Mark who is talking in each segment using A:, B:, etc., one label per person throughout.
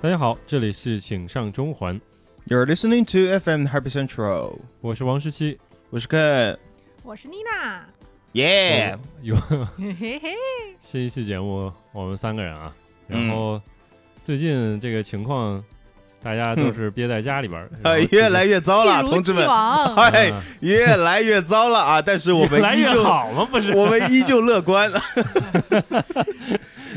A: 大家好，这里是请上中环，
B: You're listening to FM Happy Central，
A: 我是王十七。
B: 我是 Ken，
C: 我是妮娜，
B: 耶哎
A: 嗯，有
C: 嘿嘿嘿，
A: 这一期节目我们三个人啊，然
B: 嗯
A: 后最近这个情况，大家都是憋在家里 边儿，然后
B: 呃，越来越糟了，
C: 一如
B: 同志
C: 既
B: 们，
C: 往，
A: 啊
B: 哎，越来越糟了啊！但是我们
A: 嗯越来
B: 依
A: 越
B: 旧，
A: 好吗？不是，
B: 我们依旧乐 观。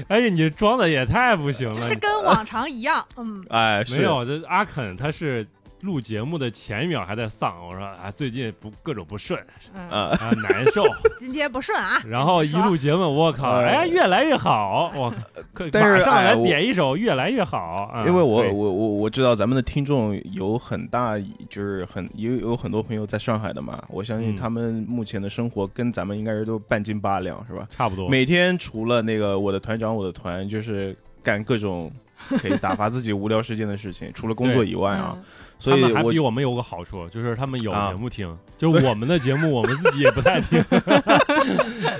A: 哎呀，你装的也太不行
C: 就
A: 了
C: 是。跟往常一样，嗯，
B: 哎，是
A: 没，有，啊这阿肯他是录节目的前一秒还在丧，我说啊，最近不各种不顺
C: 嗯，
B: 啊，
A: 啊，难受。
C: 今天不顺啊，
A: 然后一录节目，我靠，
B: 哎
A: 哎呀，越来越好，我可
B: 但是
A: 马上
B: 哎
A: 来
B: 我
A: 点一首《越来越好》啊，
B: 因为我
A: 对
B: 我我我知道咱们的听众有很大，就是很有有很多朋友在上海的嘛，我相
A: 嗯
B: 信他们目前的生活跟咱们应该是都半斤八两，是吧？
A: 差不多，
B: 每天除了那个我的团长我的团，就是干各种可以打发自己无聊时间的事情，除了工作以外啊，
C: 嗯
B: 所以
A: 他们还
B: 我
A: 比我们有个好处，就是他们有
B: 啊
A: 节目听，就是我们的节目我们自己也不太听。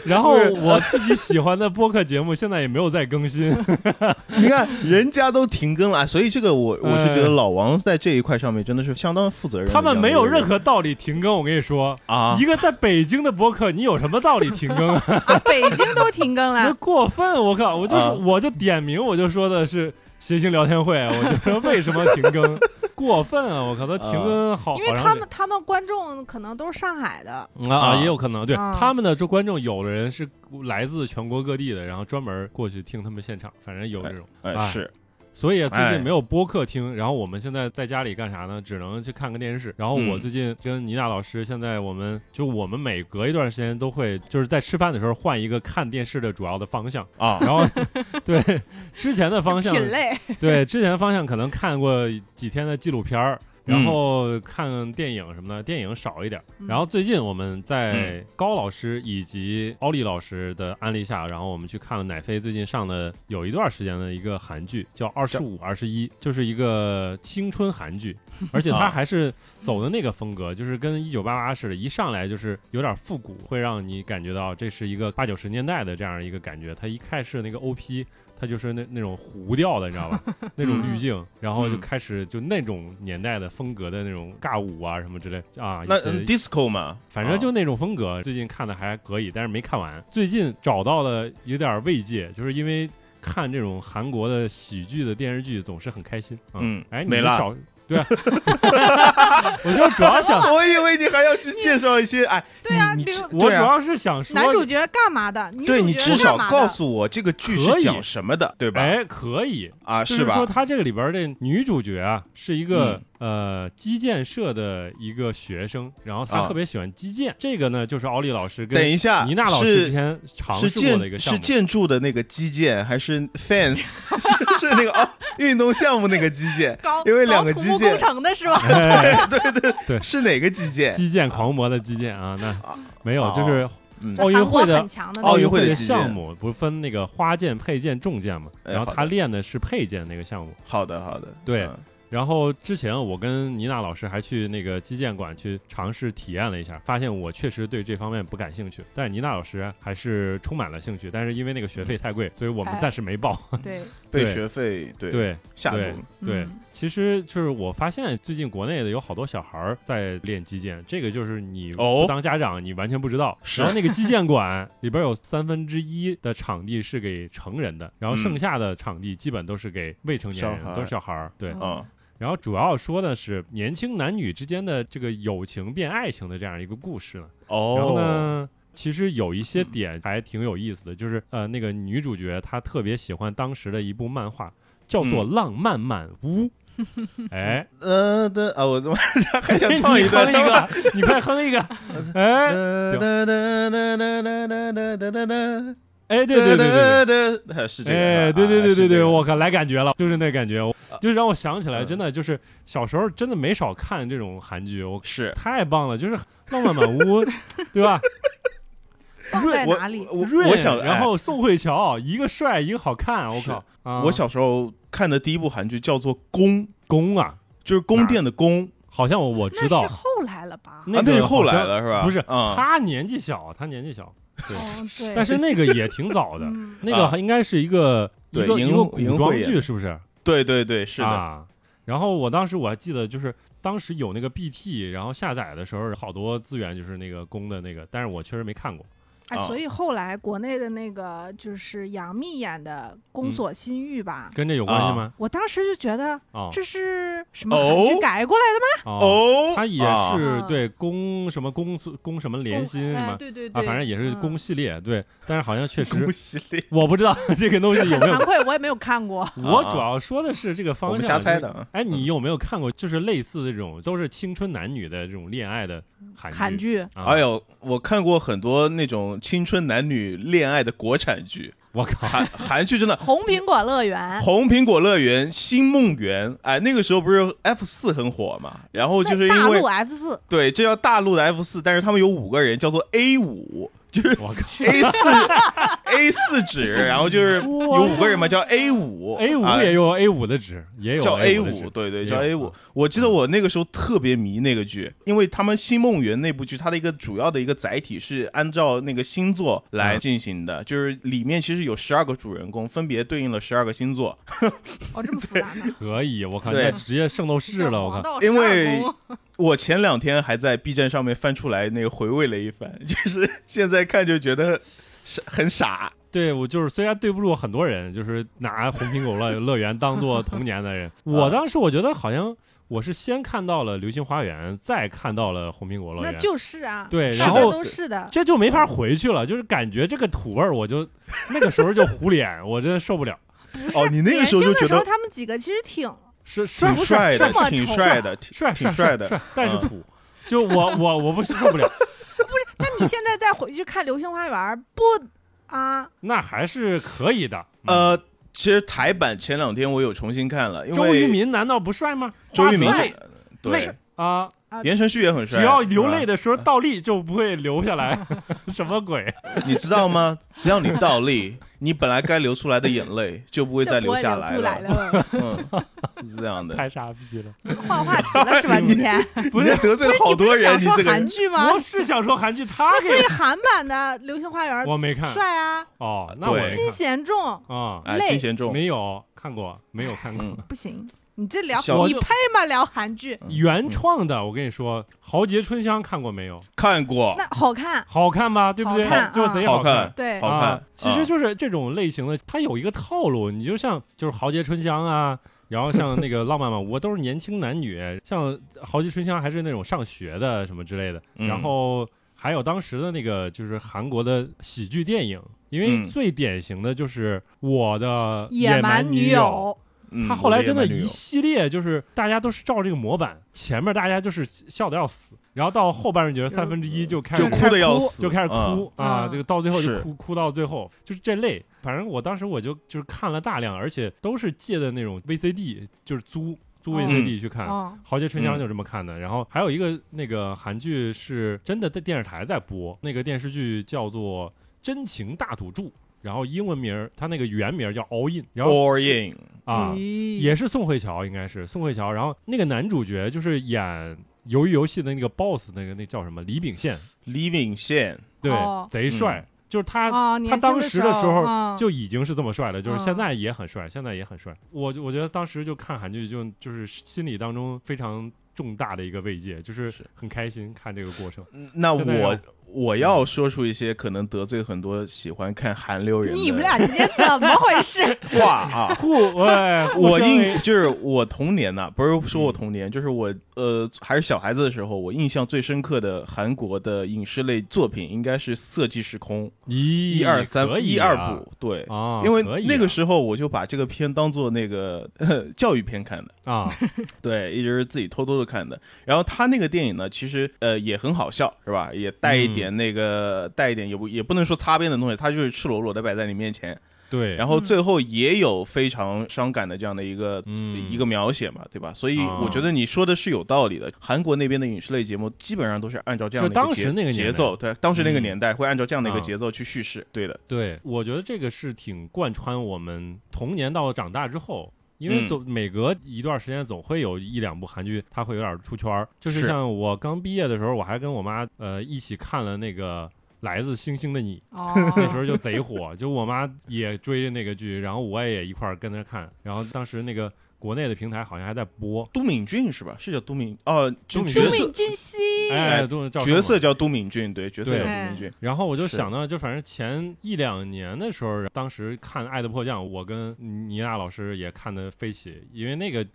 A: 然后我自己喜欢的播客节目现在也没有在更新，
B: 你看人家都停更了，所以这个我我是觉得
A: 哎
B: 老王在这一块上面真的是相当负责任的这
A: 他
B: 样的一
A: 们
B: 个
A: 没
B: 人。
A: 有任何道理停更。我跟你说，
B: 啊
A: 一，个在北京的播客，你有什么道理停更 啊？
C: 啊，北京都停更
A: 那
C: 了，
A: 过分！我靠，我就是
B: 啊
A: 我就点名，我就说的是谐星聊天会，我就说为什么停更， 过分啊！我靠，他停更好，
C: 因为
A: 好长
C: 他
A: 时
C: 们他们观众可能都是上海的，
A: 嗯啊，
B: 啊
A: 也有可能，对、
C: 啊
A: 他们的这观众，有的人是来自全国各地的，然后专门过去听他们现场，反正有这种，
B: 哎是
A: 所以最
B: 哎
A: 近没有播客听，然后我们现在在家里干啥呢？只能去看个电视。然后我
B: 嗯
A: 最近跟妮娜老师，现在我们就我们每隔一段时间都会，就是在吃饭的时候换一个看电视的主要的方向，
B: 啊，
A: 然后对之前的方向
C: 品类，
A: 对，之前方向可能看过几天的纪录片儿，然后看电影什么的，电影少一点儿。
C: 嗯
A: 然后最近我们在高老师以及奥利老师的安利下，然后我们去看了奶飞最近上的有一段时间的一个韩剧，叫《二十五二十一》，就是一个青春韩剧，而且它
B: 啊
A: 还是走的那个风格，就是跟《一九八八》似的，一上来就是有点复古，会让你感觉到这是一个八九十年代的这样一个感觉。它一开始那个 OP。它就是那那种糊调的，你知 道吧？那种滤镜，然后就
B: 嗯
A: 开始就那种年代的风格的那种尬舞啊什么之类啊，
B: 那
A: 一些
B: 嗯 disco 嘛，
A: 反正就
B: 啊
A: 那种风格。最近看的还可以，但是没看完。最近找到了有点慰藉，就是因为看这种韩国的喜剧的电视剧总是很开心。
B: 嗯
A: 哎，你
B: 没
A: 们
B: 了
A: 小对啊， 我就主要想，
B: 我以为你还要去介绍一些哎，
C: 啊对啊，
B: 你
C: 比
B: 你
C: 如
A: 我主
B: 对啊
A: 要是想说
C: 男主角干嘛的，女主
B: 对
C: 角
B: 你至少
C: 干嘛的
B: 告，诉我这个剧
A: 可
B: 是
A: 以
B: 讲什么的，对吧？
A: 哎，可以，
B: 啊，
A: 就是
B: 吧嗯
A: 说，？她这个里边儿这女主角啊，是一个、呃基建社的一个学生，然后她
B: 啊
A: 特别喜欢基建。这个呢，就是奥利老师
B: 等
A: 跟
B: 一下，
A: 倪娜老师之
B: 是
A: 前尝
B: 是
A: 试过的一个
B: 建
A: 项
B: 是
A: 目。
B: 建筑的那个基建还是 fence 是是那个哦运动项目那个基建？
C: 搞
B: 因为两个
C: 搞
B: 基
C: 土
B: 建
C: 木工程的是吧？
A: 哎
B: 是哪个基建？
A: 基建狂魔的基建啊，那
B: 啊
A: 没有，
B: 哦
A: 就是
B: 嗯
A: 奥运会
C: 韩国
A: 的
C: 很强的那
A: 奥
C: 种
A: 运会
B: 奥运
A: 的
B: 会的基建
A: 项目不分那个花剑、佩剑、重剑嘛，
B: 哎
A: 然后
B: 好的
A: 她练的是佩剑那个项目。
B: 好的好的，
A: 对
B: 嗯
A: 然后之前我跟妮娜老师还去那个击剑馆去尝试体验了一下，发现我确实对这方面不感兴趣，但是妮娜老师还是充满了兴趣，但是因为那个学费太贵，所以我们
C: 哎
A: 暂时没报。
C: 对
B: 被
A: 对
B: 学费对
A: 对
B: 吓住
A: 对
B: 了
A: 对
C: 嗯，
A: 其实就是我发现最近国内的有好多小孩儿在练击剑，这个就是你
B: 哦
A: 不当家长你完全不知道。
B: 是
A: 然后那个击剑馆里边有三分之一的场地是给成人的，然后
B: 嗯
A: 剩下的场地基本都是给未成年
B: 小
A: 人，
B: 孩儿
A: 都是小孩儿。对，
C: 嗯
B: 啊
A: 然后主要说的是年轻男女之间的这个友情变爱情的这样一个故事了。
B: 哦，
A: 然后呢，其实有一些点还挺有意思的，就是呃，那个女主角她特别喜欢当时的一部漫画，叫做
B: 嗯
A: 《浪漫满 屋》。哎，
B: 呃的啊，我怎么还想 唱
A: 你
B: 一段？
A: 哼一个，你快哼 一个。哎
B: 呃。哒哒哒哒哒哒哒哒哒哒
A: 哎，对对对对对。
B: 对对，是这个，
A: 哎，
B: 啊
A: 对对对对
B: 是这
A: 对，
B: 个
A: 我靠，来感觉了，就是那感觉，我
B: 啊
A: 就让我想起来，
B: 嗯
A: 真的就是小时候真的没少看这种韩剧，我
B: 是
A: 太棒了，就是《 浪漫满 屋》，对吧？
C: 放在
B: 我
C: 哪里？
B: 我
A: 润
B: 我想，哎
A: 然后宋慧乔一个帅一个好看，我
B: 是
A: 靠！
B: 哎
A: 啊
B: 我小时候看的第一部韩剧叫做《宫》，
A: 宫啊，
B: 就是宫殿的宫，
A: 好像我我
C: 那
A: 知
C: 是
A: 道，
C: 后来了吧？
A: 那
B: 啊
A: 个
B: 是后
A: 好
B: 来
A: 像
B: 了是吧？
A: 不是
B: 啊，
A: 他年纪小，他年纪 小，对
C: 哦，对，
A: 但是那个也挺早的，
C: 嗯
A: 那个还应该是一个一
B: 啊对
A: 个
B: 银
A: 一个古
B: 银
A: 装
B: 会演
A: 剧，是不是？
B: 对对对，是的，
A: 啊。然后我当时我还记得，就是当时有那个 BT，然后下载的时候好多资源就是那个公的那个，但是我确实没看过。
C: 哎，
B: 啊
C: 所以后来国内的那个就是杨幂演的《
B: 嗯
C: 宫锁心玉》吧，
A: 跟这有关系吗？
C: 我当时就觉得
B: 啊
A: 哦
C: 这是什么韩剧
B: 哦
C: 改过来的吗？
A: 哦，
B: 哦，
A: 它也
B: 啊
A: 是
C: 啊
A: 对宫什么宫宫什么连心什
C: 哎
A: 么
C: 对对对，
A: 啊，反正也是
C: 嗯
A: 宫系列对，但是好像确实
B: 公系列，
A: 我不知 道这个东西有没 有
C: 惭。愧我也没有看过。
A: 我主要说的是这个
B: 我
A: 方
B: 们
A: 向，
B: 瞎猜
A: 就是
B: 的。啊。
A: 哎，你有没有看过就是类似的这种都是青春男女的这种恋爱的韩
C: 韩
A: 剧？
C: 剧，
A: 啊
B: 哎，呦，我看过很多那种青春男女恋爱的国产剧，
A: 我靠！
B: 韩韩剧真的，
C: 《红苹果乐
B: 《
C: 园》
B: 红苹果乐园》《星梦园》哎，那个时候不是 F 四很火嘛，然后就是
C: 大
B: 因为
C: 陆啊 F 四，
B: 对，这叫大陆的 F 四，但是他们有五个人，叫做 A 五，就是
A: 我靠
B: A 四 A 四纸，然后就是有五个人嘛，叫 A 五啊
A: ，A 五也有 A 五的纸，也有
B: 哎叫
A: A 的
B: 五，
A: 纸
B: 对对，
A: 也
B: 叫 A
A: 有
B: 五
A: 啊。
B: 我记得我那个时候特别迷那个剧，因为他们《星梦园》那部剧，它的一个主要的一个载体是按照那个星座来
A: 嗯
B: 进行的，就是里面其实有十二个主人公，分别对应了十二个星座。
C: 哦，这么复杂 呢？
A: 可以，我靠，
B: 对
A: 那直接圣斗士 了，我
C: 黄
A: 靠，
C: 道
B: 因为
C: 十二宫
B: 我前两天还在 B 站上面翻出来那个回味了一番，就是现在看就觉得傻很傻。
A: 对我就是虽然对不住很多人，就是拿红苹果乐 乐园当做童年的 人，
B: 嗯
A: 我当时我觉得好像我是先看到了流星花园，再看到了红苹果乐
C: 那
A: 园，
C: 就是啊，
A: 对
C: 大
A: 然
C: 家
A: 后
C: 都是的，
A: 这就没法回去了，就是感觉这个土味儿，我就那个时候就糊脸，我真的受不了，
B: 哦，你那个时候就
C: 年轻的
B: 觉
C: 时候
B: 得
C: 他们几个其实挺
A: 是帅
B: 挺
A: 不
B: 帅的
C: 这么，
B: 挺
C: 丑
B: 帅的，挺
A: 帅
B: 挺
A: 帅
B: 帅
A: 帅
B: 的。
A: 帅，但是
B: 嗯
A: 土，就我我我不是受不了，
C: 那你现在再回去看《流星花园》不啊？
A: 那还是可以的，嗯
B: 呃，其实台版前两天我有重新看了，因为
A: 周渝民难道不帅吗？
B: 周渝民
A: 哇
B: 这
A: 帅
B: 对
A: 累啊。
B: 言承旭也很帅，
A: 只要流泪
B: 的，
A: 的时候倒立就不会流下来， 什么鬼？
B: 你知道 吗？只要你倒立，你本来该流出来的眼泪就不会再
C: 就不
B: 流
C: 会
B: 下
C: 流
B: 来
C: 出来
B: 了。
C: 了，哎
B: 嗯，是这 样的。
A: 太傻逼了！
C: 换话题了是吧？今 天
A: 不
B: 你
A: 是，
B: 得罪了好多人，
C: 想
B: 你
C: 说
B: 这个
C: 韩
B: 人
C: 剧吗
A: 我？是想说韩剧，他
C: 啊那所以
A: 给
C: 韩版的《流星花园》
A: 我没看
C: 帅啊，
A: 哦，那我没
B: 对
C: 金
A: 看
C: 贤重
A: 啊，
B: 哎，
C: 累
B: 金贤重，
A: 没有看过，没有看过
B: 嗯
C: 不行，你这聊
B: 小
C: 你配吗？聊韩剧
B: 嗯
A: 原创的。我跟你说，《豪杰春香》看过没有？
B: 看过，
C: 那好看，
A: 好看吧？对不对
C: 好看？嗯
A: 就贼
B: 好
A: 看
B: 看。
C: 对
B: 好看
A: 啊，其实就是这种类型的，它有一个套路。你就像就是《豪杰春香》啊，然后像那个《浪漫满屋》， 都是年轻男女。像《豪杰春香》还是那种上学的什么之类的，
B: 嗯
A: 然后还有当时的那个就是韩国的喜剧电影，因为
B: 嗯
A: 最典型的就是我的
C: 野
A: 蛮
C: 蛮女
A: 友。
C: 友，
B: 嗯
A: 他后来
B: 我
A: 真的
B: 也蛮有
A: 一系列就是大家都是照这个模板，前面大家就是笑的要死，然后到后半段觉得三分之一就开始
B: 就哭的要死，
A: 就开始
B: 嗯
A: 哭啊，
C: 嗯
A: 这个到最后就是哭哭到最后，就是这类。反正我当时我就就是看了大量，而且都是借的那种 VCD，就是租租
C: 嗯
A: VCD 去看。
C: 嗯，
A: 豪杰春香
B: 嗯
A: 就这么看的，然后还有一个那个韩剧是真的在电视台在播，那个电视剧叫做《真情大赌注》，然后英文名儿它那个原名儿叫 All In，然后
B: All
A: 是
B: in，
A: 啊，
C: 也
A: 也是宋慧乔，应该是宋慧乔，然后那个男主角就是演《鱿鱼游戏》的那个 boss，那个那叫什么李秉宪，
B: 李秉宪，
A: 对，
C: 哦
A: 贼
B: 嗯
A: 帅，就是他
C: 哦，
A: 他当时的时候
C: 就
A: 就已经是这么帅了，就是
C: 嗯
A: 现在也很帅，现在也很帅。我我觉得当时就看韩剧就就是心理当中非常重大的一个慰藉，就是
B: 是
A: 很开心看这个过程。
B: 那
A: 现在
B: 我
A: 要。
B: 我要说出一些可能得罪很多喜欢看韩流人
C: 你们
B: 的
C: 俩今 天怎么回事？
B: 话啊，
A: 互 哎，互
B: 我
A: 相为
B: 印就是我童年呐、不是说我童年，就是我呃还是小孩子的时候，我印象最深刻的韩国的影视类作品应该是《色即是空》
A: 一
B: 一二三
A: 可以
B: 一二
A: 啊
B: 部，对，
A: 啊，
B: 因为
A: 可以
B: 那个
A: 啊
B: 时候我就把这个片当做那个 呃教育片看的，
A: 啊，
B: 对，一直是自己偷偷的看的。然后他那个电影呢，其实呃也很好笑，是吧？也带一
A: 嗯
B: 点那个、带一点也不也不能说擦边的东西，它就是赤裸裸的摆在你面前。
A: 对，
B: 然
A: 后
C: 嗯
B: 后最后也有非常伤感的这样的一个、
A: 嗯
B: 一个描写嘛，对吧？所以
A: 啊
B: 我觉得你说的是有道理的。韩国那边的影视类节目基本上都是按照这样
A: 就
B: 的一
A: 当
B: 节
A: 时那个年代
B: 节奏，对，当时那个
A: 嗯
B: 年代会按照这样的一个
A: 啊
B: 节奏去叙事，对的，
A: 对，我觉得这个是挺贯穿我们童年到长大之后。因为
B: 嗯
A: 总每隔一段时间总会有一两部韩剧，它会有点出圈儿。就是
B: 是
A: 像我刚毕业的时候，我还跟我妈呃一起看了那个来自星星的你》，
C: 哦，
B: 啊
A: 那时候就贼 火，就我妈也追着那个剧，然后我也一块儿跟着看，然后当时那个国内的平台好像还在播，
B: 都敏俊是吧？是叫都敏哦，就
A: 都敏俊
B: 角
C: 都
B: 色
C: 敏俊熙，
A: 哎，都是赵
B: 角
A: 胜嘛
B: 色叫都敏俊，对，角色
A: 对
B: 叫都敏俊。
A: 然后我就是想到，就反正前一两年的时候，当时看《爱的迫降》，我跟倪娜老师也看得飞起，因为那个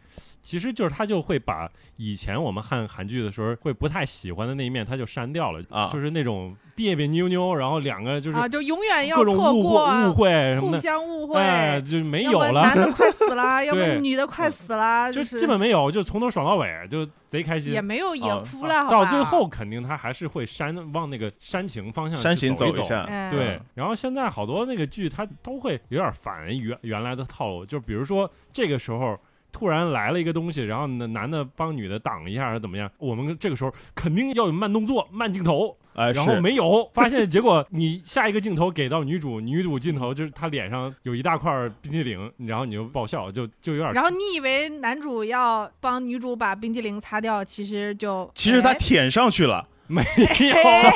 A: 其实就是他就会把以前我们看韩剧的时候会不太喜欢的那一面，他就删掉了
B: 啊
A: 哎就是那种别别扭扭，然后两个就是
C: 啊，就永远要
A: 各种
C: 错
A: 误
C: 过
A: 会
C: 啊，
A: 误会什么
C: 互
A: 的，
C: 相误会，
A: 哎，就没
C: 要
A: 有
C: 么
A: 了
C: 男，的快 死了，要么
A: 对
C: 女的快死了，
A: 就是基本没有，就从头爽到尾，就贼开心
C: 也。没有也
B: 啊
C: 哭了，好
A: 到
C: 吧
A: 最后，肯定他还是会删往那个煽情方向
B: 山
A: 去
B: 行
A: 走
B: 一下，
C: 嗯
A: 对，然后现在好多那个剧，它都会有点反原原来的套路，就比如说这个时候突然来了一个东西，然后男男的帮女的挡一下，怎么样？我们这个时候肯定要有慢动作、慢镜头，
B: 哎，
A: 然后
B: 是
A: 没有，发现结果你下一个镜头给到女主，女主镜头就是她脸上有一大块冰激凌，然后你就爆笑，就就有点
C: 然后你以为男主要帮女主把冰激凌擦掉，其实就
B: 其实他
C: 哎
B: 舔上去了，
A: 没有。
C: 哎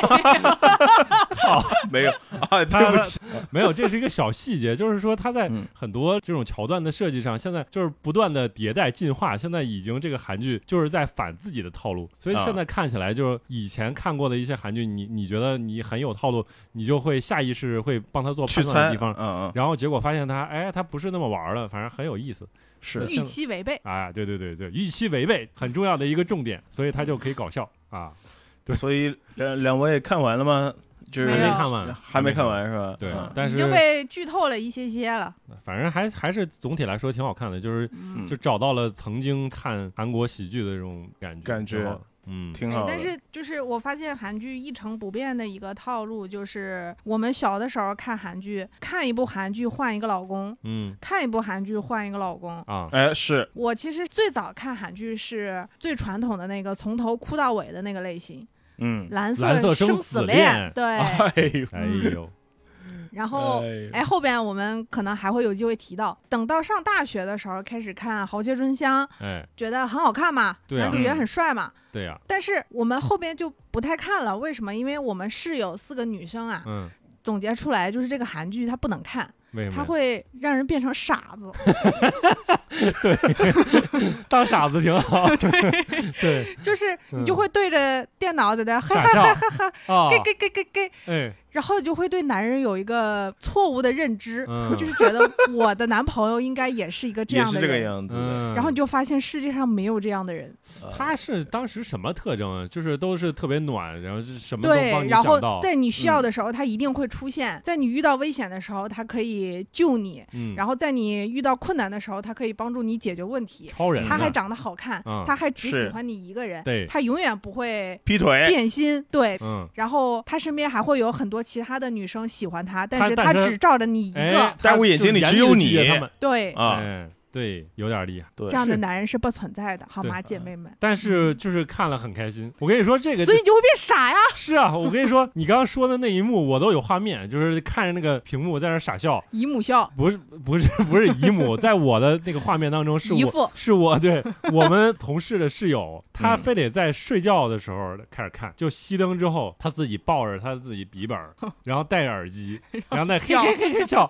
B: 没有啊，对不起，
A: 没有，这是一个小细节，就是说它在
B: 嗯
A: 很多这种桥段的设计上，现在就是不断的迭代进化，现在已经这个韩剧就是在反自己的套路，所以
B: 啊
A: 现在看起来就是以前看过的一些韩剧，你你觉得你很有套路，你就会下意识会帮他做
B: 去
A: 判断的
B: 猜，
A: 地
B: 嗯
A: 方，
B: 嗯，
A: 然后结果发现他，哎，他不是那么玩儿了，反正很有意思。
B: 是
C: 预期违背，
A: 啊，对对对对，预期违背很重要的一个重点，所以他就可以搞笑啊。对
B: 所以两两位看完了吗？就是
C: 没
A: 还
C: 有
A: 没看完，
B: 还没看。完是吧？
A: 嗯对
B: 嗯，
A: 但
C: 已
A: 是
C: 经被剧透了一些些了。
A: 反正还还是总体来说挺好看的，就是
C: 嗯，
A: 就找到了曾经看韩国喜剧的这种感觉，
B: 感觉
A: 挺好的，嗯，
B: 挺
C: 哎
B: 好的。
C: 但是就是我发现韩剧一成不变的一个套路，就是我们小的时候看韩剧，看一部韩剧换一个老公，
A: 嗯
C: 看一部韩剧换一个老公。
A: 啊，
B: 哎，是
C: 我其实最早看韩剧是最传统的那个从头哭到尾的那个类型，
B: 嗯
C: 《蓝
A: 蓝色
C: 生
A: 生
C: 死
A: 死
C: 恋
A: 恋》
C: 对，
B: 哎呦，
A: 哎呦，
C: 然后
B: 哎
C: 哎，后边我们可能还会有机会提到。等到上大学的时候开始看《豪杰春香》，
A: 哎，
C: 觉得很好看嘛，
A: 对啊
C: 男主角很帅嘛。
A: 对呀，
C: 但是我们后边就不太看了，为什么？因为我们室友四个女生啊，
A: 嗯，
C: 总结出来就是这个韩剧它不能看，
A: 为什么
C: 它
A: 呀？
C: 会让人变成 傻子。
A: 当傻子挺 好，对
C: 就是你就
A: 嗯
C: 会对着电脑在那哈
A: 傻
C: 哈
A: 笑
C: 哈哈哈，
A: 啊
C: 给，给给给给，
A: 哎，
C: 然后你就会对男人有一个错误的认知，
A: 嗯
C: 就是觉得我的男朋友应该也是一个这
B: 也
C: 样
B: 是
C: 的
B: 这个
C: 人。
B: 样子的。
A: 嗯，
C: 然后你就发现世界上没有这样的人，
B: 啊
A: 他是当时什么特征啊？就是都是特别暖，然后是什么都帮
C: 对，
A: 你
C: 然后
A: 想到，嗯
C: 在你需要的时候，他一定会出现；在你遇到危险的时候，他可以救你；
A: 嗯，
C: 然后在你遇到困难的时候，他可以帮助你解决问题。
A: 超人呢，
C: 他还长得好看，
A: 嗯
C: 他还只
B: 是
C: 喜欢你一个人，
A: 对哎
C: 他永远不会
B: 劈腿，
C: 变心。对，
A: 嗯，
C: 然后他身边还会有很多其他的女生喜欢他，但
A: 他
C: 是
A: 但
C: 他
A: 是
C: 只照着你一个。
A: 哎，
B: 但我眼睛里只有你
A: 他就严厉地拒绝他们
C: 对，
B: 啊，
A: 哎，对，有点厉害。
B: 对
C: 这，样的
A: 是
C: 男人是不存在的，好吗，
A: 对
C: 姐妹们？
A: 但是就是看了很开心，我跟你说这个，
C: 嗯所以你就会变傻呀。
A: 是啊，我跟你说，你刚刚说的那一幕，我都有画面，就是看着那个屏幕在那傻笑。
C: 姨母笑，
A: 不是不是 不是姨 母，在我的那个画面当中是
C: 姨
A: 我
C: 父
A: 是我对我们同事的室友，他
B: 嗯
A: 非得在睡觉的时候开始看，就熄灯之后，他自己抱着他自己笔记本 儿，然后戴着耳机，然后在嘿
C: 笑
A: 嘿嘿嘿笑，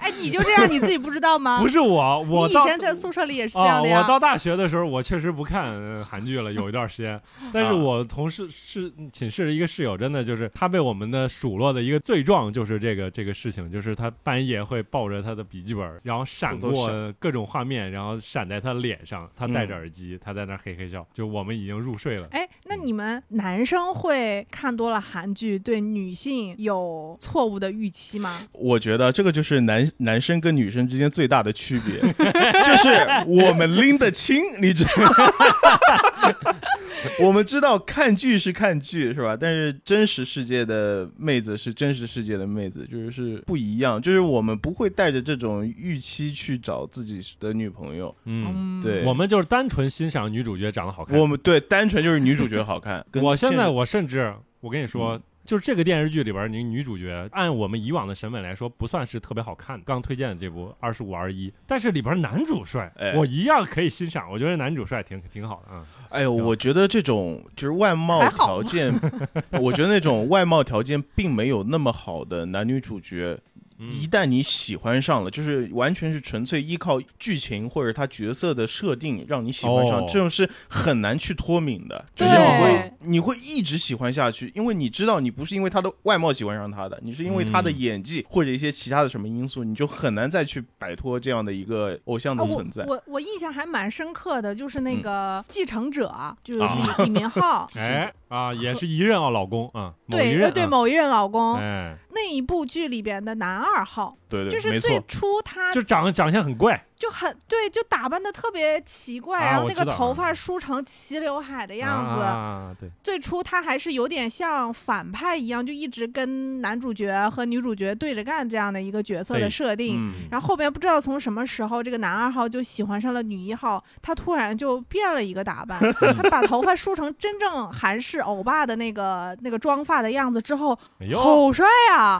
C: 哎， 你就这样，你自己不知道吗？
A: 不是我，我
C: 啊你
A: 到
C: 以前在宿舍里也 是这
A: 啊，
C: 样的呀。
A: 我到大学的时候，我确实不看呃韩剧了，有一段时 间。但是
B: 啊
A: 我同事是嗯寝室的一个室友，真的就是他被我们的数落的一个罪状，就是这个这个事情，就是他半夜会抱着他的笔记本儿，然后闪
B: 偷偷
A: 过各种画面，然后闪在他脸上，他戴着耳机，他在那儿嘿嘿笑，就我们已经入睡了。
C: 哎，那你们男生会看多了韩剧，对女性有错误的预期吗？
B: 我觉得这个就是男男生跟女生之间最大的 区别，就是我们拎得清，你知道吗？ 我们知道看剧是看剧是吧？但是真实世界的妹子是真实世界的妹子，就是是不一样，就是我们不会带着这种预期去找自己的女朋友。
A: 嗯，
C: 嗯，
B: 对，
A: 我们就是单纯欣赏女主角长得好看。
B: 我们对单纯就是女主角好看。跟
A: 我现
B: 现嗯
A: 在我甚至我跟你说，就是这个电视剧里边儿，你女主角按我们以往的审美来说，不算是特别好看。刚推荐的这部《二十五二一》，但是里边儿男主帅
B: 哎，
A: 我一样可以欣赏。我觉得男主帅挺挺好的啊。
B: 哎呦，我觉得这种就是外貌
C: 还好
B: 条
C: 吗
B: 件， 我觉得那种外貌条件并没有那么好的男女主角，嗯
A: 嗯
B: 一旦你喜欢上了，就是完全是纯粹依靠剧情或者他角色的设定让你喜欢上，
A: 哦
B: 这种是很难去脱敏的，就
C: 对
B: 是你会你会一直喜欢下去，因为你知道你不是因为他的外貌喜欢上他的，你是因为他的
A: 嗯
B: 演技或者一些其他的什么因素，你就很难再去摆脱这样的一个偶像
C: 啊
B: 的
C: 我
B: 存在。
C: 我我印象还蛮深刻的，就是那
B: 嗯
C: 个继承者，就是
A: 啊，
C: 李李敏镐
A: 哎啊，也是一任啊，老公啊， 某一
C: 对呃
A: 任
C: 对
A: 啊
C: 某一任老公、
A: 哎，
C: 那一部剧里边的男二号，
B: 对对，
C: 就是
B: 没
C: 最
B: 错。
C: 初他
A: 就长长相很怪，
C: 就很对，就打扮的特别奇怪，
A: 啊
C: 然后
A: 我
C: 那
A: 知
C: 个
A: 道
C: 头
A: 啊
C: 发梳成齐刘海的样子，
A: 啊，对，
C: 最初他还是有点像反派一样，就一直跟男主角和女主角对着干这样的一个角色
A: 对
C: 的设 定。
B: 嗯，
C: 然后后边不知道从什么时候，这个男二号就喜欢上了女一号，他突然就变了一个 打扮，他把头发梳成真正韩式欧巴的那个那个妆发的样子之后，
A: 哎呦
C: 好帅 啊！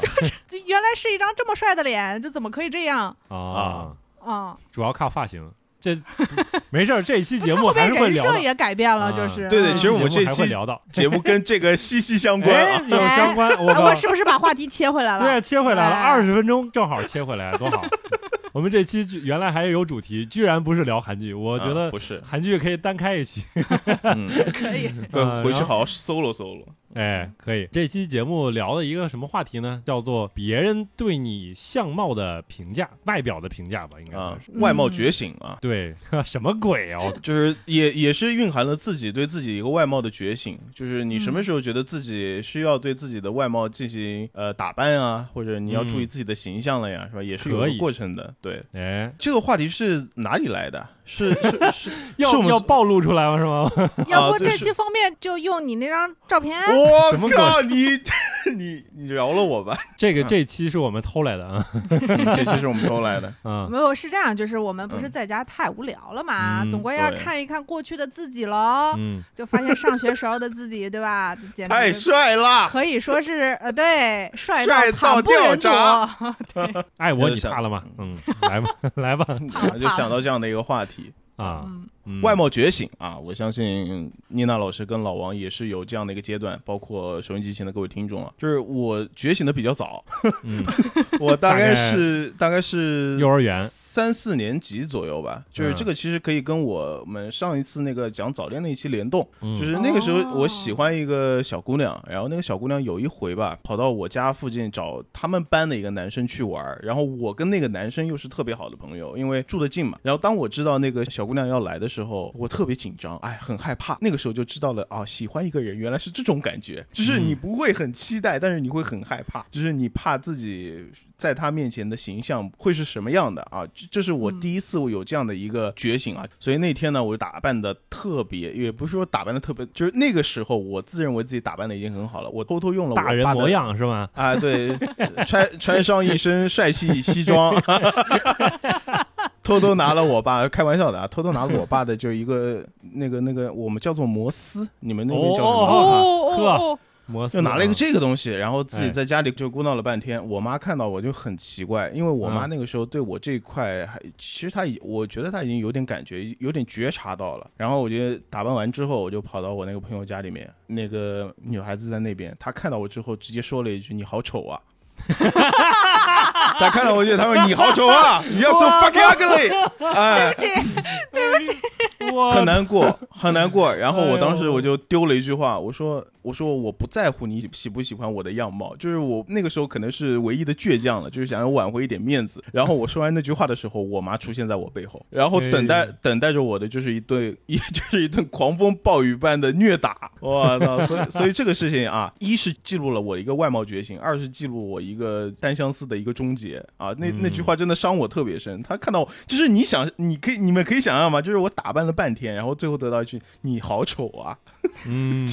C: 就是就原来是一张这么帅的脸，就怎么可以这样
A: 啊，
C: 啊？
A: 主要靠发型。这没事儿，这一期节目
C: 后
A: 还
C: 边
A: 是会
C: 人
A: 聊
C: 设
A: 的。
C: 也改变了，
A: 啊
C: 就是
B: 对对
C: 嗯
B: 其实我们这
A: 还会
B: 期
A: 聊到
B: 节目跟这个息息相关
A: 哎
B: 啊。
A: 有相关，我
C: 啊
A: 靠
C: 我，是不是把话题切回来了？
A: 对，啊切回来了，
C: 哎
A: 二十分钟正好切回来，多好。 我们这期居原来还有主题，居然不是聊韩剧，我觉
B: 啊
A: 得
B: 不是，
A: 韩剧可以单开一期。
B: 嗯，
C: 可以。
A: 呃
B: 回回去
A: 然后
B: 好好搜罗搜罗。
A: 哎，可以。这期节目聊的一个什么话题呢？叫做别人对你相貌的评价，外表的评价吧，应该
B: 啊
A: 算是。，
B: 外貌觉醒啊，
A: 对， 什么鬼啊？ 我
B: 就是也也是蕴含了自己对自己一个外貌的觉醒，就是你
A: 嗯
B: 什么时候觉得自己需要对自己的外貌进行呃打扮啊，或者你要注意自己的形象了呀，是吧？也是有
A: 嗯可
B: 个
A: 以
B: 过程的。对，
A: 哎，
B: 这个话题是哪里来的？啊是是是，
A: 要
B: 是我们
A: 要暴露出来吗？是 吗？
C: 要不
B: 啊对
C: 这
B: 是
C: 期封面就用你那张照片？
A: 什么
B: 我
A: 鬼
B: 靠，你 你你饶了我吧，
A: 这个
B: 嗯
A: 这期是我们偷来的啊，
B: 这期是我们偷来 的。
A: 嗯，
C: 没有，是这样，就是我们不是
B: 嗯
C: 在家太无聊了嘛，
A: 嗯
C: 总归要
B: 对
C: 看一看过去的自己喽，
A: 嗯，
C: 就发现上学时候的自己，对 吧？就简
B: 太
C: 直
B: 帅了！
C: 可以说是呃，对，帅
B: 帅到
C: 惨不忍睹。
B: 掉啊
A: 爱我
B: 就
A: 你
B: 想
A: 怕了吗？嗯，来吧， 来吧，
B: 然后就想到这样的一个话题。
A: 啊，
C: 嗯，
A: 嗯
B: 外貌觉醒啊！我相信妮娜老师跟老王也是有这样的一个阶段，包括收音机前的各位听众啊，就是我觉醒的比较早，
A: 嗯
B: 我大
A: 大概
B: 概是大概是
A: 幼儿园，嗯
B: 三四年级左右吧。就是这个其实可以跟我们上一次那个讲早恋那一期联动，
A: 嗯
B: 就是那个时候
C: 哦
B: 我喜欢一个小姑娘，然后那个小姑娘有一回吧，跑到我家附近找他们班的一个男生去玩儿，然后我跟那个男生又是特别好的朋友，因为住得近嘛。然后当我知道那个小姑娘要来的时候，我特别紧张，哎，很害怕。那个时候就知道了啊，喜欢一个人原来是这种感觉，就是
A: 嗯
B: 你不会很期待，但是你会很害怕，就是你怕自己在他面前的形象会是什么样的啊？这这是我第一次我有这样的一个觉醒啊！所以那天呢，我打扮的特别，也不是说打扮的特别，就是那个时候我自认为自己打扮的已经很好了，我偷偷用了我
A: 大人
B: 爸的
A: 模样是吧？
B: 啊，对，穿穿上一身帅气西装，偷偷拿了我爸开玩笑的啊，偷偷拿了我爸的就一个那个那个我们叫做摩丝，你们那边叫什么？
A: 哦
C: 哦
A: 呵
C: 哦
A: 摩斯
B: 就拿了一个
A: 啊
B: 这个东西，然后自己
A: 哎
B: 在家里就咕哝了半天。我妈看到我就很奇怪，因为我妈
A: 嗯
B: 那个时候对我这一块还，其实她已，我觉得她已经有点感觉，有点觉察到了。然后我就打扮完之后，我就跑到我那个朋友家里面，那个女孩子在那边，她看到我之后直接说了一句：“你好 丑啊！” 她看到我就她说：“你好丑啊，You are so fucking ugly！” 哎，
C: 这
A: 我
B: 很难过，很难过。然后
A: 哎
B: 我
A: 呦
B: 当时我就丢了一句话，我说：“我说我不在乎你喜不喜欢我的样貌，就是我那个时候可能是唯一的倔强了，就是想要挽回一点面子。”然后我说完那句话的时候，我妈出现在我背后，然后等待
A: 哎
B: 等待着我的就是一顿一 就是一顿狂风暴雨般的虐打。我操！所以所 以这个事情啊，一是记录了我一个外貌觉醒，二是记录我一个单相思的一个终结啊。那那句
A: 嗯
B: 话真的伤我特别深。她看到我，就是你想，你可以你们可以想象吗？就是我打扮了半天，然后最后得到一句“你好丑 啊
A: 嗯，”，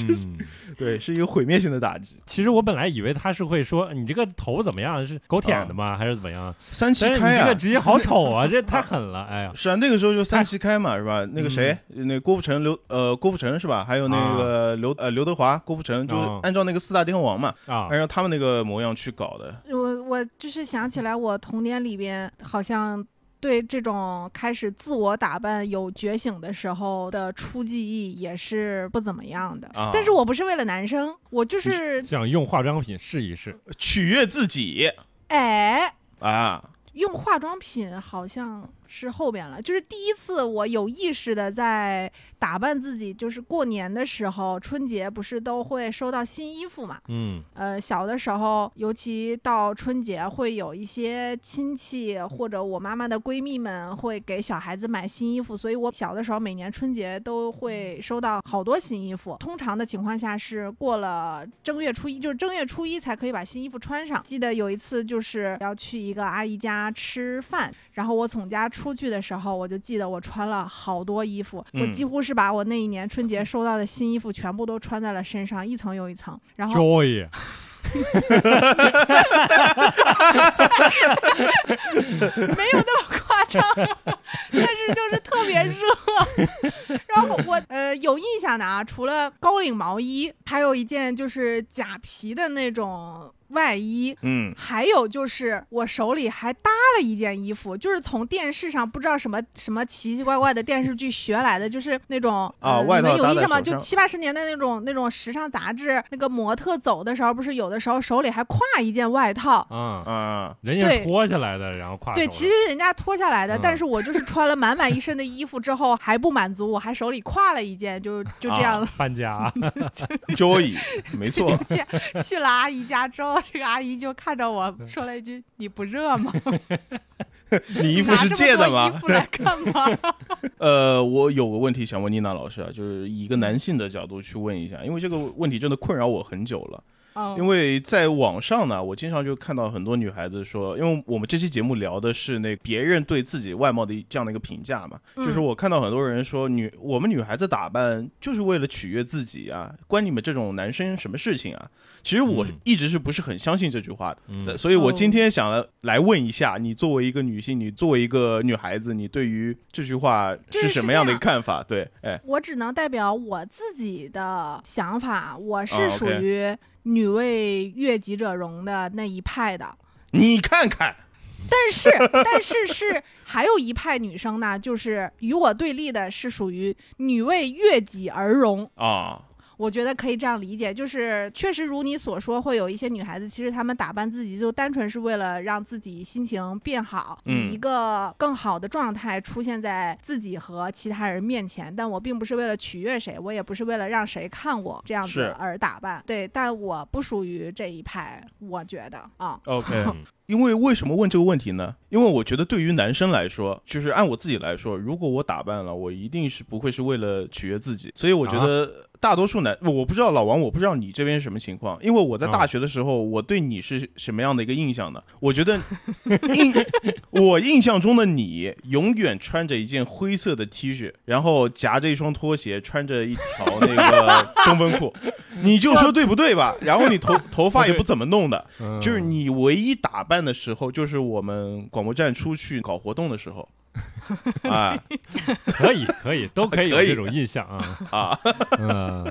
B: 对，是一个毁灭性的打击。
A: 其实我本来以为他是会说你这个头怎么样，是狗舔的吗，还是怎么样？
B: 三七
A: 但是
B: 开
A: 你这
B: 啊
A: 个，直接好丑 啊，这太狠了，哎呀，
B: 是啊，那个时候就三七开嘛，是吧？
A: 嗯
B: 那个谁，那郭富城、刘呃郭富城是吧？还有那个刘呃刘德华、郭富城，就是
A: 啊
B: 按照那个四大天王嘛，
A: 啊
B: 按，照他们那个模样去搞的。
C: 我我就是想起来，我童年里边好像对这种开始自我打扮有觉醒的时候的初记忆也是不怎么样的。
B: 啊
C: 但是我不是为了男生，我就
A: 你
C: 是
A: 想用化妆品试一试，
B: 取悦自己
C: 哎，
B: 啊，
C: 用化妆品好像是后边了，就是第一次我有意识的在打扮自己，就是过年的时候，春节不是都会收到新衣服嘛？
A: 嗯
C: 呃，小的时候，尤其到春节，会有一些亲戚或者我妈妈的闺蜜们会给小孩子买新衣服，所以我小的时候每年春节都会收到好多新衣服。通常的情况下是过了正月初一，就是正月初一才可以把新衣服穿上。记得有一次就是要去一个阿姨家吃饭，然后我从家出去的时候，我就记得我穿了好多衣服，我
B: 嗯
C: 几乎是把我那一年春节收到的新衣服全部都穿在了身上，一层又一层。然
B: 哦
C: 后
A: 嗯，Joy，啊
C: 没有那么夸张， 但是就是特别热。然后我呃有印象的啊，除了高领毛衣，还有一件就是假皮的那种外衣。
B: 嗯，
C: 还有就是，我手里还搭了一件衣服，就是从电视上不知道什么什么奇奇怪怪的电视剧学来的，就是那种
B: 啊
C: 呃
B: 外套
C: 你
B: 搭
C: 们有
B: 在
C: 印象吗？
B: 手
C: 就
B: 上
C: 七八十年代那种那种时尚杂志，那个模特走的时候，不是有的时候手里还挎一件外套，
A: 啊，
B: 啊，
A: 人家
C: 对
A: 脱下来的，然后挎
C: 对，
A: 手
C: 其
A: 上
C: 实人家脱下来的，
A: 嗯
C: 但是我就是穿了满满一身的衣服之后还不满足，我还手里挎了一件，就就这
B: 啊
C: 样、
A: 搬家，
B: Joy，没
C: 就，
B: 错
C: 去去了阿姨家之后，这个阿姨就看着我说了一句：“你不热吗？
B: 你 衣服是借的
C: 拿这么多衣
B: 吗？
C: 服来干嘛？
B: 呃，我有个问题想问妮娜老师啊，就是以一个男性的角度去问一下，因为这个问题真的困扰我很久了。
C: 嗯，
B: 因为在网上呢，我经常就看到很多女孩子说，因为我们这期节目聊的是那别人对自己外貌的一这样的一个评价嘛，
C: 嗯
B: 就是我看到很多人说女我们女孩子打扮就是为了取悦自己啊，关你们这种男生什么事情啊？其实我
A: 嗯
B: 一直是不是很相信这句话的，
A: 嗯
B: 对所以我今
C: 哦
B: 天想了来问一下，你作为一个女性，你作为一个女孩子，你对于这句话
C: 就是是
B: 什么
C: 这
B: 样的一个
C: 样
B: 看法？对，哎，
C: 我只能代表我自己的想法，我
B: 哦
C: 是
B: ，OK
C: 属于女为悦己者容的那一派的。
B: 你看看，
C: 但是，但是是还有一派女生呢，就是与我对立的是属于女为悦己而容，
B: 啊，
C: 我觉得可以这样理解，就是确实如你所说，会有一些女孩子，其实她们打扮自己就单纯是为了让自己心情变好，
B: 嗯
C: 以一个更好的状态出现在自己和其他人面前。但我并不是为了取悦谁，我也不是为了让谁看我这样
B: 是
C: 子而打扮。对，但我不属于这一派，我觉得啊，
B: OK，、
A: 嗯
B: 因为为什么问这个问题呢？因为我觉得对于男生来说，就是按我自己来说，如果我打扮了，我一定是不会是为了取悦自己，所以我觉
A: 啊
B: 得大多数男，我不知道老王，我不知道你这边是什么情况，因为我在
A: 啊
B: 大学的时候，我对你是什么样的一个印象呢？我觉 得 印我印象中的你永远穿着一件灰色的 T 恤，然后夹着一双拖鞋，穿着一条那个中分裤，你就说对不对吧？然后 你头头发也不怎么弄的。
A: 嗯
B: 就是你唯一打扮的时候，就是我们广播站出去搞活动的 时候，啊
A: 可以可以都可以有
B: 可以
A: 这种印象啊，
B: 啊，
A: 嗯。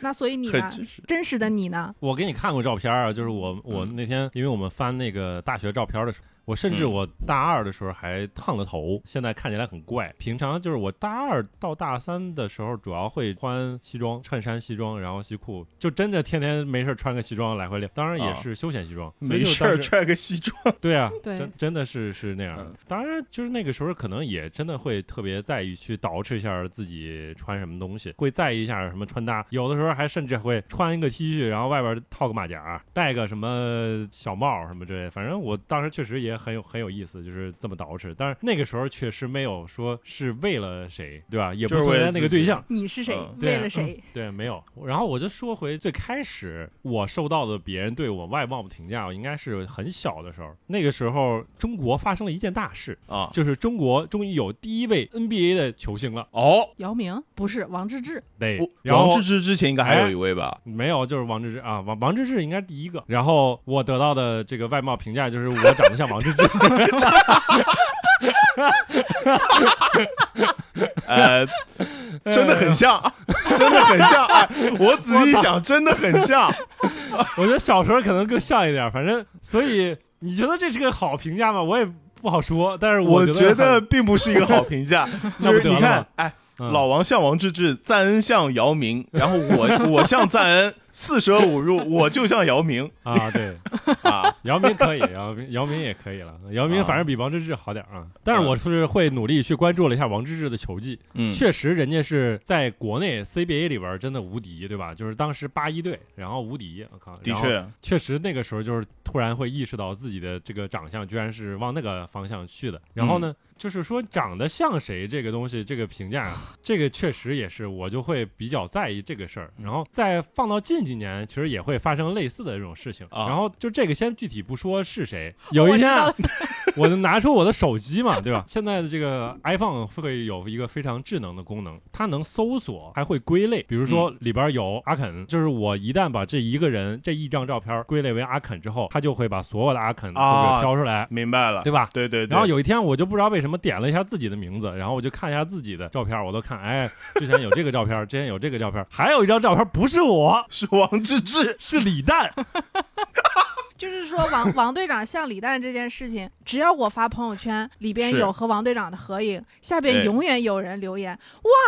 C: 那所以你
B: 很
C: 呢？
B: 真实
C: 真实的你呢？
A: 我给你看过照片啊，就是我我
B: 嗯
A: 那天，因为我们翻那个大学照片的时候，我甚至
B: 嗯
A: 我大二的时候还烫了头，现在看起来很怪。平常就是我大二到大三的时候，主要会穿西装、衬衫、西装，然后西裤，就真的天天没事儿穿个西装来回练，当然也是休闲西装，所以
B: 哦没
A: 就
B: 事
A: 当
B: 儿
A: 时
B: 穿个西装，
A: 对啊，
C: 对
A: 真真的是是那样的
B: 嗯。
A: 当然，就是那个时候可能也真的会特别在意去捯饬一下自己穿什么东西，会在意一下什么穿搭。有的时候还甚至会穿一个 T 恤，然后外边套个马甲，戴个什么小帽什么之类的。反正我当时确实也很有很有意思，就是这么捯饬。但是那个时候确实没有说是为了谁，对吧？也不
B: 就是为
A: 存
B: 了
A: 在那个
B: 自己
A: 对象，
D: 你是谁
B: 嗯？
A: 对
D: 为了谁？
A: 对，没有。然后我就说回最开始我受到的别人对我外貌的评价，我应该是很小的时候。那个时候，中国发生了一件大事，
B: 啊，
A: 就是中国终于有第一位 NBA 的球星了。
B: 哦，
D: 姚明不是王治郅，
A: 对
B: 我，
A: 然后
B: 王治郅之前应该还有一 位吧？
A: 没有，就是王治郅啊，王王治郅应该是第一个。然后我得到的这个外貌评价就是我长得像王治郅。
B: 呃，真的很像，
A: 哎
B: 真的很像。哎，我仔细想，真的很 像。
A: 我觉得小时候可能更像一点，反正所以你觉得这是个好评价吗？我也不好说，但是
B: 我
A: 觉
B: 觉得
A: 很
B: 并不是一个好评价，
A: 那
B: 就
A: 不
B: 是
A: 得
B: 你
A: 了
B: 看
A: 吗，
B: 哎，
A: 嗯
B: 老王像王治郅，赞恩像姚明，然后我我像赞恩，四舍五入我就像姚明
A: 啊，对。
B: 啊。
A: 姚明可以，姚明姚明也可以了。姚明
B: 啊
A: 反正比王治郅好点儿啊。但是我是会努力去关注了一下王治郅的球技，
B: 嗯
A: 确实人家是在国内 CBA 里边儿真的无敌，对吧？就是当时八一队，然后无敌，我靠，
B: 的
A: 然后
B: 确，
A: 确实那个时候就是突然会意识到自己的这个长相居然是往那个方向去的。然后呢，就是说长得像谁这个东西，这个评价，这个确实也是我就会比较在意这个事儿。然后再放到近几年，其实也会发生类似的这种事情。
B: 啊
A: 然后就这个先具体不说是谁，有一天啊
D: 我
A: 我就拿出我的手机嘛，对吧？现在的这个 iPhone 会有一个非常智能的功能，它能搜索，还会归类。比如说里边有阿肯，就是我一旦把这一个人这一张照片归类为阿肯之后，它就会把所有的阿肯都给
B: 啊
A: 挑出来，
B: 明白了，
A: 对吧？
B: 对对对。
A: 然后有一天我就不知道为什么点了一下自己的名字，然后我就看一下自己的照片，我都看，哎，之前有这个照片，之前有这个照片，还有一张照片不是我，
B: 是王治郅，
A: 是李诞。
C: 就是说王 王队长像李诞这件事情，只要我发朋友圈里边
B: 是
C: 有和王队长的合影，下
B: 对
C: 边永远有人留言：“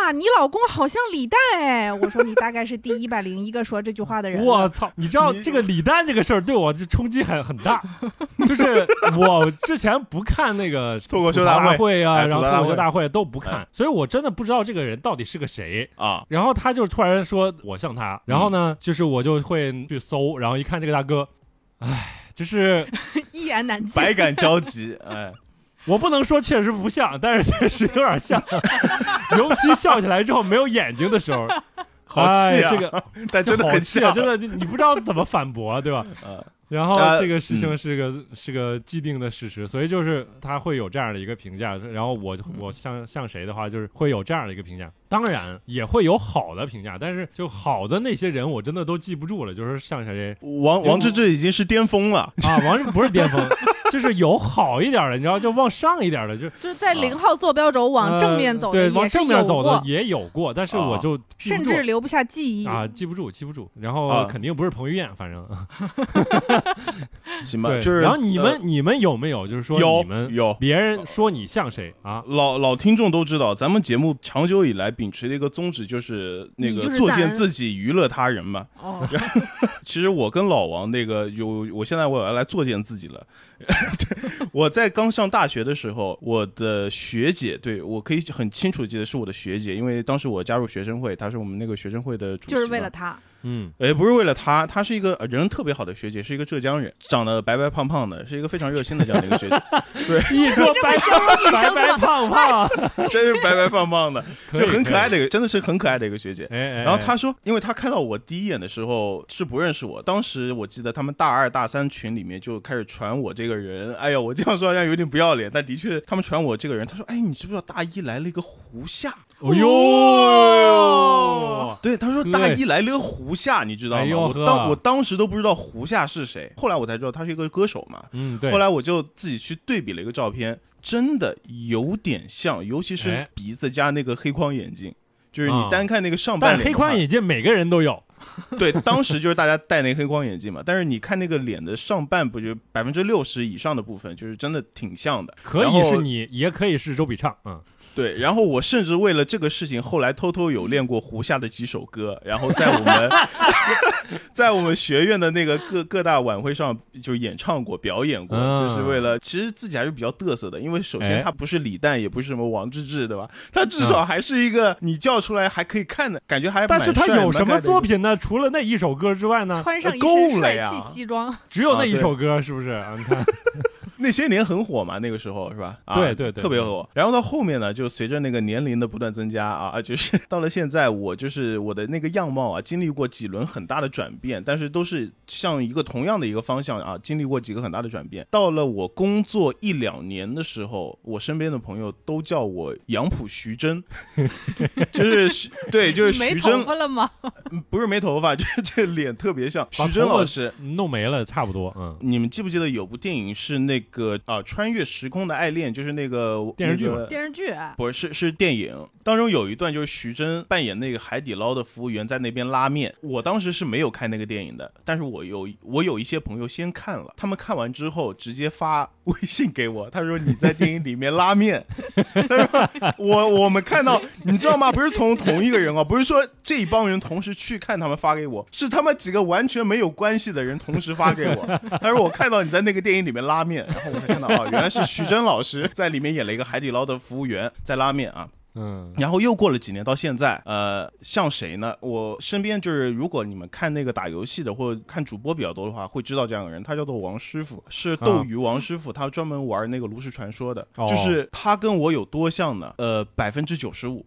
C: 哇，你老公好像李诞哎！”我说你大概是第一百零一个说这句话的人了。
A: 我操！你知道
B: 你
A: 这个李诞这个事儿对我就冲击很很大，就是我之前不看那个
B: 脱口秀大
A: 大
B: 会
A: 会啊，
B: 哎
A: 然后
B: 吐槽
A: 脱口秀
B: 大会哎
A: 大会都不看，所以我真的不知道这个人到底是个谁。
B: 啊，
A: 然后他就突然说我像他，然后
B: 嗯
A: 呢，就是我就会去搜，然后一看这个大哥，唉，就是
C: 一言难尽。
B: 百感交集，哎，
A: 我不能说确实不像，但是确实有点像， 尤其笑起来之后没有眼睛的时候，
B: 好气
A: 哎
B: 啊！
A: 这个
B: 但真的
A: 好
B: 很
A: 气啊
B: 像，
A: 真的就你不知道怎么反驳，啊对吧？
C: 嗯
B: 呃
A: 然后
B: 呃
A: 这个事情是个、是个既定的事实，所以就是他会有这样的一个评价。然后我
C: 嗯
A: 我像像谁的话，就是会有这样的一个评价。当然也会有好的评价，但是就好的那些人我真的都记不住了，就是像 谁
B: 王王治郅已经是巅峰了，
A: 啊，王志不是巅峰，就是有好一点的，你知道，就往上一点的，就
C: 就是在零号坐标轴 往正面走的
A: 呃
C: 也
A: 对，往
C: 是
A: 正
C: 有
A: 面走的
C: 过，啊
A: 也有过，但是我就记不
C: 甚
A: 住
C: 至留不下记忆。
A: 啊，记不住，记不住。然
B: 啊
A: 后肯定不是彭于晏，反正
B: 行吧？
A: 对。
B: 就是
A: 然后你
B: 呃
A: 们你们有没有就是说你
B: 有
A: 们
B: 有
A: 别人说你像谁啊？
B: 老老听众都知道，咱们节目长久以来秉持的一个宗旨就是那
C: 你就
B: 个
C: 是
B: 作
C: 赞
B: 践
C: 恩
B: 自己，娱乐他人嘛。
C: 哦，
B: 其实我跟老王那个有，我现在我要来作践自己了。 对我在刚上大学的时候，我的学姐，对我可以很清楚地记得是我的学姐，因为当时我加入学生会，她是我们那个学生会的主席嘛，
C: 就是为了他，
A: 嗯，
B: 哎，不是为了她，她是一个呃人特别好的学姐，是一个浙江人，长得白白胖胖的，是一个非常热心的这样的一个学 姐，
A: 一说
C: 这
A: 白
C: 么形容女
A: 白
C: 生
A: 白
C: 的吗？
A: 胖胖，
B: 真是白白胖胖的，
A: 以
B: 就很可爱
A: 以
B: 的一个，真的是很可爱的一个学姐。
A: 哎哎，哎
B: 然后他说，因为他看到我第一眼的时候是不认识我，当时我记得他们大二大三群里面就开始传我这个人，哎呀，我这样说好像有点不要脸，但的确他们传我这个人，他说，哎，你知不知道大一来了一个胡夏？
A: 哎呦，
B: 对，他说
A: 对
B: 大一来了个胡夏，你知道
A: 哦哎
B: 吗？
A: 呦
B: 我
A: 呵
B: 当我当时都不知道胡夏是谁，后来我才知道他是一个歌手嘛。
A: 嗯，对，
B: 后来我就自己去对比了一个照片，真的有点像，尤其是
A: 哎
B: 鼻子加那个黑框眼镜，就是你
A: 啊
B: 单看那个上半
A: 但
B: 脸，
A: 是黑框眼镜每个人都有，
B: 对，当时就是大家戴那个黑框眼镜嘛，但是你看那个脸的上半部，就百分之六十以上的部分，就是真的挺像的。
A: 可
B: 然
A: 以
B: 后
A: 是你，也可以是周笔畅，嗯，
B: 对，然后我甚至为了这个事情，后来偷偷有练过胡夏的几首歌，然后在我们 在我们学院的那个各各大晚会上就演唱过、表演过，
A: 嗯
B: 就是为了其实自己还是比较嘚瑟的，因为首
A: 哎啊
B: 先他不是李诞，也不是什么王治郅，对吧？他至少还是一个你叫出来还可以看的感觉，还
A: 但是他
B: 蛮帅
A: 有什么作？
B: 蛮
A: 品呢？除了那一首歌之外呢，
C: 穿上一
B: 够
C: 身
B: 了
C: 帅
B: 呀
C: 气西装，
A: 只有那
B: 啊
A: 一
B: 对
A: 首歌，是不是？啊你看，
B: 那些年很火嘛，那个时候是吧？啊、
A: 对对对
B: 特别火。然后到后面呢，就随着那个年龄的不断增加啊， 啊就是到了现在，我就是我的那个样貌啊，经历过几轮很大的转变，但是都是向一个同样的一个方向啊，经历过几个很大的转变。到了我工作一两年的时候，我身边的朋友都叫我杨浦徐峥， 就是徐对，就是
D: 你没
B: 徐
D: 头
B: 峥，嗯
D: 发了吗？
B: 不是没头发，就是这脸特别像
A: 把
B: 徐峥
A: 头发
B: 老师。
A: 弄没了，差不多，嗯，
B: 你们记不记得有部电影是那个啊、穿越时空的爱恋，就是那个
A: 电视剧
B: 那个
C: 电视 剧
B: 不是，是是电影当中有一段，就是徐峥扮演那个海底捞的服务员在那边拉面。我当时是没有看那个电影的，但是我有我有一些朋友先看了，他们看完之后直接发微信给我，他说你在电影里面拉面。 他说我我们看到，你知道吗？不是从同一个人哦，不是说这一帮人同时去看，他们发给我，是他们几个完全没有关系的人同时发给我。 他说我看到你在那个电影里面拉面，然后我才看到啊，原来是徐峥老师在里面演了一个海底捞的服务员在拉面啊。
A: 嗯，
B: 然后又过了几年，到现在，呃，像谁呢？我身边就是，如果你们看那个打游戏的或者看主播比较多的话，会知道这样的人，他叫做王师傅，是斗鱼王师傅，他专门玩那个炉石传说的，
A: 哦
B: 就是他跟我有多像呢？呃，百分之九十五，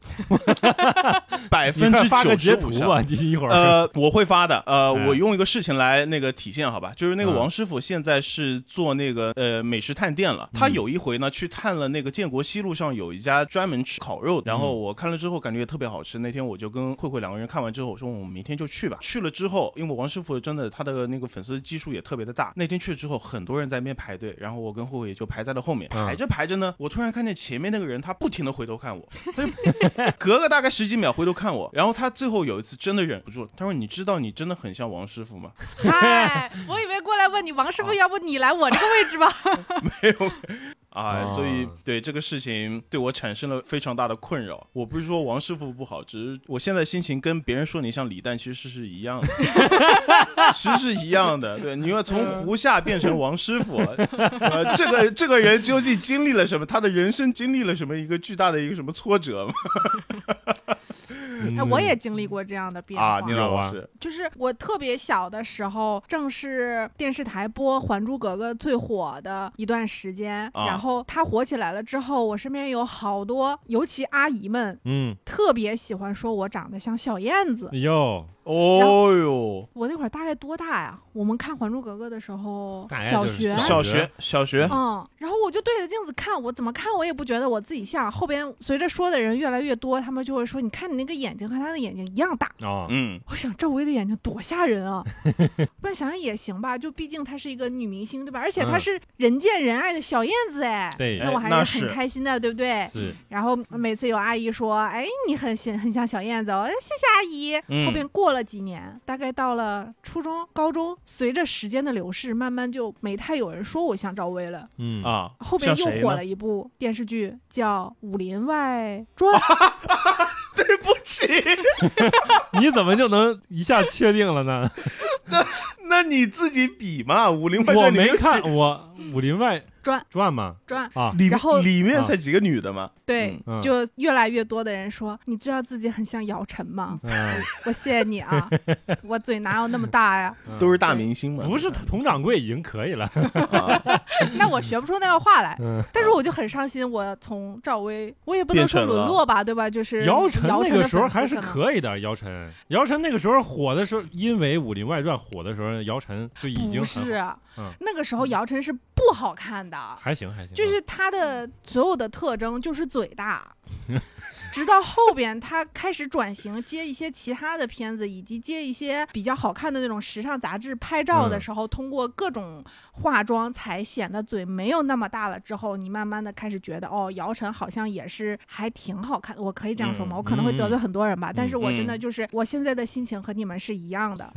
B: 百
A: 你
B: 分
A: 快
B: 之
A: 发个
B: 九
A: 截
B: 十
A: 图
B: 五
A: 吧，你一会儿，嗯
B: 呃，我会发的。呃，
A: 哎
B: 我用一个事情来那个体现，好吧？就是那个
A: 嗯
B: 王师傅现在是做那个呃美食探店
A: 嗯
B: 了。他有一回呢，去探了那个建国西路上有一家专门吃烤肉的，然
A: 嗯
B: 后我看了之后感觉也特别好吃。那天我就跟慧慧两个人看完之后，我说我们明天就去吧。去了之后，因为王师傅真的他的那个粉丝基数也特别的大，那天去了之后很多人在那边排队，然后我跟慧慧也就排在了后面。
A: 嗯
B: 排着排着呢，我突然看见前面那个人他不停的回头看我， 他就隔个大概十几秒回头看我，然后他最后有一次真的忍不住了，他说：“你知道你真的很像王师傅吗
D: 嗨，我以为过来问你，王
A: 啊
D: 师傅，要不你来我这个位置吧？？”
B: 啊，
A: 哦
B: 所以对这个事情对我产生了非常大的困扰。我不是说王师傅不好，只是我现在心情跟别人说你像李诞其实是一样的， 其实是一样的。对，你要从
C: 嗯
B: 胡夏变成王师傅，呃，这个这个人究竟经历了什么？他的人生经历了什么一个巨大的一个什么挫折吗？
A: 嗯
C: 哎，我也经历过这样的变化。
B: 啊，聂
A: 有啊
B: 老师，
C: 就是我特别小的时候，正是电视台播《还珠格格》最火的一段时间。
B: 啊
C: 然后它火起来了之后，我身边有好多，尤其阿姨们，
A: 嗯，
C: 特别喜欢说我长得像小燕子。
A: 哟，
B: 哦哟，
C: 我那会儿大概多大呀？我们看《还珠格格》的时候
A: 大，概
C: 小
A: 就是
C: 学。
A: 哎
B: 小学小学
C: 嗯，然后我就对着镜子看，我怎么看我也不觉得我自己像。后边随着说的人越来越多，他们就会说：“你看你那个眼睛和他的眼睛一样大。”
A: 啊，
B: 嗯，
C: 我想赵薇的眼睛多吓人啊！ 不然想想也行吧，就毕竟她是一个女明星，对吧？而且她
A: 嗯
C: 是人见人爱的小燕子，哎，
A: 对，
C: 那我
B: 哎那
C: 还
B: 是
C: 很开心的，对不对？
A: 是，
C: 然后每次有阿姨说：“哎，你很像很像小燕子哦。”哎，谢谢阿姨。
B: 嗯
C: 后边过了几年，大概到了初中、高中，随着时间的流逝，慢慢就没太有人说我像赵薇了。
A: 嗯，
B: 啊，
C: 后边
B: 像
C: 又
B: 谁
C: 火
B: 呢
C: 了一部电视剧，叫《武林外 传》。
B: 对不起，
A: 你怎么就能一下确定了 呢？
B: 那你自己比嘛，《武林外传
A: 我》
B: 里面
A: 没
B: 有几
A: 看，，我《武林外
C: 传
A: 传》嘛，
C: 传
A: 啊，
B: 里
C: 然后
B: 里面才几个女的嘛，
C: 对，
A: 嗯
C: 就越来越多的人说，你知道自己很像姚晨吗？
A: 嗯，
C: 我谢谢你 啊，我嘴哪有那么大呀？
A: 嗯
B: 都是大明星嘛，
A: 不是佟掌柜已经可以了，
B: 啊
C: 那我学不出那个话来。
A: 嗯，
C: 但是我就很伤心，我从赵薇，我也不能说
B: 变成了
C: 沦落吧，对吧？就是
A: 姚晨
C: 姚
A: 那
C: 晨
A: 个
C: 的
A: 时候
C: 粉丝
A: 还是
C: 能
A: 可以的，姚晨，姚晨那个时候火的时候，因为《武林外传》火的时候，姚晨就已经
C: 不
A: 很
C: 是
A: 嗯
C: 那个时候姚晨是不好看的，
A: 还行还行，
C: 就是 她的所有的特征就是嘴 大。直到后边，她开始转型，接一些其他的片子，以及接一些比较好看的那种时尚杂志拍照的
A: 嗯
C: 时候，通过各种化妆才显得嘴没有那么大了。之后，你慢慢的开始觉得，哦，姚晨好像也是还挺好看的。我可以这样说吗？
B: 嗯
C: 我可能会得罪很多人吧，但是我真的
B: 嗯
C: 就是我现在的心情和你们是一样的。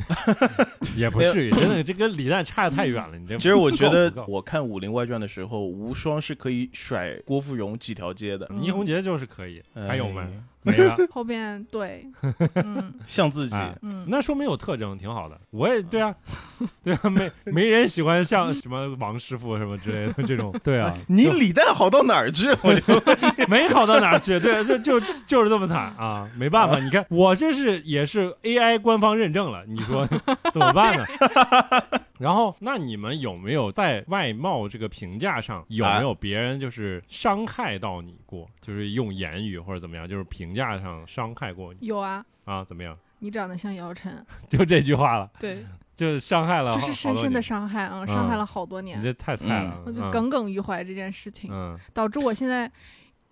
A: 也不至于，真的这跟李诞差的太远了，你这
B: 其实我觉得
A: 不够不够
B: 我看《武林外传》的时候，无双是可以甩郭芙蓉几条街
C: 嗯
B: 的，
A: 倪虹洁就是可以，还有吗？
B: 哎？
A: 没了。
C: 后边对，嗯
B: 像自己，
A: 哎
C: 嗯，
A: 那说明有特征，挺好的。我也对啊， 对啊，没没人喜欢像什么王师傅什么之类的这 种，对啊，
B: 你
A: 就
B: 李诞好到哪儿去？我就
A: 没好到哪儿去，对，就就就是这么 惨啊，没办法，你 看我这是也是 AI 官方认证了，你说怎么办呢？ 然后，那你们有没有在外貌这个评价上有
C: 啊
A: 没有别人就是伤害到你过？就是用言语或者怎么样，就是评价上伤害过你
C: 有啊，
A: 啊？怎么样？
C: 你长得像 姚晨，
A: 就这句话了，
C: 对，
A: 就伤害了啊好，
C: 这是深深的
A: 伤。
C: 伤害啊，
A: 嗯
C: 伤害了好多年
A: 你，这太菜了，
C: 我就
A: 嗯
C: 耿耿于怀这件事情，
A: 嗯，
C: 导致我现在。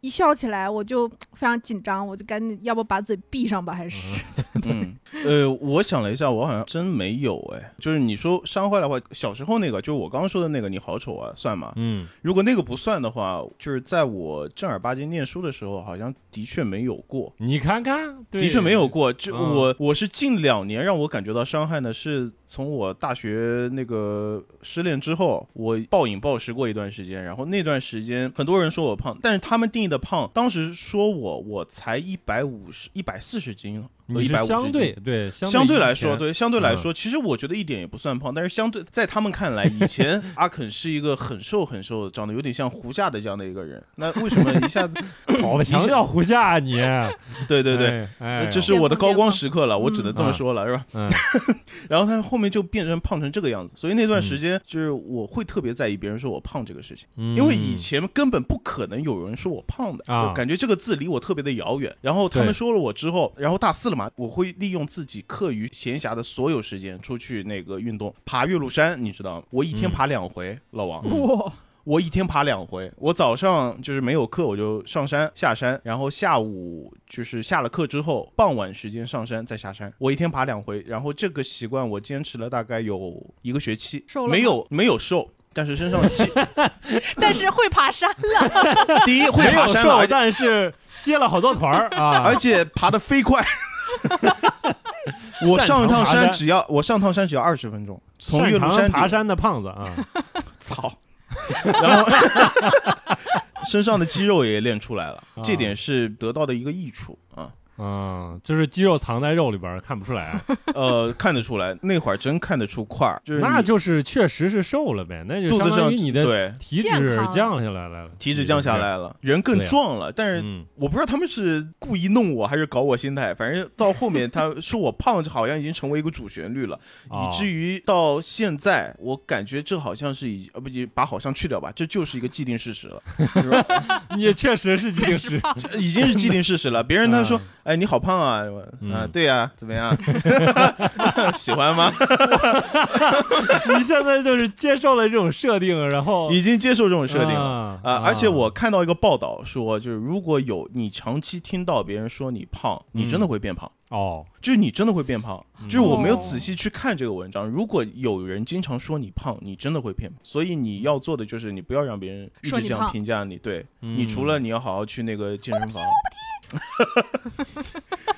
C: 一笑起来我就非常紧张，我就赶紧，要不把嘴闭上吧，还是、
B: 嗯， 呃，我想了一下，我好像真没有哎。就是你说伤坏的话，小时候那个，就是我刚刚说的那个，你好丑啊，算吗？
A: 嗯，
B: 如果那个不算的话，就是在我正儿八经念书的时候，好像的确没有过。
A: 你看看，对
B: 的确没有过，就
A: 嗯
B: 我、我是近两年让我感觉到伤害呢，是从我大学那个失恋之后，我暴饮暴食过一段时间，然后那段时间很多人说我胖，但是他们定义的胖，当时说我我才一百五十一百四十斤，呃
A: 你
B: 一
A: 是
B: 百五
A: 相
B: 十
A: 对
B: 斤。
A: 对
B: 相对
A: 对
B: 来说，，对相对
A: 嗯
B: 来说，其实我觉得一点也不算胖，但是相对在他们看来，以前阿肯是一个很瘦很瘦，长得有点像胡夏的这样的一个人。那为什么 一下子？
A: 好吧，
B: 一下
A: 强调胡夏你，
B: 对 对对，
A: 哎，哎呦，
B: 这是我的高光时刻了，
C: 嗯
B: 我只能这么说了，是吧？
A: 嗯，
B: 然后他后面就变成胖成这个样子，所以那段
A: 嗯
B: 时间就是我会特别在意别人说我胖这个事情，因为以前根本不可能有人说我胖的，
A: 啊
B: 我感觉这个字离我特别的遥远。然后他
A: 对
B: 们说了我之后，然后大四了嘛，我会利用自己课余闲暇的所有时间出去那个运动，爬岳麓山，你知道吗？我一天
A: 嗯
B: 爬两回，老王。
A: 嗯
C: 哇，
B: 我一天爬两回，我早上就是没有课我就上山下山，然后下午就是下了课之后，傍晚时间上山再下山。我一天爬两回，然后这个习惯我坚持了大概有一个学期
C: 瘦了，吗
B: 没有没有瘦，但是身上
D: 但是会爬山了，
B: 第一会
A: 没
B: 爬
A: 有
B: 山了，
A: 瘦，
B: 而且
A: 但是接了好多团儿啊，
B: 而且爬得 飞快。我上一
A: 擅长
B: 趟
A: 爬
B: 山
A: 山
B: 只要我上趟山只要二十分钟，从
A: 擅
B: 岳麓
A: 长
B: 山
A: 爬
B: 顶
A: 山的胖子 啊，
B: 操，然后 身上的肌肉也练出来了，
A: 啊
B: 这点是得到的一个益处啊。
A: 嗯，就是肌肉藏在肉里边儿看不出来，啊
B: 呃，看得出来，那会儿真看得出块儿，就是
A: 那
B: 你
A: 就是确实是瘦了呗，那就
B: 肚
A: 相
B: 子
A: 当
B: 上
A: 于你的
B: 对
A: 体脂
C: 健康了
A: 降下来了，
B: 体脂降下，来了，人更
A: 对啊
B: 壮了，但是。
A: 嗯，
B: 我不知道他们是故意弄我还是搞我心态，反正到后面他说我胖，好像已经成为一个主旋律了，以至
A: 于
B: 于到现在，我感觉这好像是已呃不，把好像去掉吧，这就是一个既定事实了，是吧
A: 哦 你确实是近视，
B: 这已经是既定事实了。别人他说，哎，你好胖啊！我啊，
A: 嗯
B: 对呀、怎么 样？ 喜欢吗？
A: 你现在就是接受了这种设定，然后
B: 已经接受这种设定了。
A: 啊
B: 啊！而且我看到一个报道说，就是如果有你长期听到别人说你胖，你真的会变胖，
A: 哦，
B: 就是你真的会变胖。
A: 嗯
B: 就是我没有
C: 哦
B: 仔细去看这个文章，如果有人经常说你胖，你真的会变胖。所以你要做的就是你不要让别人一
C: 说
B: 直
C: 你
B: 这样
C: 胖
B: 评价你。对
A: 嗯
B: 你除了你要好好去那个健 身房，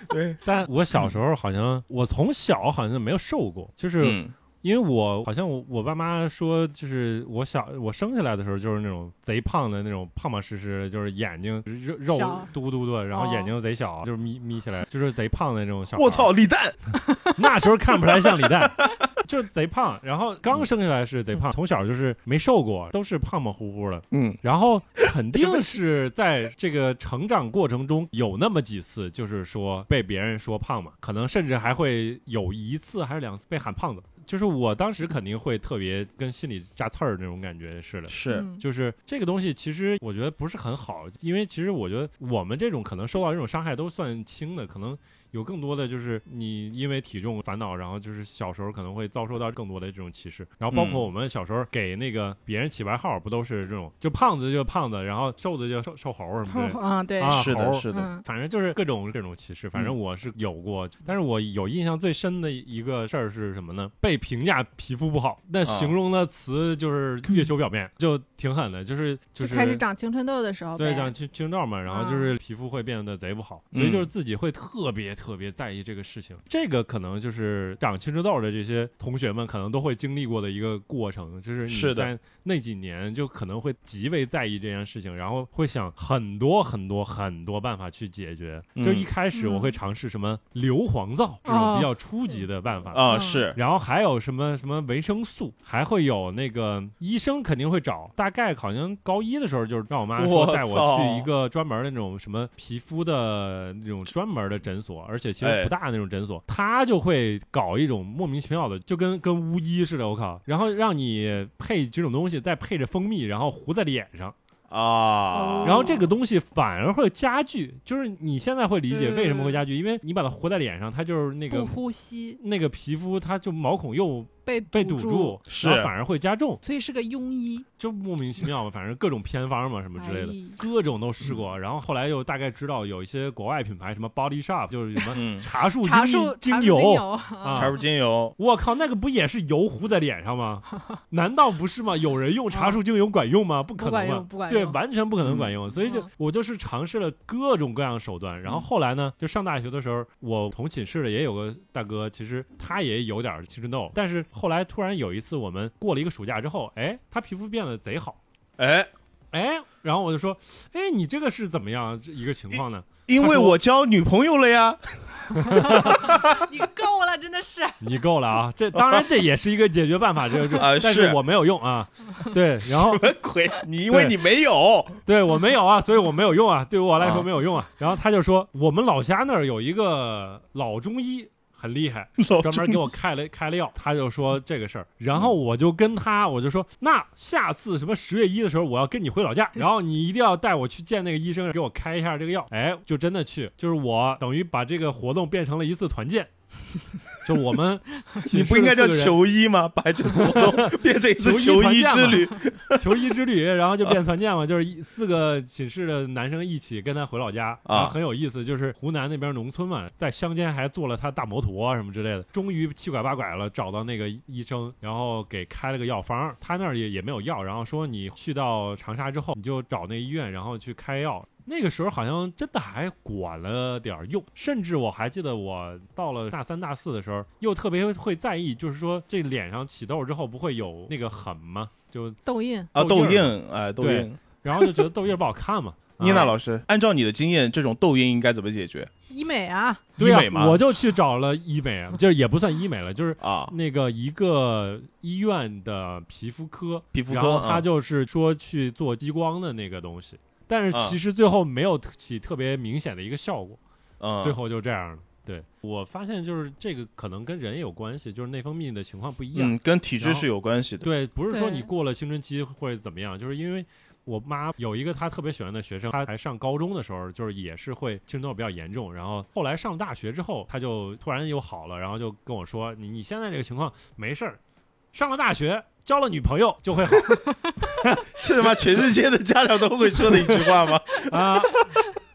B: 对，
A: 但我小时候好像，我从小好像没有瘦过，就是
B: 嗯
A: 因为我好像我我爸妈说，就是我小我生下来的时候就是那种贼胖的那种胖胖实实的，就是眼睛肉肉
C: 小
A: 嘟嘟的，然后
C: 哦
A: 眼睛贼小，就是眯眯起来，就是贼胖的那种小。
B: 我操，！李诞，
A: 那时候看不出来像李诞。 就是贼胖，然后刚生下来是贼胖，从小就是没瘦过，都是胖胖乎乎的。
B: 嗯，
A: 然后肯定是在这个成长过程中有那么几次，就是说被别人说胖嘛， 可能甚至还会有一次还是两次被喊胖子。就是我当时肯定会特别跟心里扎刺儿那种感觉似的。
B: 是，
C: 嗯
A: 就是这个东西，其实我觉得不是很好，因为其实我觉得我们这种可能受到这种伤害都算轻的，可能有更多的就是你因为体重烦恼，然后就是小时候可能会遭受到更多的这种歧视，然后包括
B: 嗯
A: 我们小时候给那个别人起外号，不都是这种就胖子就胖子，然后瘦子就瘦瘦猴儿什么之类的。
C: 啊，对，
A: 啊
B: 是
A: 猴
B: 的，
A: 儿
B: 是的，
C: 嗯，
A: 反正就是各种各种歧视，反正
B: 嗯
A: 我是有过，但是我有印象最深的一个事儿是什么呢？被评价皮肤不好，那
B: 啊
A: 形容的词就是月球表面，就挺狠的，就是就是
C: 开始长青春痘的时候呗，嗯
A: 对，讲青青照嘛，然后就是皮肤会变得贼不好，
B: 嗯
A: 所以就是自己会特别特别在意这个事情。这个可能就是长青春痘的这些同学们可能都会经历过的一个过程，就是
B: 是
A: 你
B: 的
A: 在那几年就可能会极为在意这件事情，然后会想很多很多很多办法去解决。
B: 嗯
A: 就一开始我会尝试什么硫磺皂这种
C: 哦
A: 比较初级的办法。
B: 啊，
C: 嗯
B: 是，
A: 然后还有什么什么维生素，还会有那个医生肯定会找。大概好像高一的时候，就是让我妈说
B: 我
A: 带我
B: 操
A: 去一个专门的那种什么皮肤的那种专门的诊所，而且其实不大那种诊所，他就会搞一种莫名其妙的，就跟跟巫医似的，我靠，然后让你配几种东西，再配着蜂蜜，然后糊在脸上，
C: 哦
B: 啊，
A: 然后这个东西反而会加剧，就是你现在会理解为什么会加剧，因为你把它糊在脸上，它就是那
D: 不
A: 个
D: 呼吸
A: 那个皮肤，它就毛孔又
D: 被
A: 被
D: 堵
A: 堵，住，
B: 是
A: 然后反而会加重，
D: 所以是个庸医
A: 就莫名其妙嘛，反正各种偏方嘛什么之类的。
C: 哎
D: 的。
A: 各种都试过，然后后来又大概知道有一些国外品牌，什么 Body Shop，就是什么
B: 嗯，
A: 茶树
D: 茶
A: 精
D: 树茶
A: 精
D: 树
A: 油
D: 油，嗯
A: 啊
B: 茶，树精油，
A: 我靠，那个不也是油糊在脸上吗？ 难道不是吗？有人用茶树精油管用吗？不可
D: 不管
A: 能
D: 用，
A: 嘛，
D: 不管
A: 对，
D: 用
A: 完全不可能管用。所以就
D: 嗯
A: 我就是尝试了各种各样手段，然后后来呢，就上大学的时候，我同寝室的也有个大哥，其实他也有点青春痘，但是后来突然有一次我们过了一个暑假之后，哎，他皮肤变得贼好。
B: 哎，
A: 哎，然后我就说，哎，你这个是怎么样这一个情况呢？
B: 因为我交女朋友了呀，
D: 你够了，真的是。
A: 你够了啊！这当然这也是一个解决办法，这这，
B: 啊
A: 但
B: 是
A: 是我没有用啊。对，然后
B: 什么鬼？你因为
A: 对
B: 你没有，
A: 对我没有啊，所以我没有 用啊，对我来
B: 啊
A: 说没有用啊。然后他就说，我们老家那儿有一个老中医很厉害，
B: 老嗯
A: 专门给我开了开了药，他就说这个事儿。然后我就跟他，我就说，那下次什么十月一的时候，我要跟你回老
B: 嗯
A: 家，然后你一定要带我去见那个医生，给我开一下这个药。哎，就真的去，就是我等于把这个活动变成了一次团 建，就我们
B: 你
A: 寝室
B: 不应该叫
A: 的四个人
B: 求医吗？把这 活动变成一次
A: 求医
B: 求
A: 团
B: 医
A: 建
B: 之
A: 嘛
B: 旅，
A: 求医之旅，然后就变团建嘛， 就是一四个寝室的男生一起跟他回老家，
B: 啊
A: 然后很有意思，就是湖南那边农村嘛，在乡间还坐了他大摩托什么之类的，终于七拐八拐了，找到那个医生，然后给开了个药方，他那儿也也没有药，然后说你去到长沙之后，你就找那医院，然后去开药。那个时候好像真的还管了点儿用，甚至我还记得我到了大三大四的时候，又特别会在意，就是说这脸上起痘之后不会有那个痕吗？就
D: 痘印
B: 啊，
A: 痘
B: 痘
A: 印
B: 印，哎，痘
A: 对
B: 印。
A: 然后就觉得痘印儿不好看 嘛。
B: 妮娜
A: 啊
B: 老师，按照你的经验，这种痘印应该怎么解决？
D: 医美 啊，
A: 对
B: 医
A: 呀、
B: 美吗
A: 我就去找了医 美，就是也不算医美了，就是
B: 啊，
A: 那个一个医院的皮肤科，
B: 皮肤
A: 然
B: 科
A: 后他
B: 啊，
A: 就是说去做激光的那个东西，但是
B: 啊
A: 其实最后没有起特别明显的一个效果，
B: 嗯，
A: 最后就这样了。对我发现就是这个可能跟人也有关系，就是内分泌的情况不一样。
B: 嗯，跟体质
A: 然后
B: 是有关系的。
A: 对，不是说你
D: 对
A: 过了青春期或者怎么样，就是因为我妈有一个她特别喜欢的学生，她还上高中的时候，就是也是会青春痘比较严重，然后后来上大学之后，她就突然又好了，然后就跟我说：“你你现在这个情况没事儿，上了大学。”交了女朋友就会好
B: 这他妈全世界的家长都会说的一句 话吗？
A: 啊，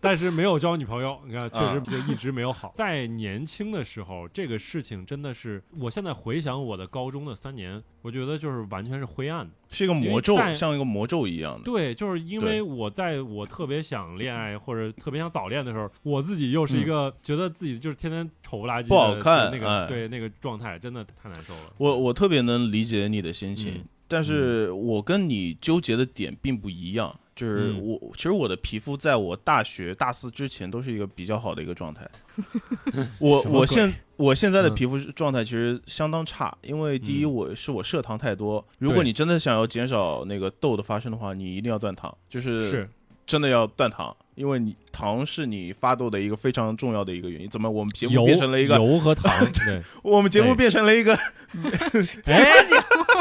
A: 但是没有交女朋友，你看确
B: 啊
A: 实就一直没有好。在年轻的时候，这个事情真的是，我现在回想我的高中的三年，我觉得就是完全是灰暗的。
B: 是一个
A: 因
B: 魔
A: 为
B: 咒，
A: 在
B: 像一个魔咒一样的。
A: 对，就是因
B: 对
A: 为我在我特别想恋爱或者特别想早恋的时候，我自己又是一个觉得自己就是天天丑不拉几的
B: 嗯不好看
A: 那个、
B: 哎
A: 对那个状态，真的太难受了。
B: 我我特别能理解你的心情，
A: 嗯
B: 但是我跟你纠结的点并不一样。就是
A: 嗯
B: 我，其实我的皮肤在我大学大四之前都是一个比较好的一个状 态。我
A: 什么
B: 我
A: 鬼
B: 现我现在的
A: 嗯
B: 皮肤状态其实相当差，因为第一
A: 嗯
B: 我是我蔗糖太多。如果
A: 对
B: 你真的想要减少那个痘的发生的话，你一定要断糖，就是
A: 是
B: 真的要断糖，因为你糖是你发痘的一个非常重要的一个原因。怎么我们节目
A: 油
B: 变成了一个
A: 油和糖， 对，
B: 我们节目
A: 对
B: 变成了一个
A: 哎，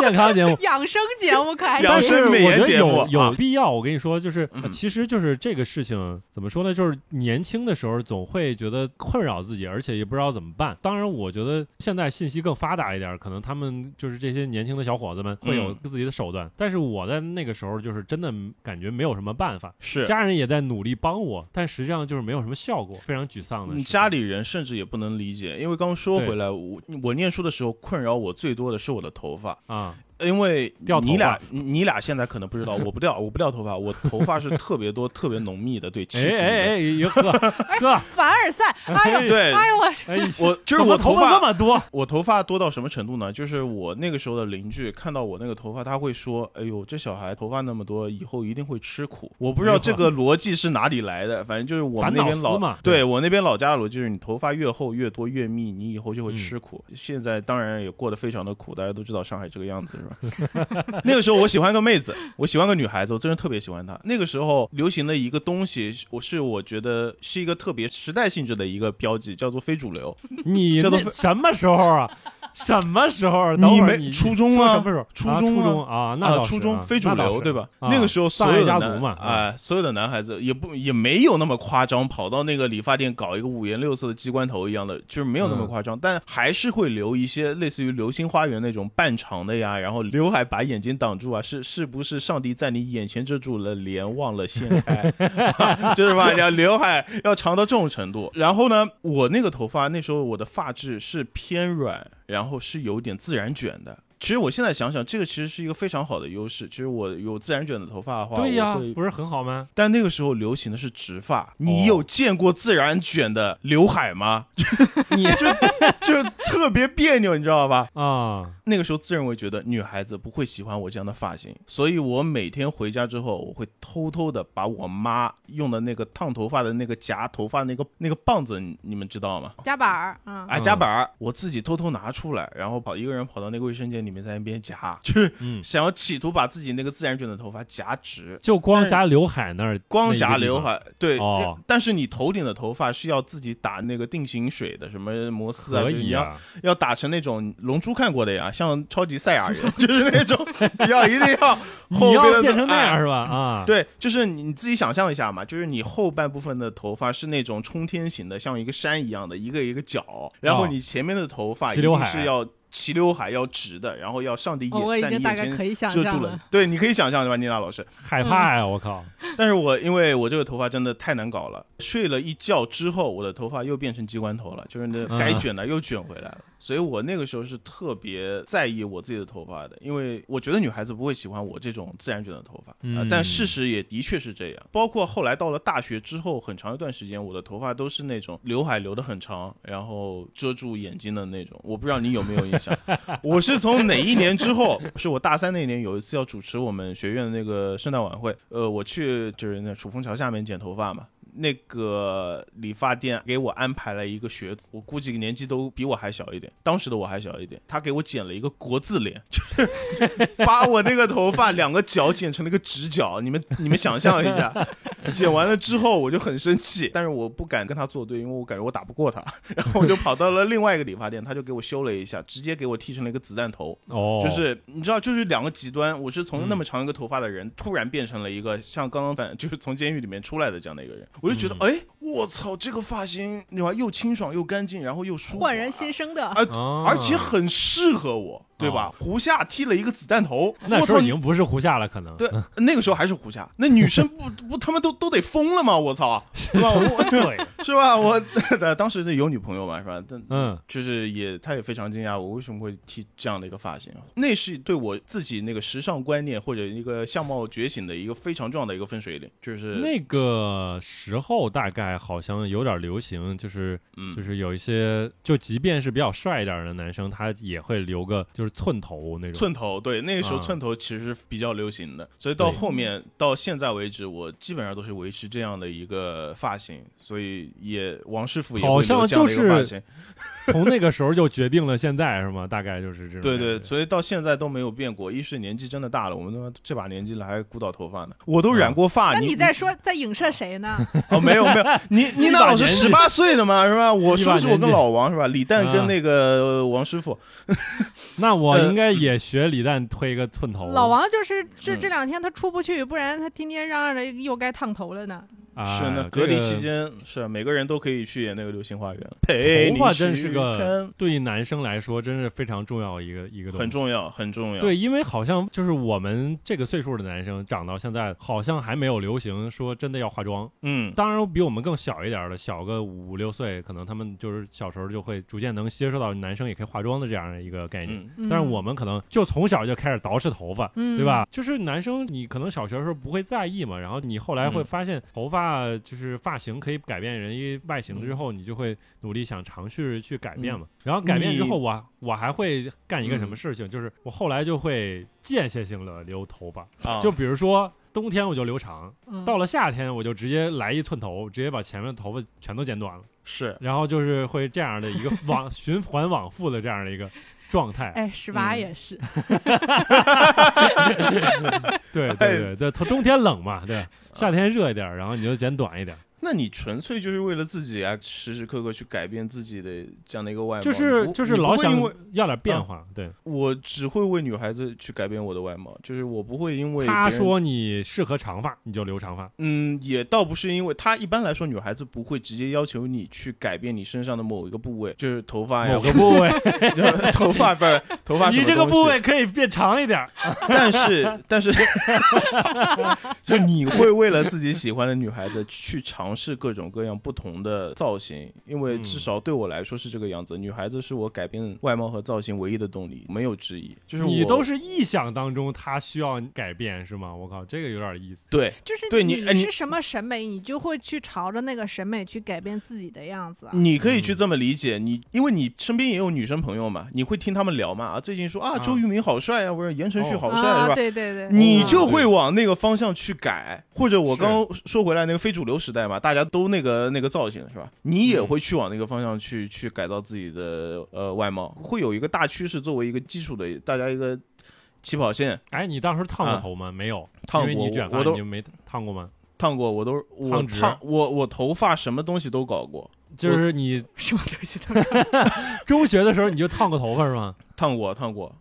A: 健康节目。
D: 养生节目可还
B: 养
A: 但
B: 生
A: 是我
B: 美
A: 觉
B: 颜
A: 得
B: 节目
A: 有
B: 啊
A: 有必要，我跟你说，就是呃
B: 嗯
A: 其实就是这个事情怎么说呢？就是年轻的时候总会觉得困扰自己，而且也不知道怎么办。当然，我觉得现在信息更发达一点，可能他们就是这些年轻的小伙子们会有
B: 嗯
A: 自己的手段，但是我在那个时候就是真的感觉没有什么办法。
B: 是
A: 家人也在努力帮我，但实际上就是没有什么效果，非常沮丧的事
B: 你
A: 情。
B: 家里人甚至也不能理解，因为刚说回来，我我念书的时候困扰我最多的是我的头发，
A: 啊，
B: 因为
A: 掉头发
B: 你俩你你俩现在可能不知道，我不掉，我不掉头发，我头发是特别多、特别浓密的，对，气
A: 哎
B: 死你了
A: 哎哎，呵哥，
D: 凡尔 赛，哎呦，
B: 对，
D: 哎呦我，
A: 哎，
B: 我就是
A: 怎么
B: 我
A: 头
B: 头
A: 发这
B: 发
A: 么多，
B: 我头发多到什么程度呢？就是我那个时候的邻居看到我那个头发，他会说：“哎呦，这小孩头发那么多，以后一定会吃苦。”我不知道这个逻辑是哪里来的，反正就是我们那边
A: 烦恼
B: 老
A: 丝嘛
B: 对
A: 对
B: 我那边老家的逻辑就是，你头发越厚越多越密，你以后就会吃苦。现在当然也过得非常的苦，大家都知道上海这个样子是吧？吧？那个时候我喜欢个妹子，我喜欢个女孩子，我真的特别喜欢她。那个时候流行的一个东西，我是我觉得是一个特别时代性质的一个标记，叫做非主流。
A: 你
B: 这都
A: 那什么时候 啊？什么时候？啊等会儿
B: 没初中
A: 说
B: 啊？
A: 什么时候？
B: 初
A: 啊
B: 中
A: 初
B: 啊
A: 中啊，那
B: 啊
A: 倒是
B: 初中
A: 啊
B: 非主
A: 那倒
B: 流
A: 是
B: 对吧？
A: 啊
B: 那个时候所有的
A: 大爱
B: 男
A: 家族嘛啊
B: 哎，所有的男孩子也不也没有那么夸张，跑到那个理发店搞一个五颜六色的鸡冠头一样的，就是没有那么
A: 嗯
B: 夸张，但还是会留一些类似于《流星花园》那种半长的呀，然后刘海把眼睛挡住啊，是是不是上帝在你眼前遮住了脸，忘了掀开？就是吧，要刘海要长到这种程度。然后呢，我那个头发那时候我的发质是偏软，然后是有点自然卷的。其实我现在想想，这个其实是一个非常好的优势。其实我有自然卷的头发的话，
A: 啊对呀
B: 我会，
A: 不是很好 吗？
B: 但那个时候流行的是直发，你有见过自然卷的刘海吗？
A: 你
B: 就特别别扭，你知道吧？
A: 啊，
B: 那个时候自认为觉得女孩子不会喜欢我这样的发型，所以我每天回家之后，我会偷偷的把我妈用的那个烫头发的那个夹头发那个那个棒子，你你们知道吗？
C: 夹板儿啊，
B: 哎，
A: 嗯
B: 夹板儿，我自己偷偷拿出来，然后跑一个人跑到那个卫生间里面，在那边夹，就是
A: 嗯，
B: 想要企图把自己那个自然卷的头发夹直，
A: 就光夹刘海那儿，
B: 光夹
A: 那一个地方
B: 刘，海，对、
A: 哦
B: 但是你头顶的头发是要自己打那个定型水的，什么摩丝啊，
A: 可
B: 就
A: 以
B: 一样
A: 啊，
B: 要打成那种龙珠看过的呀，像超级赛亚人， 就是那种要一定要后
A: 你
B: 边
A: 要
B: 的
A: 变成那样
B: 哎
A: 是吧？啊，
B: 对，就是你你自己想象一下嘛，就是你后半部分的头发是那种冲天型的，像一个山一样的，一个一个角，然后
A: 哦
B: 你前面的头发
A: 齐
B: 一
A: 刘
B: 定
A: 海
B: 是要齐刘海要直的，然后要上帝眼、
D: 哦我已
B: 在
D: 经
B: 你
D: 大
B: 眼
D: 概可
B: 前
D: 以想
B: 遮
D: 象
B: 住
D: 了
B: 了。，对，你可以想象对吧，妮娜老师？
A: 害怕呀，我靠，
B: 但是我因为我这个头发真的太难搞了，睡了一觉之后，我的头发又变成鸡冠头了，就是那
A: 嗯
B: 该卷的又卷回来了。所以我那个时候是特别在意我自己的头发的，因为我觉得女孩子不会喜欢我这种自然卷的头发。啊
A: 嗯
B: 但事实也的确是这样。包括后来到了大学之后，很长一段时间，我的头发都是那种刘海留得很长，然后遮住眼睛的那种。我不知道你有没有印象，我是从哪一年之后？是我大三那年有一次要主持我们学院的那个圣诞晚会，呃，我去就是那楚风桥下面剪头发嘛。那个理发店给我安排了一个学徒，我估计年纪都比我还小一点，当时的我还小一点。他给我剪了一个国字脸， 就是把我那个头发两个角剪成了一个直角。你们你们想象一 下，剪完了之后我就很生气，但是我不敢跟他作对，因为我感觉我打不 过他。然后我就跑到了另外一个理发店，他就给我修了一下，直接给我剃成了一个子弹头。
A: 哦，
B: 嗯就是你知道，就是两个极端。我是从那么长一个头发的人，突然变成了一个像刚刚反， 就是从监狱里面出来的这样的一个人。我就觉得，
A: 嗯
B: 哎、我操，这个发型，你吧，又清爽又干净，然后又舒服，
D: 焕然新生的，
B: 啊，
A: 啊，
B: 而且很适合我，对吧？胡夏剃了一个子弹头，
A: 哦那
B: 我
A: 时
B: 操
A: 候已，经不是胡夏了，可能
B: 对，那个时候还是胡夏。那女生不不，他们都都得疯了吗？我操，是吧？我
A: 对，
B: 是吧？我当时是有女朋友嘛，是吧？但
A: 嗯，
B: 就是也，他也非常惊讶我为什么会剃这样的一个发型啊。那是对我自己那个时尚观念或者一个相貌觉醒的一个非常重要的一个分水岭，就是
A: 那个时候大概好像有点流行，就是
B: 嗯
A: 就是有一些，就即便是比较帅一点的男生，他也会留个就是寸头那种。
B: 寸头，对，那个时候
A: 啊
B: 寸头其实是比较流行的，所以到
A: 对
B: 后面到现在为止，我基本上都是维持这样的一个发型，所以也王师傅也
A: 好
B: 会留
A: 像
B: 这样的一
A: 就
B: 个
A: 是
B: 发型，
A: 从那个时候就决定了现在是吗？大概就是这种。
B: 对对，，所以到现在都没有变过。一是年纪真的大了，我们他妈这把年纪了还鼓捣头发呢，我都
A: 嗯
B: 染过发，
D: 那
B: 你
D: 你在说在影射谁呢？
B: 哦，没有 没有，你你那老师
A: 年
B: 十
A: 纪
B: 八岁的嘛是 吧？我说是我跟老王是吧？李诞跟
A: 啊
B: 那个王师傅，
A: 那我
B: 呃
A: 应该也学李诞推个寸头。
D: 老王就是这
B: 哦嗯
D: 这两天他出不去，不然他天天嚷嚷着又该烫头了呢。
A: 啊，
B: 是那
A: 这
B: 隔离期
A: 个
B: 间是啊每个人都可以去演那个《流星花园》，陪你
A: 头发真
B: 去
A: 是个
B: 看
A: 对于男生来说真是非常重要一个一个东西。
B: 很重要，很重要。
A: 对，因为好像就是我们这个岁数的男生，长到现在好像还没有流行说真的要化妆。
B: 嗯，
A: 当然比我们更小一点儿的，小个五六岁，可能他们就是小时候就会逐渐能接受到男生也可以化妆的这样的一个概念。
B: 嗯，
D: 嗯
A: 但是我们可能就从小就开始捯饬头发，
D: 嗯
A: 对吧？就是男生你可能小学的时候不会在意嘛，然后你后来会
B: 嗯
A: 发现头发就是发型可以改变人一外形之后，你就会努力想尝试去改变嘛。
D: 嗯
A: 然后改变之后我，我还会干一个什么
B: 嗯
A: 事情，就是我后来就会间歇性的留头发，
B: 啊，
A: 就比如说冬天我就留长。
D: 嗯
A: 到了夏天，我就直接来一寸头，直接把前面的头发全都剪短了，
B: 是
A: 然后就是会这样的一个往循环往复的这样的一个状态。啊
C: 哎，十八
B: 嗯
C: 也是，
A: 对对对对，它冬天冷嘛， 对，
B: 啊
A: 夏天热一点儿，然后你就剪短一点儿。
B: 那你纯粹就是为了自己啊，时时刻刻去改变自己的这样的一个外貌，
A: 就是
B: 你哎不
A: 就是
B: 你不会
A: 老想
B: 因为啊
A: 要点变化，对。
B: 我只会为女孩子去改变我的外貌，就是我不会因为
A: 他
B: 别人
A: 说你适合长发，你就留长发。
B: 嗯，也倒不是因为她一般来说，女孩子不会直接要求你去改变你身上的某一个部位，就是头发哎呀
A: 某，个部位，
B: 就是 头发不是头发什么
A: 你这个
B: 东西
A: 部，位可以变长一点儿。
B: 但是但是，就你会为了自己喜欢的女孩子去尝试各种各样不同的造型，因为
A: 嗯
B: 至少对我来说是这个样子。女孩子是我改变外貌和造型唯一的动力，没有之一。就是
A: 你
B: 我
A: 都是臆想当中他需要改变是吗？我靠，这个有点意思。
B: 对
C: 就是
B: 对你哎你
C: 是什么审美，你就会去朝着那个审美去改变自己的样子啊。
B: 你可
A: 嗯
B: 以去这么理解，你因为你身边也有女生朋友嘛，你会听他们聊嘛啊，最近说啊
A: 啊
B: 周渝民好帅啊，或者言承旭
A: 哦
B: 好帅、
C: 啊，
B: 是吧？
C: 对对对，
B: 你
D: 嗯
A: 哦
B: 就
A: 对
B: 会往那个方向去改，或者我
A: 是
B: 刚刚说回来那个非主流时代嘛，大家都那个那个造型是吧？你
A: 嗯
B: 也会去往那个方向去去改造自己的呃外貌，会有一个大趋势作为一个基础的大家一个起跑线。
A: 哎，你当时烫过
B: 啊
A: 头吗？没有，
B: 烫
A: 因为
B: 过
A: 你卷
B: 我
A: 发
B: 我都
A: 你就没烫过吗？
B: 烫过，我都我
A: 烫直
B: 烫我我头发什么东西都搞过，
A: 就是你
C: 什么东西都看。
A: 中学的时候你就烫过头发是吗？
B: 烫过烫过，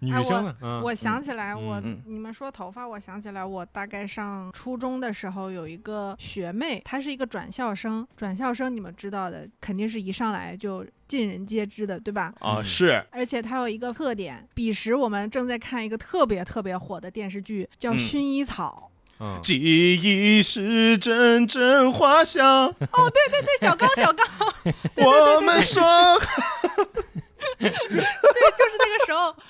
A: 女
C: 哎
A: 生啊，嗯
C: 我想起来，
A: 嗯
C: 我
B: 嗯
C: 你们说头发，我想起来，我大概上初中的时候有一个学妹，她是一个转校生，转校生你们知道的，肯定是一上来就尽人皆知的，对吧？
B: 啊，
A: 嗯
B: 是
C: 而且它有一个特点，彼时我们正在看一个特别特别火的电视剧，叫
B: 嗯
C: 《薰 衣草
A: 嗯，
B: 记忆是阵阵花香，》。
C: 对，小刚，小刚，
B: 我们 说
C: 对，就是那个时候。